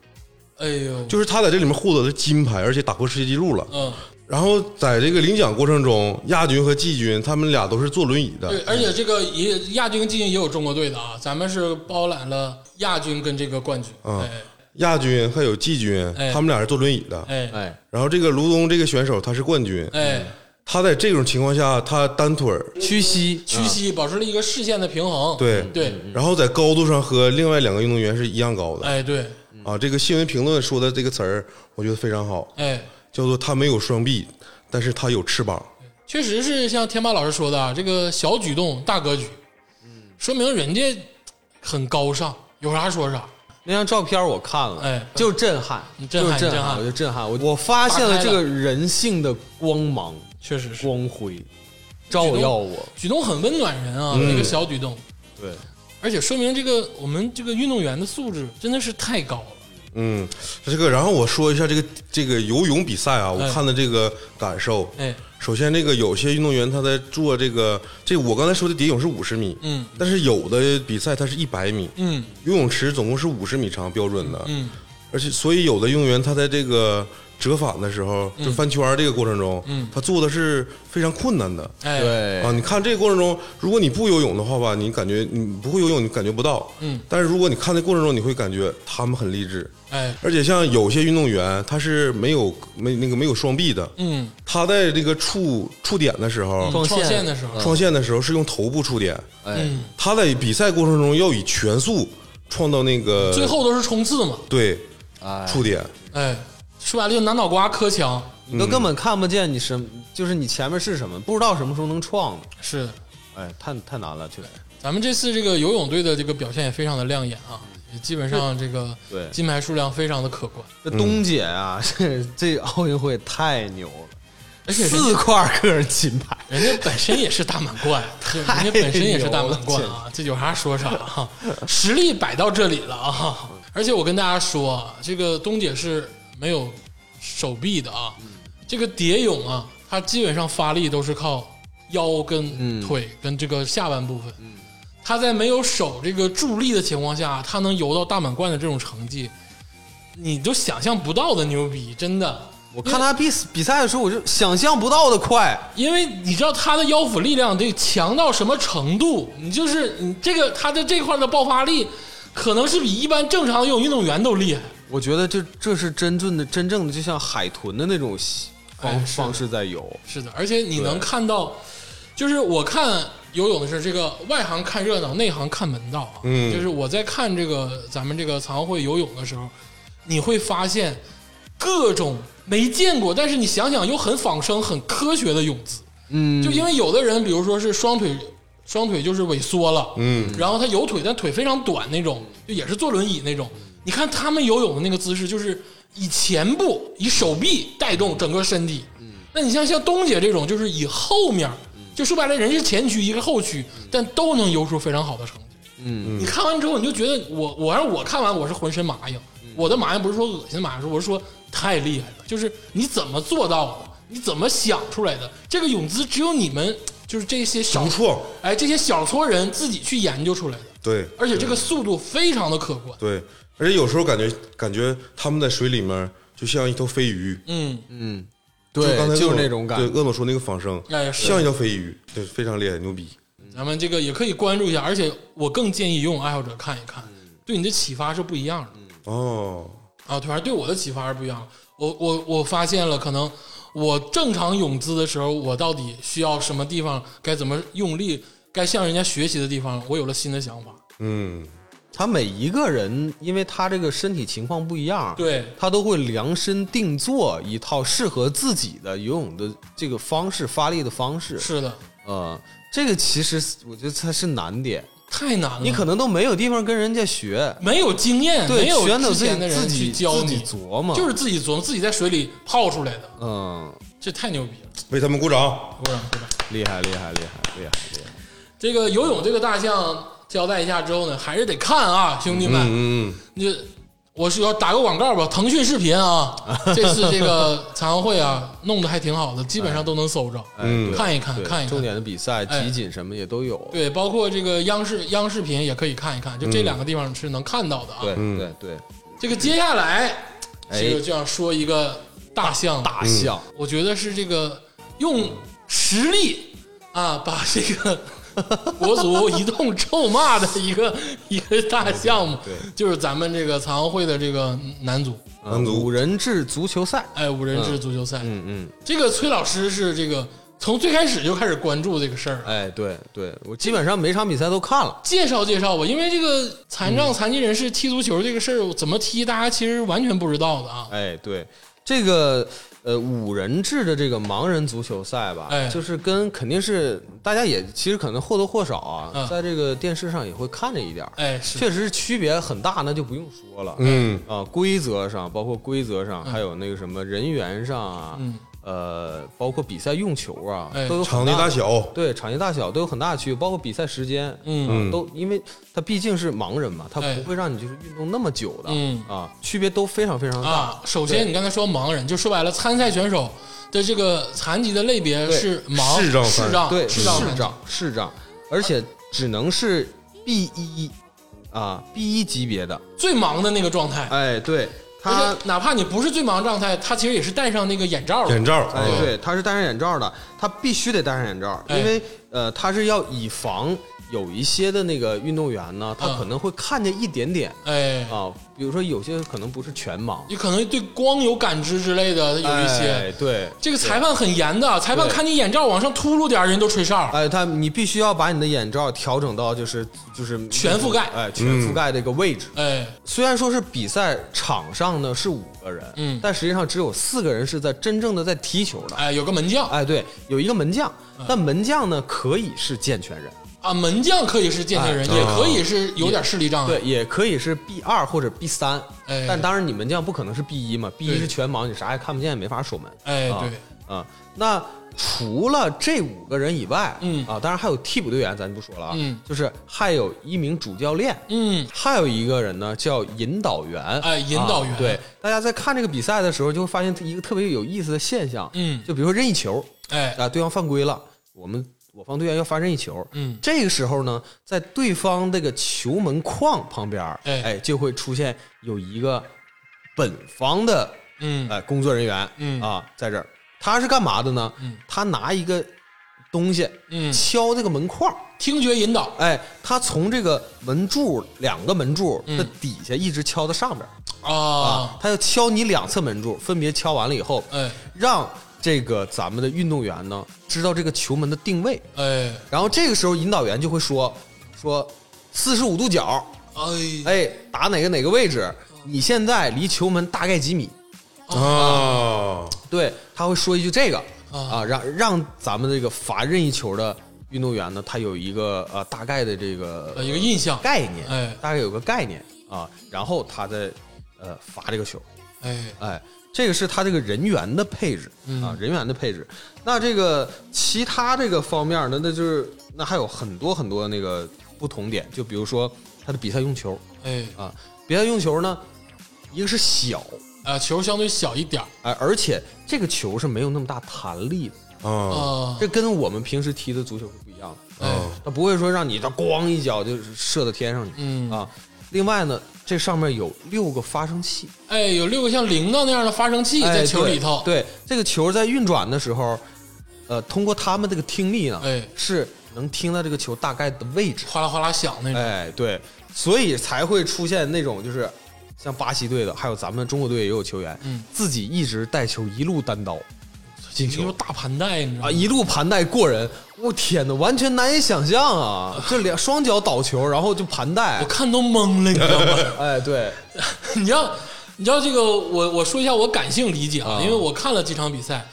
Speaker 1: 哎呦，
Speaker 2: 就是他在这里面获得了金牌，而且打破世界纪录了。
Speaker 1: 嗯，
Speaker 2: 然后在这个领奖过程中，亚军和季军他们俩都是坐轮椅
Speaker 1: 对
Speaker 2: 的，，
Speaker 1: 而且这个也亚军、季军也有中国队的啊，咱们是包揽了亚军跟这个冠军。
Speaker 2: 啊
Speaker 1: 哎
Speaker 2: 亚军还有季军
Speaker 1: 哎，
Speaker 2: 他们俩是坐轮椅的。
Speaker 1: 哎
Speaker 3: 哎，
Speaker 2: 然后这个卢东这个选手他是冠军，
Speaker 1: 哎，
Speaker 2: 他在这种情况下他单腿儿，
Speaker 3: 屈膝，
Speaker 1: 屈膝保持了一个视线的平衡。
Speaker 2: 对，
Speaker 1: 哦嗯对，
Speaker 2: 然后在高度上和另外两个运动员是一样高的。
Speaker 1: 哎对，
Speaker 2: 啊，这个新闻评论说的这个词儿，我觉得非常好，
Speaker 1: 哎，
Speaker 2: 叫做他没有双臂，但是他有翅膀。
Speaker 1: 确实是像天霸老师说的，啊，这个小举动大格局，说明人家很高尚，有啥说啥。
Speaker 3: 那张照片我看了，
Speaker 1: 哎
Speaker 3: 就是震撼，
Speaker 1: 你震撼
Speaker 3: 就是
Speaker 1: 你
Speaker 3: 震
Speaker 1: 震撼
Speaker 3: 我就震撼，我我发现了
Speaker 1: 打开了
Speaker 3: 这个人性的光芒、
Speaker 1: 确实是，
Speaker 3: 光辉，照耀我。
Speaker 1: 举动很温暖人啊，这个小举动，
Speaker 3: 对，
Speaker 1: 而且说明这个我们这个运动员的素质真的是太高了。
Speaker 2: 嗯，这个，然后我说一下这个这个游泳比赛啊，我
Speaker 1: 哎
Speaker 2: 看的这个感受。
Speaker 1: 哎，
Speaker 2: 首先，这个有些运动员他在做这个，这我刚才说的蝶泳是五十米，
Speaker 1: 嗯，
Speaker 2: 但是有的比赛它是一百米，
Speaker 1: 嗯
Speaker 2: 游泳池总共是五十米长标准的，
Speaker 1: 嗯
Speaker 2: 而且所以有的运动员他在这个折返的时候，就翻圈儿这个过程中，
Speaker 1: 嗯
Speaker 2: 他做的是非常困难的，
Speaker 1: 哎，
Speaker 3: 对
Speaker 2: 啊，你看这个过程中，如果你不游泳的话吧，你感觉你不会游泳，你感觉不到。
Speaker 1: 嗯
Speaker 2: 但是如果你看的过程中，你会感觉他们很励志，
Speaker 1: 哎，
Speaker 2: 而且像有些运动员他是没有没那个没有双臂的，
Speaker 1: 嗯，
Speaker 2: 他在这个触触点的时候，
Speaker 3: 撞
Speaker 1: 撞
Speaker 3: 线
Speaker 1: 线的时候，
Speaker 2: 创线的时候是用头部触点，
Speaker 3: 哎，
Speaker 2: 他在比赛过程中要以全速创造那个
Speaker 1: 最后都是冲刺嘛，
Speaker 2: 对
Speaker 3: 哎
Speaker 2: 触点，
Speaker 1: 哎，说白了就拿脑瓜磕墙，
Speaker 3: 你都根本看不见你什么，就是你前面是什么，不知道什么时候能撞的。
Speaker 1: 是的。
Speaker 3: 哎，太太难了，这个
Speaker 1: 咱们这次这个游泳队的这个表现也非常的亮眼啊，也基本上这个
Speaker 3: 对
Speaker 1: 金牌数量非常的可观，
Speaker 3: 这东姐啊，这这奥运会太牛了，
Speaker 1: 而且人
Speaker 3: 四块个人金牌，
Speaker 1: 人家本身也是大满贯，人
Speaker 3: 太
Speaker 1: 家本身也是大满贯啊，这有啥说啥啊，实力摆到这里了啊！而且我跟大家说，啊，这个东姐是没有手臂的啊，这个蝶泳啊，她基本上发力都是靠腰跟腿跟这个下半部分。她在没有手这个助力的情况下，她能游到大满贯的这种成绩，你都想象不到的牛逼，真的。
Speaker 3: 我看他比比赛的时候，我就想象不到的快。
Speaker 1: 因为你知道他的腰腹力量得强到什么程度，你就是你这个他的这块的爆发力，可能是比一般正常的游泳运动员都厉害。
Speaker 3: 我觉得这这是真正的真正的，就像海豚的那种方、
Speaker 1: 哎是的
Speaker 3: 方式在游。
Speaker 1: 是的，而且你能看到，就是我看游泳的是这个外行看热闹，内行看门道啊。
Speaker 2: 嗯
Speaker 1: 就是我在看这个咱们这个残奥会游泳的时候，你会发现各种没见过，但是你想想又很仿生、很科学的泳姿。
Speaker 3: 嗯，
Speaker 1: 就因为有的人，比如说是双腿，双腿就是萎缩了，
Speaker 2: 嗯，
Speaker 1: 然后他有腿，但腿非常短那种，就也是坐轮椅那种。你看他们游泳的那个姿势，就是以前部以手臂带动整个身体。那你像像东姐这种，就是以后面，就说白了，人是前屈一个后屈，但都能游出非常好的成绩。
Speaker 3: 嗯，
Speaker 1: 你看完之后，你就觉得我我让我看完我是浑身麻痒，我的麻痒不是说恶心的麻痒，是我是说太厉害了，就是你怎么做到的，你怎么想出来的？这个泳姿只有你们就是这些少
Speaker 2: 独创，
Speaker 1: 哎这些小撮人自己去研究出来的，
Speaker 2: 对
Speaker 1: 而且这个速度非常的可观。
Speaker 2: 对，而且有时候感觉感觉他们在水里面就像一头飞鱼，
Speaker 1: 嗯，
Speaker 3: 对，
Speaker 2: 刚才
Speaker 3: 就
Speaker 2: 鄂总
Speaker 3: 是那种感
Speaker 2: 对，
Speaker 3: 觉。
Speaker 2: 鄂总说那个仿生，
Speaker 1: 哎是
Speaker 2: 像一条飞鱼，对，非常厉害，牛逼。
Speaker 1: 咱们这个也可以关注一下，而且我更建议游泳爱好者看一看，对你的启发是不一样的。
Speaker 2: 哦，
Speaker 1: 啊，对，反正对我的启发是不一样的。我我我发现了，可能我正常泳姿的时候，我到底需要什么地方，该怎么用力，该向人家学习的地方，我有了新的想法。
Speaker 2: 嗯，
Speaker 3: 他每一个人，因为他这个身体情况不一样，
Speaker 1: 对
Speaker 3: 他都会量身定做一套适合自己的游泳的这个方式、发力的方式。
Speaker 1: 是的，
Speaker 3: 呃，这个其实我觉得它是难点，
Speaker 1: 太难了，
Speaker 3: 你可能都没有地方跟人家学，
Speaker 1: 没有经验，
Speaker 3: 对
Speaker 1: 没有
Speaker 3: 选择
Speaker 1: 之
Speaker 3: 自
Speaker 1: 前的
Speaker 3: 己
Speaker 1: 人
Speaker 3: 自
Speaker 1: 去
Speaker 3: 己
Speaker 1: 教
Speaker 3: 自
Speaker 1: 你
Speaker 3: 己，琢磨，
Speaker 1: 就是自己琢磨，自己在水里泡出来的，
Speaker 3: 嗯，
Speaker 1: 这太牛逼了！
Speaker 2: 为他们鼓掌。
Speaker 1: 鼓掌鼓掌。
Speaker 3: 厉害厉害厉害厉害厉害，
Speaker 1: 这个游泳这个大项交代一下之后呢，还是得看啊，兄弟们。
Speaker 2: 嗯，
Speaker 1: 你我是要打个广告吧，腾讯视频 啊，这次这个残奥会啊，弄得还挺好的，基本上都能搜着，
Speaker 2: 嗯
Speaker 3: 哎对
Speaker 1: 看一看
Speaker 3: 对
Speaker 1: 看一
Speaker 3: 重
Speaker 1: 看。
Speaker 3: 点的比赛、
Speaker 1: 哎
Speaker 3: 集锦什么也都有，
Speaker 1: 对，包括这个央视央视频也可以看一看，就
Speaker 3: 嗯
Speaker 1: 这两个地
Speaker 2: 嗯
Speaker 1: 方是能看到的啊。
Speaker 3: 对对对，
Speaker 1: 这个接下来，
Speaker 3: 哎
Speaker 1: 这个就要说一个大象，
Speaker 3: 大象，
Speaker 1: 我觉得是这个用实力啊，把这个 国足一通臭骂的一个 一个大项目，
Speaker 2: 对
Speaker 1: 就是咱们这个残奥会的这个男足，
Speaker 3: 啊
Speaker 2: 男足
Speaker 3: 五人制足球赛，
Speaker 1: 哎，五人制足球赛。
Speaker 3: 嗯嗯，
Speaker 1: 这个崔老师是这个从最开始就开始关注这个事儿，啊
Speaker 3: 哎，对对，我基本上每场比赛都看了，
Speaker 1: 介绍介绍吧，因为这个残障残疾人士踢足球这个事儿怎么踢，大家其实完全不知道的啊。
Speaker 3: 哎，对，这个呃五人制的这个盲人足球赛吧，
Speaker 1: 哎
Speaker 3: 就是跟肯定是大家也其实可能或多或少啊，
Speaker 1: 嗯
Speaker 3: 在这个电视上也会看着一点儿，
Speaker 1: 哎，是，
Speaker 3: 确实区别很大，那就不用说了，
Speaker 2: 嗯，
Speaker 3: 啊，规则上，包括规则上，还有那个什么人员上啊，
Speaker 1: 嗯
Speaker 3: 呃，包括比赛用球啊，
Speaker 1: 哎
Speaker 3: 都有很
Speaker 2: 场地
Speaker 3: 的
Speaker 2: 大小，
Speaker 3: 对场地大小都有很大的区别，包括比赛时间，
Speaker 1: 嗯
Speaker 3: 啊都因为他毕竟是盲人嘛，他
Speaker 1: 哎
Speaker 3: 不会让你就是运动那么久的，
Speaker 1: 嗯
Speaker 3: 啊，区别都非常非常大。
Speaker 1: 啊，首先
Speaker 3: 对
Speaker 1: 你刚才说盲人，就说白了，参赛选手的这个残疾的类别
Speaker 3: 对
Speaker 1: 是盲、
Speaker 2: 视障
Speaker 1: 视
Speaker 2: 犯
Speaker 1: 障、
Speaker 3: 对，
Speaker 1: 视
Speaker 3: 视
Speaker 1: 障
Speaker 3: 障
Speaker 1: 残疾、
Speaker 3: 视障，而且只能是 B 一啊 B 一级别的，
Speaker 1: 最盲的那个状态。
Speaker 3: 哎，对
Speaker 1: 而
Speaker 3: 他
Speaker 1: 且，哪怕你不是最盲状态，他其实也是戴上那个眼罩的。
Speaker 2: 眼罩，
Speaker 3: 哎
Speaker 2: 啊，
Speaker 3: 对，他是戴上眼罩的，他必须得戴上眼罩，
Speaker 1: 嗯哎
Speaker 3: 因为呃，他是要以防有一些的那个运动员呢，他
Speaker 1: 嗯
Speaker 3: 可能会看见一点点
Speaker 1: 哎，
Speaker 3: 啊，比如说有些可能不是全盲，
Speaker 1: 你可能对光有感知之类的，有一些。
Speaker 3: 哎对。
Speaker 1: 这个裁判很严的，裁判
Speaker 3: 对
Speaker 1: 看你眼罩往上秃噜点儿，人都吹哨。
Speaker 3: 哎，他你必须要把你的眼罩调整到就是就是
Speaker 1: 全覆盖
Speaker 3: 哎，全覆盖的一个位置。
Speaker 1: 哎，
Speaker 3: 虽然说是比赛场上呢是五个人，
Speaker 1: 嗯
Speaker 3: 但实际上只有四个人是在真正的在踢球的。
Speaker 1: 哎，有嗯个门将
Speaker 3: 哎，对，有一个门将，但门将呢可以是健全人，
Speaker 1: 啊，门将可以是健全人，
Speaker 2: 哎
Speaker 1: 也可以是有点视力障碍。
Speaker 3: 啊对，也可以是 B 二或者 B 三，
Speaker 1: 啊哎
Speaker 3: 但当然你门将不可能是 B 一嘛，B 一
Speaker 1: 对
Speaker 3: 是全盲，你啥也看不见，也没法守门。
Speaker 1: 哎，
Speaker 3: 啊
Speaker 1: 对，
Speaker 3: 啊，那除了这五个人以外，
Speaker 1: 嗯
Speaker 3: 啊，当然还有替补队员，咱就不说了啊，
Speaker 1: 嗯
Speaker 3: 就是还有一名主教练，
Speaker 1: 嗯，
Speaker 3: 还有一个人呢叫引导员，
Speaker 1: 哎引导员
Speaker 3: 啊对，大家在看这个比赛的时候，就会发现一个特别有意思的现象，
Speaker 1: 嗯
Speaker 3: 就比如说任意球
Speaker 1: 哎，
Speaker 3: 啊，对方犯规了，我们我方队员要发任意球，
Speaker 1: 嗯
Speaker 3: 这个时候呢，在对方这个球门框旁边儿，
Speaker 1: 哎
Speaker 3: 哎，就会出现有一个本方的
Speaker 1: 嗯，
Speaker 3: 呃工作人员，
Speaker 1: 嗯
Speaker 3: 啊，在这儿，他是干嘛的呢？
Speaker 1: 嗯
Speaker 3: 他拿一个东西，
Speaker 1: 嗯
Speaker 3: 敲这个门框，
Speaker 1: 听觉引导
Speaker 3: 哎，他从这个门柱两个门柱的
Speaker 1: 嗯
Speaker 3: 底下一直敲到上边儿
Speaker 1: 啊，
Speaker 3: 啊，他要敲你两侧门柱，分别敲完了以后，
Speaker 1: 哎
Speaker 3: 让这个咱们的运动员呢知道这个球门的定位，
Speaker 1: 哎
Speaker 3: 然后这个时候引导员就会说说四十五度角，
Speaker 1: 哎
Speaker 3: 哎，打哪个哪个位置，你现在离球门大概几米？
Speaker 2: 啊，
Speaker 3: 对，他会说一句这个
Speaker 1: 啊
Speaker 3: 啊，让让咱们这个罚任意球的运动员呢，他有一个呃大概的这个
Speaker 1: 呃一个印象，
Speaker 3: 概念，
Speaker 1: 哎
Speaker 3: 大概有个概念啊，然后他再呃罚这个球，
Speaker 1: 哎
Speaker 3: 哎，这个是他这个人员的配置
Speaker 1: 嗯
Speaker 3: 啊，人员的配置。那这个其他这个方面呢，那就是那还有很多很多那个不同点，就比如说他的比赛用球
Speaker 1: 哎
Speaker 3: 啊，比赛用球呢，一个是小，
Speaker 1: 啊，球相对小一点儿
Speaker 3: 哎，而且这个球是没有那么大弹力的。
Speaker 2: 啊，
Speaker 1: 啊，
Speaker 3: 这跟我们平时踢的足球是不一样的，
Speaker 1: 哎
Speaker 3: 它不会说让你这咣一脚就是射到天上去，
Speaker 1: 嗯
Speaker 3: 啊。另外呢，这上面有六个发生器，
Speaker 1: 哎，有六个像铃铛那样的发生器在
Speaker 3: 哎
Speaker 1: 球里头，
Speaker 3: 对对这个球在运转的时候，呃，通过他们这个听力呢，
Speaker 1: 哎
Speaker 3: 是能听到这个球大概的位置，
Speaker 1: 哗啦哗啦响那种，
Speaker 3: 哎，对，所以才会出现那种就是像巴西队的，还有咱们中国队也有球员，
Speaker 1: 嗯
Speaker 3: 自己一直带球一路单刀进
Speaker 1: 一
Speaker 3: 球
Speaker 1: 个。大盘带，你知道
Speaker 3: 啊，
Speaker 1: 吗？
Speaker 3: 一路盘带过人，我天哪，完全难以想象 啊！这两双脚倒球，然后就盘带
Speaker 1: 我，看都懵了，你知道吗？
Speaker 3: 哎，对，
Speaker 1: 你知道，你知道这个，我我说一下我感性理解啊，
Speaker 3: 啊
Speaker 1: 因为我看了几场比赛，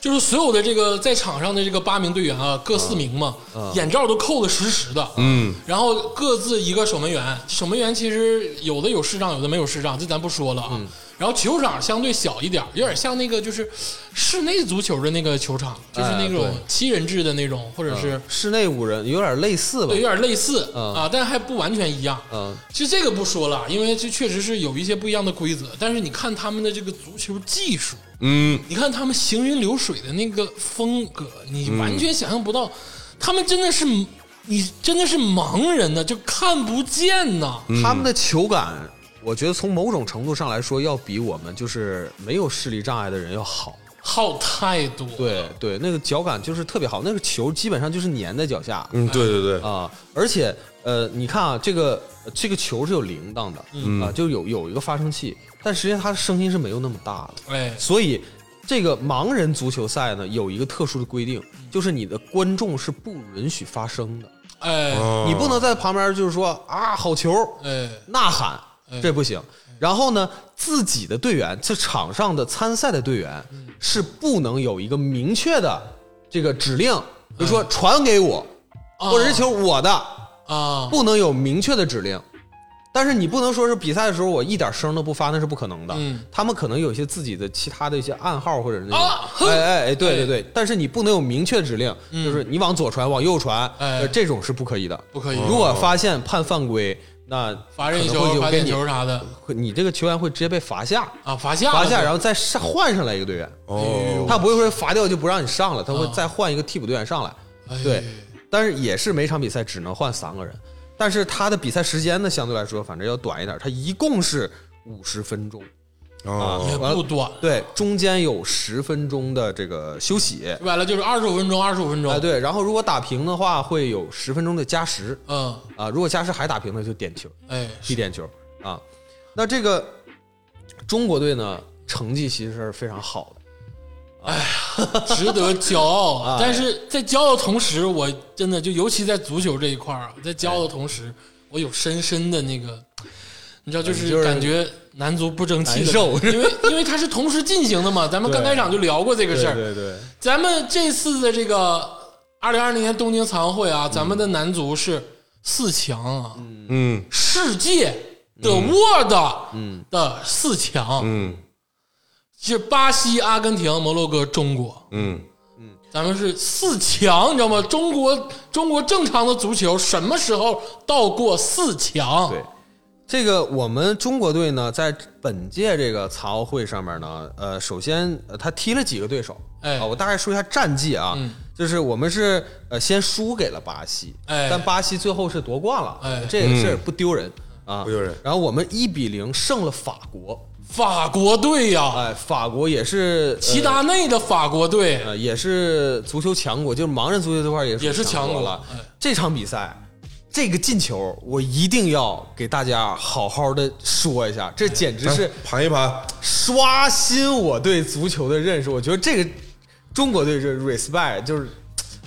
Speaker 1: 就是所有的这个在场上的这个八名队员啊，各四名嘛，
Speaker 3: 啊
Speaker 1: 眼罩都扣的实实的，嗯，然后各自一个守门员，守门员其实有的有视障，有的没有视障，这咱不说了啊。
Speaker 3: 嗯
Speaker 1: 然后球场相对小一点，有点像那个就是室内足球的那个球场，就是那种
Speaker 3: 哎对啊
Speaker 1: 七人制的那种，或者是、
Speaker 3: 室内五人有点类似吧
Speaker 1: 对，有？点类似、
Speaker 3: 嗯
Speaker 1: 啊，但还不完全一样。
Speaker 3: 嗯，
Speaker 1: 其实这个不说了，因为这确实是有一些不一样的规则。但是你看他们的这个足球技术，
Speaker 2: 嗯，
Speaker 1: 你看他们行云流水的那个风格，你
Speaker 3: 嗯
Speaker 1: 完全想象不到，他们真的是你真的是盲人呢，就看不见呐。
Speaker 3: 嗯他们的球感，我觉得从某种程度上来说，要比我们就是没有视力障碍的人要好。啊
Speaker 1: 好太多。，
Speaker 3: 对对，那个脚感就是特别好，那个球基本上就是粘在脚下啊、
Speaker 2: 嗯，对对对，
Speaker 3: 而且呃，你看啊，这个这个球是有铃铛的，嗯啊、就有有一个发声器，但实际上它的声音是没有那么大的，
Speaker 1: 哎，
Speaker 3: 所以这个盲人足球赛呢有一个特殊的规定，就是你的观众是不允许发声的，
Speaker 1: 哎，
Speaker 2: 哦
Speaker 3: 你不能在旁边就是说啊好球，
Speaker 1: 哎，
Speaker 3: 呐喊，这不行。然后呢，自己的队员，这场上的参赛的队员是不能有一个明确的这个指令，比如说传给我，
Speaker 1: 啊
Speaker 3: 或者这球我的，
Speaker 1: 啊，
Speaker 3: 不能有明确的指令。但是你不能说是比赛的时候我一点声都不发，那是不可能的。
Speaker 1: 嗯
Speaker 3: 他们可能有一些自己的其他的一些暗号或者是那种，
Speaker 1: 啊哼
Speaker 3: 哎哎哎，对
Speaker 1: 哎嗯
Speaker 3: 对对。但是你不能有明确指令，就是你往左传，往右传，
Speaker 1: 哎
Speaker 3: 呃这种是不可以的。
Speaker 1: 不可以
Speaker 3: 如果发现判犯规，那
Speaker 1: 罚任意
Speaker 3: 可能会
Speaker 1: 球、
Speaker 3: 有
Speaker 1: 罚
Speaker 3: 给
Speaker 1: 点
Speaker 3: 你
Speaker 1: 球啥的
Speaker 3: 会你这个球员会直接被罚下，
Speaker 1: 啊，罚下了
Speaker 3: 罚下，
Speaker 1: 就
Speaker 3: 然后再上换上来一个队员，
Speaker 2: 哦，
Speaker 3: 他不会说罚掉就不让你上了，他
Speaker 1: 哦
Speaker 3: 会再换一个替补队员上来。
Speaker 1: 哎
Speaker 3: 对，但是也是每场比赛只能换三个人，但是他的比赛时间呢，相对来说反正要短一点，他一共是五十分钟，
Speaker 2: 哦，
Speaker 1: 也
Speaker 3: 完
Speaker 1: 不
Speaker 3: 了
Speaker 1: 短，
Speaker 3: 对，中间有十分钟的这个休息，
Speaker 1: 说白了就是二十五分钟，二十五分钟
Speaker 3: 哎，，对，然后如果打平的话，会有十分钟的加时
Speaker 1: 嗯，
Speaker 3: 啊，如果加时还打平的就点球。
Speaker 1: 哎，
Speaker 3: 踢点球啊。那这个中国队呢，成绩其实是非常好的。
Speaker 1: 值得骄傲
Speaker 3: 哎。
Speaker 1: 但是在骄傲同时，我真的就尤其在足球这一块儿啊，在骄傲的同时，我有深深的那个，你知道，就
Speaker 3: 嗯哎就是是
Speaker 1: 感觉男足不争气的
Speaker 3: 难受
Speaker 1: 因为因为它是同时进行的 嘛。咱们刚开场就聊过这个事儿，
Speaker 2: 对，
Speaker 1: 咱们这次的这个二零二零年东京残奥会
Speaker 3: 嗯
Speaker 1: 啊，咱们的男足是四强啊，
Speaker 2: 嗯
Speaker 1: 世界的 World
Speaker 3: 嗯
Speaker 1: 的四强
Speaker 2: 嗯
Speaker 1: 是巴西、阿根廷、摩洛哥、中国。
Speaker 2: 嗯，
Speaker 1: 咱们是四强，你知道吗？中国中国正常的足球什么时候到过四强？
Speaker 3: 对，哦这个我们中国队呢，在本届这个残奥会上面呢，呃，首先呃他踢了几个对手，
Speaker 1: 哎嗯
Speaker 3: 啊，我大概说一下战绩啊，就是我们是呃先输给了巴西，
Speaker 1: 哎
Speaker 3: 但巴西最后是夺冠了，
Speaker 1: 哎
Speaker 3: 这个事儿不丢人。啊，
Speaker 2: 嗯不丢人
Speaker 3: 然后我们一比零胜了法国，
Speaker 1: 法国队呀、
Speaker 3: 哎，法国也是
Speaker 1: 齐
Speaker 3: 呃
Speaker 1: 达内的法国队，
Speaker 3: 呃，也是足球强国，就是盲人足球这块儿也
Speaker 1: 也是强
Speaker 3: 强
Speaker 1: 国
Speaker 3: 了
Speaker 1: 哎。
Speaker 3: 这场比赛，这个进球我一定要给大家好好的说一下，
Speaker 1: 哎
Speaker 3: 这简直是
Speaker 2: 来哎盘一盘，
Speaker 3: 刷新我对足球的认识。我觉得这个中国队这 respect 就是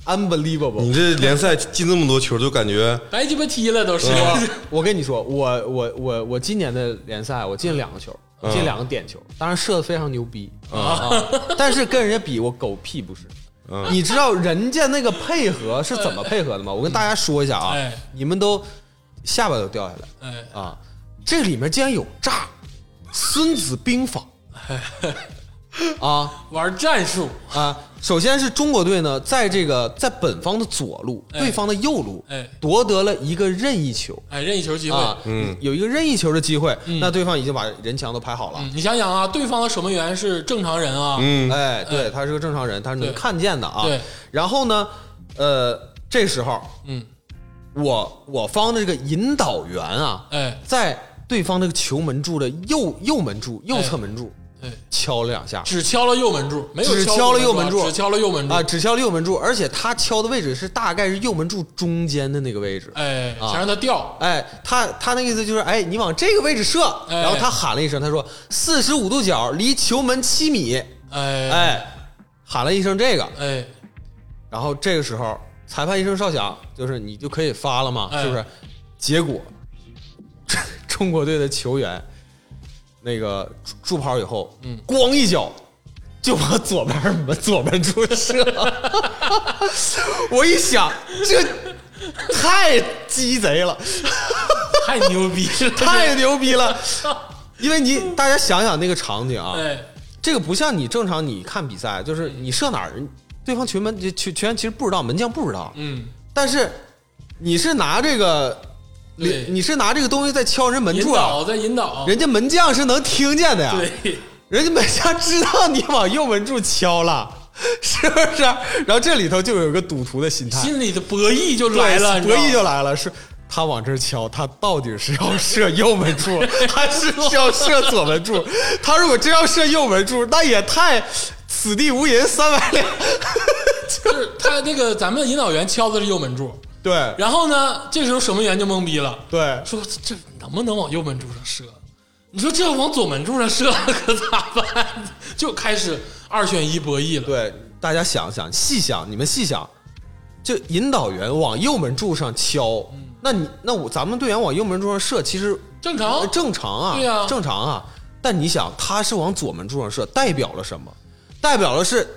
Speaker 3: unbelievable
Speaker 2: 你。这联赛进这么多球，就感觉
Speaker 1: 白鸡巴踢了都是。
Speaker 3: 我跟你说，我我我我今年的联赛我进了两个球，进两个点球，当然射的非常牛逼啊，但是跟人家比我狗屁不是。你知道人家那个配合是怎么配合的吗？我跟大家说一下啊
Speaker 1: 哎，
Speaker 3: 你们都下巴都掉下来
Speaker 1: 哎，
Speaker 3: 啊！这里面竟然有诈，《孙子兵法》啊
Speaker 1: 玩战术，
Speaker 3: 啊！首先是中国队呢，在这个在本方的左路，对方的右路
Speaker 1: 哎，
Speaker 3: 夺得了一个任意球。
Speaker 1: 哎，任意球机会。嗯
Speaker 3: 啊，有一个任意球的机会，那对方已经把人墙都拍好了。
Speaker 1: 嗯你想想啊，对方的守门员是正常人啊，
Speaker 2: 嗯
Speaker 3: 哎，对，他是个正常人，他是
Speaker 1: 对
Speaker 3: 能看见的啊。
Speaker 1: 对
Speaker 3: 然后呢，呃，这时候，
Speaker 1: 嗯，
Speaker 3: 我我方的这个引导员啊，
Speaker 1: 哎
Speaker 3: 在对方这个球门柱的右右门柱、右侧门柱、
Speaker 1: 哎，
Speaker 3: 敲了两下
Speaker 1: 只敲了右门柱，没有
Speaker 3: 只
Speaker 1: 敲
Speaker 3: 敲了右门柱
Speaker 1: 只敲了右门柱
Speaker 3: 啊，，只敲了右门柱，而且他敲的位置是大概是右门柱中间的那个位置。
Speaker 1: 哎，
Speaker 3: 啊
Speaker 1: 想让他掉，
Speaker 3: 哎，他他那个意思就是，哎，你往这个位置射，
Speaker 1: 哎
Speaker 3: 然后他喊了一声，他说四十五度角离球门七米，
Speaker 1: 哎
Speaker 3: 哎，喊了一声这个，
Speaker 1: 哎
Speaker 3: 然后这个时候裁判一声哨响，就是你就可以发了嘛，
Speaker 1: 哎
Speaker 3: 是不是？结果 中国队的球员那个助助跑以后，嗯，咣一脚就往左边门左门柱 射，我一想这太鸡贼了。
Speaker 1: 太牛逼了，
Speaker 3: 太牛逼了！因为你大家想想那个场景 啊，
Speaker 1: 哎
Speaker 3: 这个不像你正常你看比赛，就是你射哪儿，对方球门球球员其实不知道，门将不知道，
Speaker 1: 嗯，
Speaker 3: 但是你是拿这个，
Speaker 1: 对
Speaker 3: 你你是拿这个东西在敲人门
Speaker 1: 引
Speaker 3: 柱啊
Speaker 1: 导，在引导，
Speaker 3: 人家门将是能听见的呀，
Speaker 1: 对。
Speaker 3: 人家门将知道你往右门柱敲了。是不是？然后这里头就有一个赌徒的心态，
Speaker 1: 心里的博弈就来了，
Speaker 3: 哎对博弈
Speaker 1: 你知道
Speaker 3: 就
Speaker 1: 吗
Speaker 3: 来了，是他往这儿敲，他到底是要射右门柱， 还是要射左门柱？他如果真要射右门柱，那也太此地无银三百两。
Speaker 1: 就是他那个咱们引导员敲的是右门柱，
Speaker 3: 对
Speaker 1: 然后呢，这时候守门员就懵逼了，
Speaker 3: 对，
Speaker 1: 说这能不能往右门柱上射？你说这要往左门柱上射可咋办？就开始二选一博弈了。
Speaker 3: 对，大家想想，细想，你们细想，就引导员往右门柱上敲，那你那我咱们队员往右门柱上射，其实
Speaker 1: 嗯正常
Speaker 3: 正常啊，
Speaker 1: 对呀
Speaker 3: 正常啊。但你想，他是往左门柱上射，代表了什么？代表了是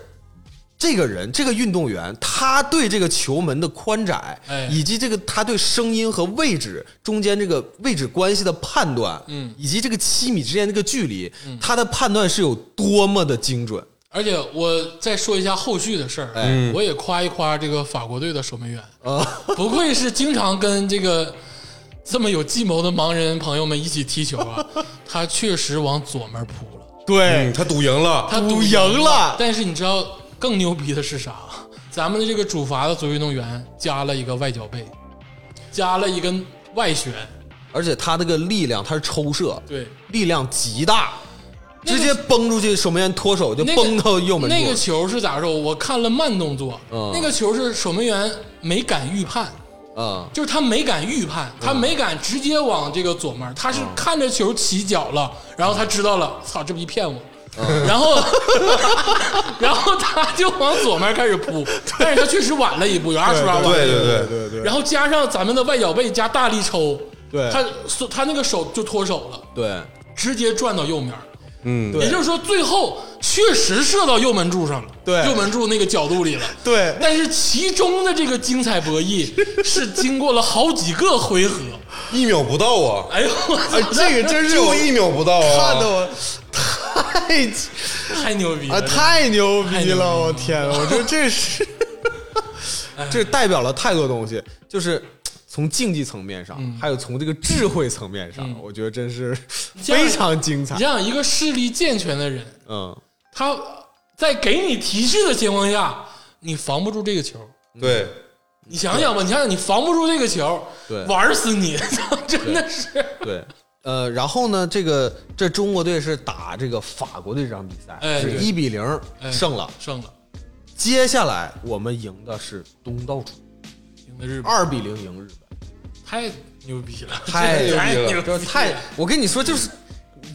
Speaker 3: 这个人，这个运动员，他对这个球门的宽窄，
Speaker 1: 哎
Speaker 3: 以及这个他对声音和位置中间这个位置关系的判断，
Speaker 1: 嗯
Speaker 3: 以及这个七米之间这个距离，他的判断是有多么的精准。
Speaker 1: 而且我再说一下后续的事儿，啊
Speaker 3: 哎嗯
Speaker 1: 我也夸一夸这个法国队的守门员 啊，不愧是经常跟这个这么有计谋的盲人朋友们一起踢球啊，他确实往左门扑了，
Speaker 3: 对
Speaker 2: 嗯，他赌赢了，
Speaker 1: 他
Speaker 3: 啊赌
Speaker 1: 赌
Speaker 3: 赢了
Speaker 1: 但是你知道更牛逼的是啥？咱们的这个主罚的足球运动员加了一个外脚背，加了一根外旋，
Speaker 3: 而且他那个力量，他是抽射，
Speaker 1: 对，
Speaker 3: 力量极大，
Speaker 1: 那个
Speaker 3: 直接崩出去，守门员脱手就
Speaker 1: 那个
Speaker 3: 崩到右门柱。
Speaker 1: 那个球是咋说？我看了慢动作，
Speaker 3: 嗯
Speaker 1: 那个球是守门员没敢预判。
Speaker 3: 啊、
Speaker 1: 就是他没敢预判，
Speaker 3: 嗯
Speaker 1: 他没敢直接往这个左门儿，他是看着球起脚了，然后他知道了，操，这逼骗我。
Speaker 3: 嗯
Speaker 1: 然后， 然后他就往左面开始 扑，但是他确实晚了一步，有二十八晚了
Speaker 2: 对
Speaker 1: 一步。
Speaker 2: 对对，
Speaker 3: 对对
Speaker 1: 然后加上咱们的外脚背加大力抽，
Speaker 3: 对
Speaker 1: 他手他那个手就脱手了，
Speaker 3: 对
Speaker 1: 直接转到右面儿。
Speaker 2: 嗯，
Speaker 1: 也就是说，最后确实射到右门柱上了，
Speaker 3: 对
Speaker 1: 右门柱那个角度里了。
Speaker 3: 对
Speaker 1: 但是其中的这个精彩博弈 是经过了好几个回合。
Speaker 2: 一秒不到啊，
Speaker 1: 哎呦，我操
Speaker 2: 哎，这个真 是我一秒不到啊，
Speaker 3: 看的我 太
Speaker 1: 太牛逼
Speaker 3: 啊
Speaker 1: 了！
Speaker 3: 太牛
Speaker 1: 太
Speaker 3: 逼
Speaker 1: 牛逼
Speaker 3: 了！
Speaker 1: 了
Speaker 3: 我天，我觉得这是 这代表了太多东西，就是。从竞技层面上，还有从这个智慧层面上，我觉得真嗯是
Speaker 1: 这样
Speaker 3: 非常精彩
Speaker 1: 你。想一个视力健全的人，
Speaker 3: 嗯，
Speaker 1: 他在给你提示的情况下，你防不住这个球。
Speaker 2: 对，
Speaker 1: 你想想吧，你想想，你防不住这个球，
Speaker 3: 对
Speaker 1: 玩死你！ 真的是，
Speaker 3: 对，呃，然后呢，这个这中国队是打这个法国队这场比赛，
Speaker 1: 哎
Speaker 3: 是
Speaker 1: 对
Speaker 3: 一比零胜了。
Speaker 1: 胜了，
Speaker 3: 接下来我们赢的是东道主，
Speaker 1: 赢的日本，
Speaker 3: 二比零赢日本，
Speaker 1: 太牛逼了，
Speaker 3: 太
Speaker 1: 这太
Speaker 2: 牛逼
Speaker 1: 牛
Speaker 2: 了
Speaker 1: 逼
Speaker 3: 就是太，我跟你说，就是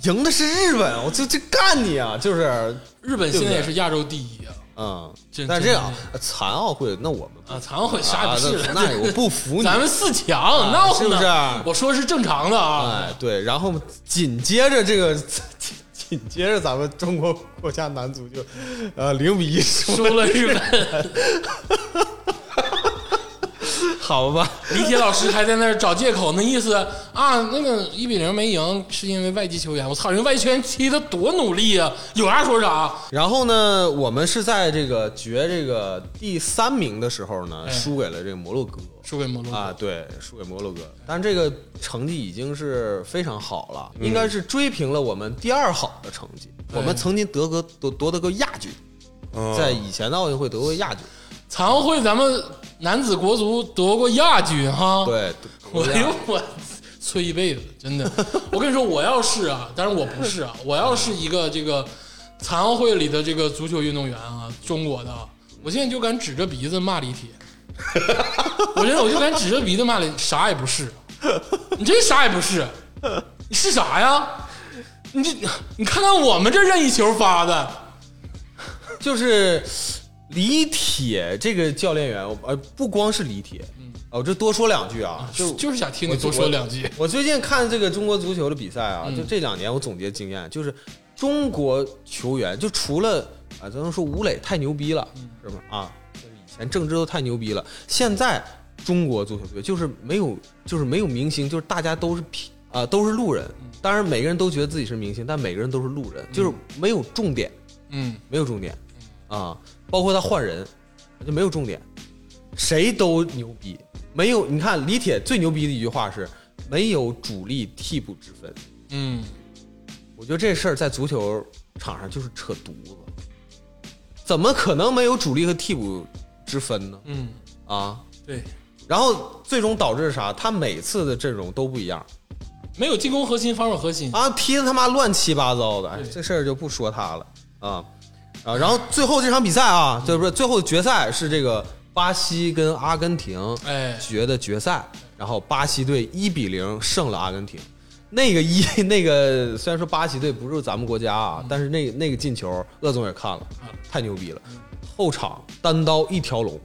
Speaker 3: 赢的是日本，我就就干你啊，就是
Speaker 1: 日本现在也是亚洲第一啊！
Speaker 3: 嗯
Speaker 1: 这，
Speaker 3: 但
Speaker 1: 这
Speaker 3: 这样残奥会，那我们
Speaker 1: 啊，残奥会啥也
Speaker 3: 啊
Speaker 1: 不是，
Speaker 3: 那那我不服你啊
Speaker 1: 咱们四强闹
Speaker 3: 是不
Speaker 1: 呢
Speaker 3: 是
Speaker 1: 我说是正常的啊，
Speaker 3: 哎对，然后紧接着这个 紧紧接着咱们中国国家男足就呃零比一输
Speaker 1: 输了日本。
Speaker 3: 好吧，
Speaker 1: 李铁老师还在那儿找借口，那意思啊，那个一比零没赢是因为外籍球员。我操，人外籍球员踢的多努力啊，有啥啊说啥。
Speaker 3: 然后呢，我们是在这个决这个第三名的时候呢，
Speaker 1: 哎
Speaker 3: 输给了这个摩洛哥。
Speaker 1: 输给摩洛哥，
Speaker 3: 啊，对，输给摩洛哥，但这个成绩已经是非常好了，应该是追平了我们第二好的成绩。我们曾经得过夺夺得过亚军，
Speaker 2: 嗯
Speaker 3: 在以前的奥运会得过亚军，
Speaker 1: 残奥会咱们男子国足夺过亚军哈。，
Speaker 3: 对，
Speaker 1: 哦我
Speaker 3: 得
Speaker 1: 呦 我吹一辈子，真的。我跟你说，我要是啊，当然我不是啊，我要是一个这个残奥会里的这个足球运动员啊，中国的啊，我现在就敢指着鼻子骂李铁。我真的我就敢指着鼻子骂李，啥也不是，你真啥也不是，你是啥呀？你这你看看我们这任意球发的，
Speaker 3: 就是李铁这个教练员，我呃，不光是李铁，啊我这多说两句啊，就
Speaker 1: 就是想听你多说两句。
Speaker 3: 我最近看这个中国足球的比赛啊，就这两年我总结经验，就是中国球员就除了啊，咱能说吴磊太牛逼了，是吧？啊，就是以前郑智都太牛逼了，现在中国足球队就是没有，就是没有明星，就是大家都是平啊、都是路人。当然，每个人都觉得自己是明星，但每个人都是路人，就是没有重点。
Speaker 1: 嗯，
Speaker 3: 没有重点啊，包括他换人就没有重点，谁都牛逼，没有你看李铁最牛逼的一句话是没有主力替补之分，
Speaker 1: 嗯，
Speaker 3: 我觉得这事儿在足球场上就是扯犊子，怎么可能没有主力和替补之分呢？
Speaker 1: 嗯，
Speaker 3: 啊，
Speaker 1: 对，
Speaker 3: 然后最终导致啥？他每次的阵容都不一样
Speaker 1: 没有进攻核心，防守核心，
Speaker 3: 啊，踢的他妈乱七八糟的，哎这事儿就不说他了啊啊！然后最后这场比赛啊，就是说最后决赛是这个巴西跟阿根廷
Speaker 1: 哎
Speaker 3: 决的决赛，然后巴西队一比零胜了阿根廷。那个一 那个虽然说巴西队不是咱们国家啊，但是那那个进球，鄂总也看了，太牛逼了！后场单刀一条龙，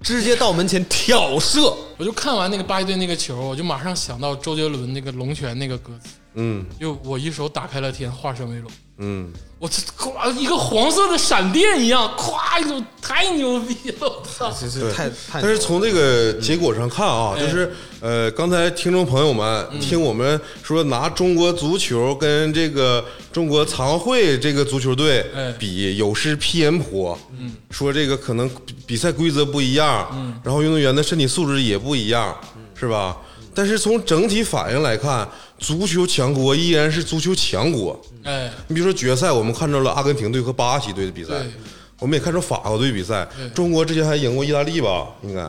Speaker 3: 直接到门前挑射。
Speaker 1: 我就看完那个巴西队那个球，我就马上想到周杰伦那个《龙拳》那个歌词，
Speaker 2: 嗯
Speaker 1: 就我一手打开了天，化身为龙。
Speaker 2: 嗯，
Speaker 1: 我这咵一个黄色的闪电一样，咵一种太牛逼了！我操，
Speaker 3: 其实
Speaker 2: 对
Speaker 3: 太太，
Speaker 2: 但是从这个结果上看啊，就是呃，刚才听众朋友们听我们说拿中国足球跟这个中国残奥会这个足球队
Speaker 1: 哎
Speaker 2: 比，有失偏颇。嗯，说这个可能比比赛规则不一样，嗯，然后运动员的身体素质也不一样，是吧？但是从整体反应来看，足球强国依然是足球强国。
Speaker 1: 哎，
Speaker 2: 你比如说决赛，我们看到了阿根廷队和巴西队的比赛
Speaker 1: 对，
Speaker 2: 我们也看着法国队比赛
Speaker 1: 对，
Speaker 2: 中国之前还赢过意大利吧？应该。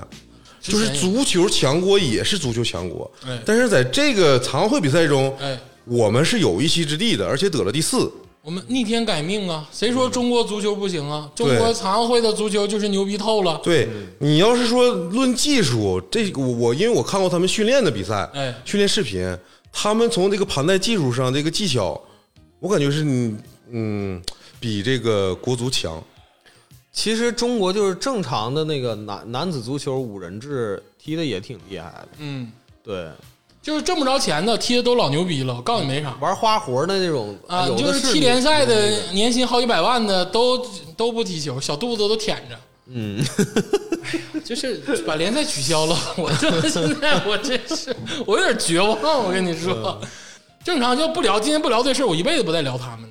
Speaker 1: 之
Speaker 2: 就
Speaker 1: 前也
Speaker 2: 是足球强国也是足球强国
Speaker 1: 哎，
Speaker 2: 但是在这个残奥会比赛中
Speaker 1: 哎，
Speaker 2: 我们是有一席之地的，而且得了第四。
Speaker 1: 我们逆天改命啊！谁说中国足球不行啊？中国
Speaker 2: 嗯对
Speaker 1: 残奥会的足球就是牛逼透了。
Speaker 2: 对你要是说论技术，这我我因为我看过他们训练的比赛
Speaker 1: 哎，
Speaker 2: 训练视频，他们从这个盘带技术上这个技巧，我感觉是嗯嗯比这个国足强。
Speaker 3: 其实中国就是正常的那个男男子足球五人制踢的也挺厉害的，
Speaker 1: 嗯，
Speaker 3: 对，
Speaker 1: 就是挣不着钱的，踢的都老牛逼了。我告诉你没啥
Speaker 3: 玩花活的那种
Speaker 1: 啊，
Speaker 3: 有的
Speaker 1: 就是踢联赛的，年薪好几百万的都都不踢球，小肚子都舔着。嗯，就是把联赛取消了。我这现在我真是我有点绝望，我跟你说，正常就不聊，今天不聊这事儿，我一辈子不再聊他们。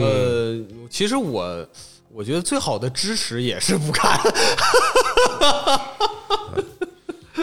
Speaker 3: 呃，其实我我觉得最好的支持也是不看，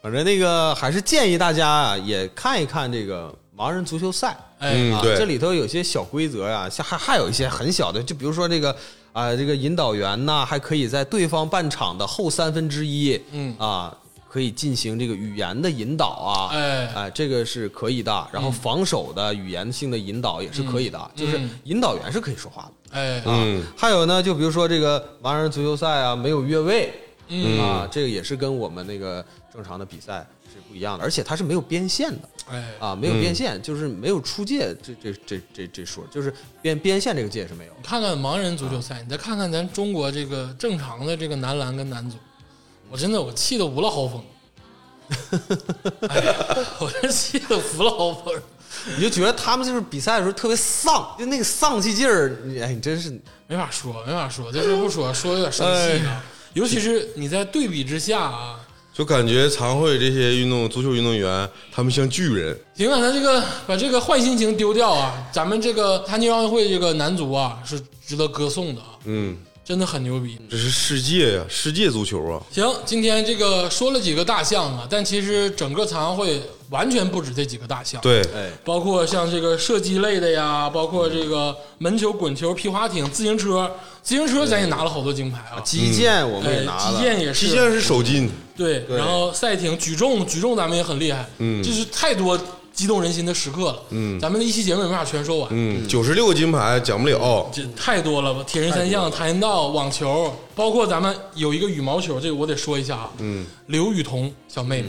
Speaker 3: 反正那个还是建议大家啊，也看一看这个盲人足球赛。
Speaker 1: 哎，
Speaker 2: 嗯
Speaker 3: 啊，
Speaker 2: 对
Speaker 3: 这里头有些小规则呀、像还还有一些很小的，就比如说这个啊、这个引导员呐，还可以在对方半场的后三分之一，
Speaker 1: 嗯
Speaker 3: 啊，可以进行这个语言的引导啊，
Speaker 1: 哎
Speaker 3: 这个是可以的。然后防守的语言性的引导也是可以的，就是引导员是可以说话的。
Speaker 1: 哎，
Speaker 2: 嗯，
Speaker 3: 还有呢，就比如说这个盲人足球赛啊，没有越位，嗯啊，这个也是跟我们那个正常的比赛是不一样的，而且它是没有边线的。
Speaker 1: 哎，
Speaker 3: 啊，没有边线，就是没有出界这这这这这说，就是边边线这个界是没有。
Speaker 1: 你看看盲人足球赛，你再看看咱中国这个正常的这个男篮跟男足，我真的我气得无了豪风。哎呀，我真气得无了豪风。
Speaker 3: 你就觉得他们就是比赛的时候特别丧，就那个丧气劲儿，你哎，你真是
Speaker 1: 没法说，没法说，这事儿不说，说有点生气啊。尤其是你在对比之下啊，
Speaker 2: 就感觉残奥会这些运动足球运动员，他们像巨人。
Speaker 1: 尽管咱这个把这个坏心情丢掉啊，咱们这个残疾人奥运会这个男足啊是值得歌颂的啊，
Speaker 2: 嗯，
Speaker 1: 真的很牛逼。
Speaker 2: 这是世界呀、世界足球啊！
Speaker 1: 行，今天这个说了几个大项啊，但其实整个残奥会完全不止这几个大项，，
Speaker 2: 对，
Speaker 3: 哎，
Speaker 1: 包括像这个射击类的呀，包括这个门球、滚球、皮划艇、自行车，自行车咱也拿了好多金牌啊，
Speaker 3: 击剑我们
Speaker 1: 哎
Speaker 3: 也，拿
Speaker 1: 击
Speaker 3: 了，
Speaker 1: 剑也是，
Speaker 2: 击剑是首金，
Speaker 1: 对，然后赛艇、举重，举重咱们也很厉害，嗯，就是太多激动人心的时刻了，嗯，咱们的一期节目也没法全说完，
Speaker 2: 嗯，九十六个金牌讲不了。
Speaker 1: 这太多了吧？铁人三项、跆拳道、网球，包括咱们有一个羽毛球，这个我得说一下啊，嗯，刘雨桐小妹妹，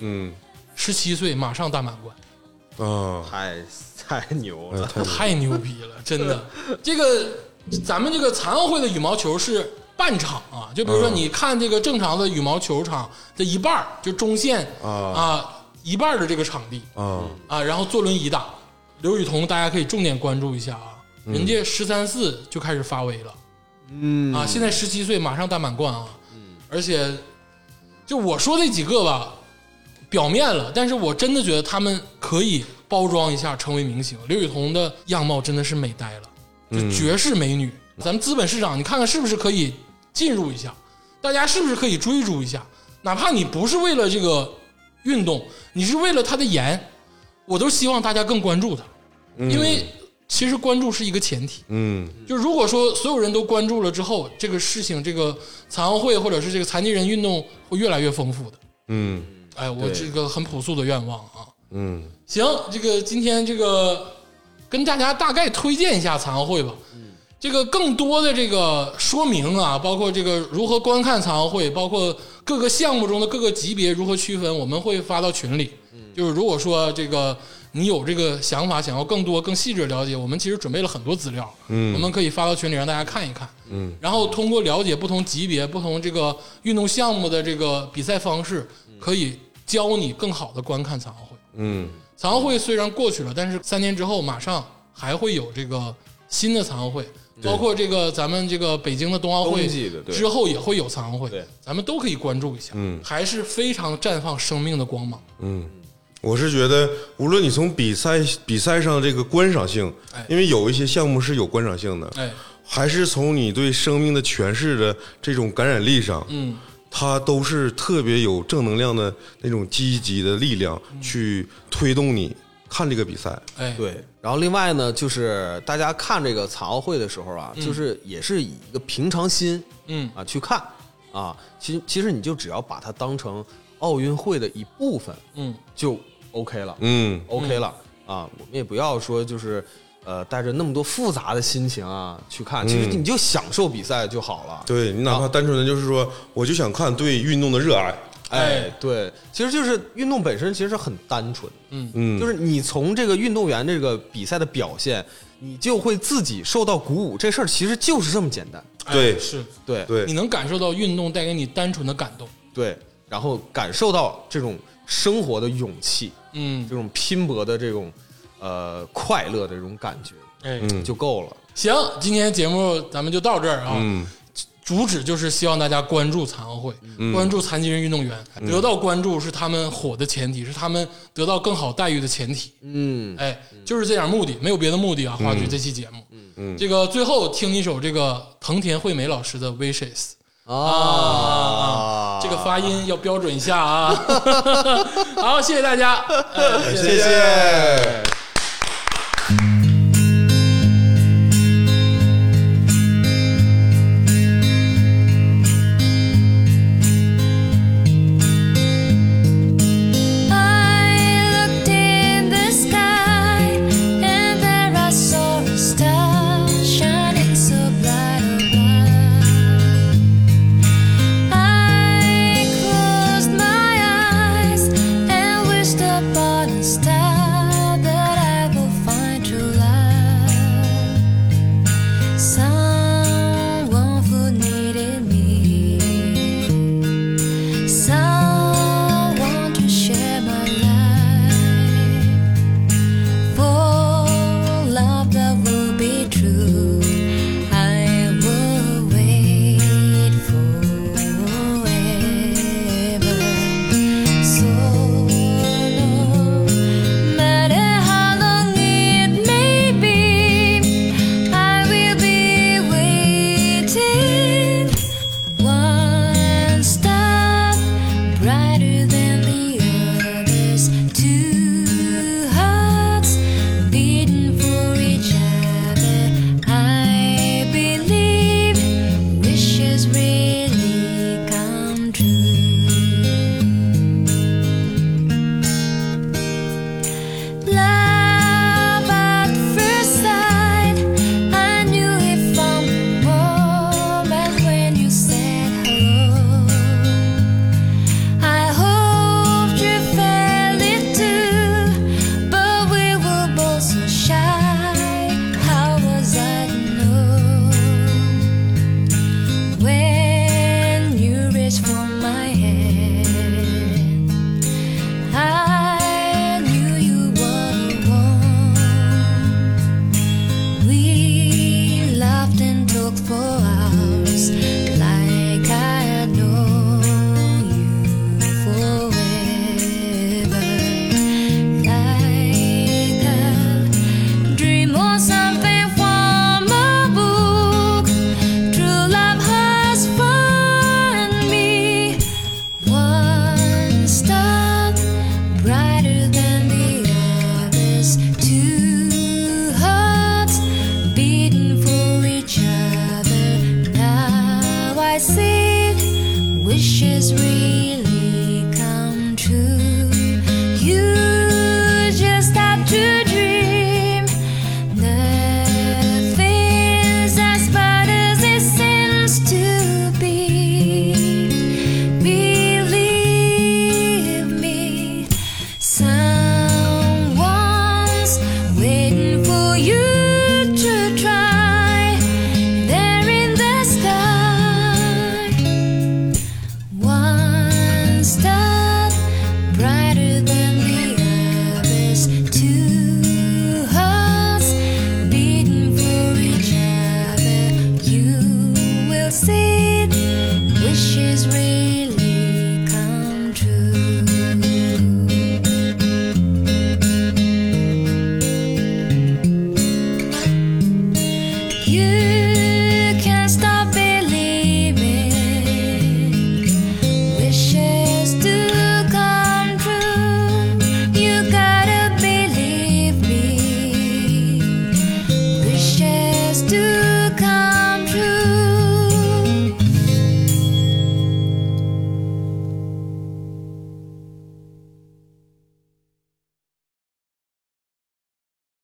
Speaker 2: 嗯
Speaker 1: 十七岁马上大满贯，嗯
Speaker 2: 啊，
Speaker 3: 太太牛了，
Speaker 1: 太牛逼 了，真的，这个咱们这个残奥会的羽毛球是。半场啊，就比如说你看这个正常的羽毛球场的一半儿就中线
Speaker 2: 啊
Speaker 1: 一半儿的这个场地，
Speaker 2: 啊，
Speaker 1: 啊，然后坐轮椅打。刘雨桐，大家可以重点关注一下啊，人家十三四就开始发威了，嗯啊，现在十七岁，马上大满贯啊，嗯，而且就我说这几个吧，表面了，但是我真的觉得他们可以包装一下，成为明星。刘雨桐的样貌真的是美呆了，就绝世美女。咱们资本市场，你看看是不是可以进入一下？大家是不是可以追逐一下？哪怕你不是为了这个运动，你是为了她的颜，我都希望大家更关注她，因为其实关注是一个前提。
Speaker 2: 嗯
Speaker 1: 就如果说所有人都关注了之后，这个事情，这个残奥会或者是这个残疾人运动会越来越丰富的。
Speaker 2: 嗯
Speaker 1: 哎，我这个很朴素的愿望啊。
Speaker 2: 嗯，
Speaker 1: 行，这个今天这个跟大家大概推荐一下残奥会吧。这个更多的这个说明啊，包括这个如何观看残奥会，包括各个项目中的各个级别如何区分，我们会发到群里。
Speaker 2: 嗯
Speaker 1: 就是如果说这个你有这个想法，想要更多更细致地了解，我们其实准备了很多资料，
Speaker 2: 嗯
Speaker 1: 我们可以发到群里让大家看一看。
Speaker 2: 嗯，
Speaker 1: 然后通过了解不同级别、不同这个运动项目的这个比赛方式，可以教你更好的观看残奥会。
Speaker 2: 嗯
Speaker 1: 残奥会虽然过去了，但是三年之后马上还会有这个新的残奥会，包括这个咱们这个北京的冬奥会
Speaker 3: 冬季的对
Speaker 1: 之后也会有残奥会
Speaker 3: 对，
Speaker 1: 咱们都可以关注一下，
Speaker 2: 嗯
Speaker 1: 还是非常绽放生命的光芒。
Speaker 2: 嗯，我是觉得，无论你从比赛比赛上这个观赏性
Speaker 1: 哎，
Speaker 2: 因为有一些项目是有观赏性
Speaker 3: 嗯
Speaker 2: 的，
Speaker 1: 哎，
Speaker 2: 还是从你对生命的诠释的这种感染力上，
Speaker 1: 嗯，
Speaker 2: 它都是特别有正能量的那种积极的力量
Speaker 1: 嗯
Speaker 2: 去推动你看这个比赛。
Speaker 1: 哎，，
Speaker 3: 对，然后另外呢，就是大家看这个残奥会的时候啊，就是也是以一个平常心，
Speaker 1: 嗯
Speaker 3: 啊去看啊，其实其实你就只要把它当成奥运会的一部分，
Speaker 1: 嗯，
Speaker 3: 就 OK 了、
Speaker 2: 嗯
Speaker 3: o k 了啊，我们也不要说就是呃带着那么多复杂的心情啊去看，其实你就享受比赛就好了。
Speaker 2: 嗯对你哪怕单纯的就是说，我就想看对运动的热爱。
Speaker 1: 哎
Speaker 3: 哎，对，其实就是运动本身其实是很单纯的，
Speaker 2: 嗯，
Speaker 3: 就是你从这个运动员这个比赛的表现，你就会自己受到鼓舞。这事儿其实就是这么简单。
Speaker 1: 哎
Speaker 2: 对
Speaker 1: 是，
Speaker 3: 对
Speaker 2: 对
Speaker 1: 你，能感受到运动带给你单纯的感动。
Speaker 3: 对，然后感受到这种生活的勇气，
Speaker 1: 嗯
Speaker 3: 这，种拼搏的这种呃快乐的这种感觉
Speaker 1: 哎，
Speaker 2: 嗯
Speaker 3: 就够了。
Speaker 1: 行，今天节目咱们就到这儿啊。
Speaker 2: 嗯
Speaker 1: 主旨就是希望大家关注残奥会，关注残疾人运动员，得到关注是他们火的前提，是他们得到更好待遇的前提。
Speaker 3: 嗯，
Speaker 1: 哎，就是这点目的，没有别的目的啊。话剧这期节目，
Speaker 2: 嗯
Speaker 1: 这个最后听一首这个藤田惠美老师的《Wishes》。啊，这个发音要标准一下啊！ 好，谢谢大家，呃谢谢
Speaker 2: 哎谢谢。
Speaker 5: I looked in the sky and there I saw a star shining so bright above. I closed my eyes and wished upon a star that I will find true love, someone who needed me. Someone to share my life for love that will be true. I will wait forever. So no matter how long it may be, I will be waiting. One star brighter than the others, two hearts beating for each other. I believe wishes really come true. Love at first sight. I knew it from the moment when you said hello. I hoped you brighter than the others. Two hearts beating for each other. You will see wishes really come true. You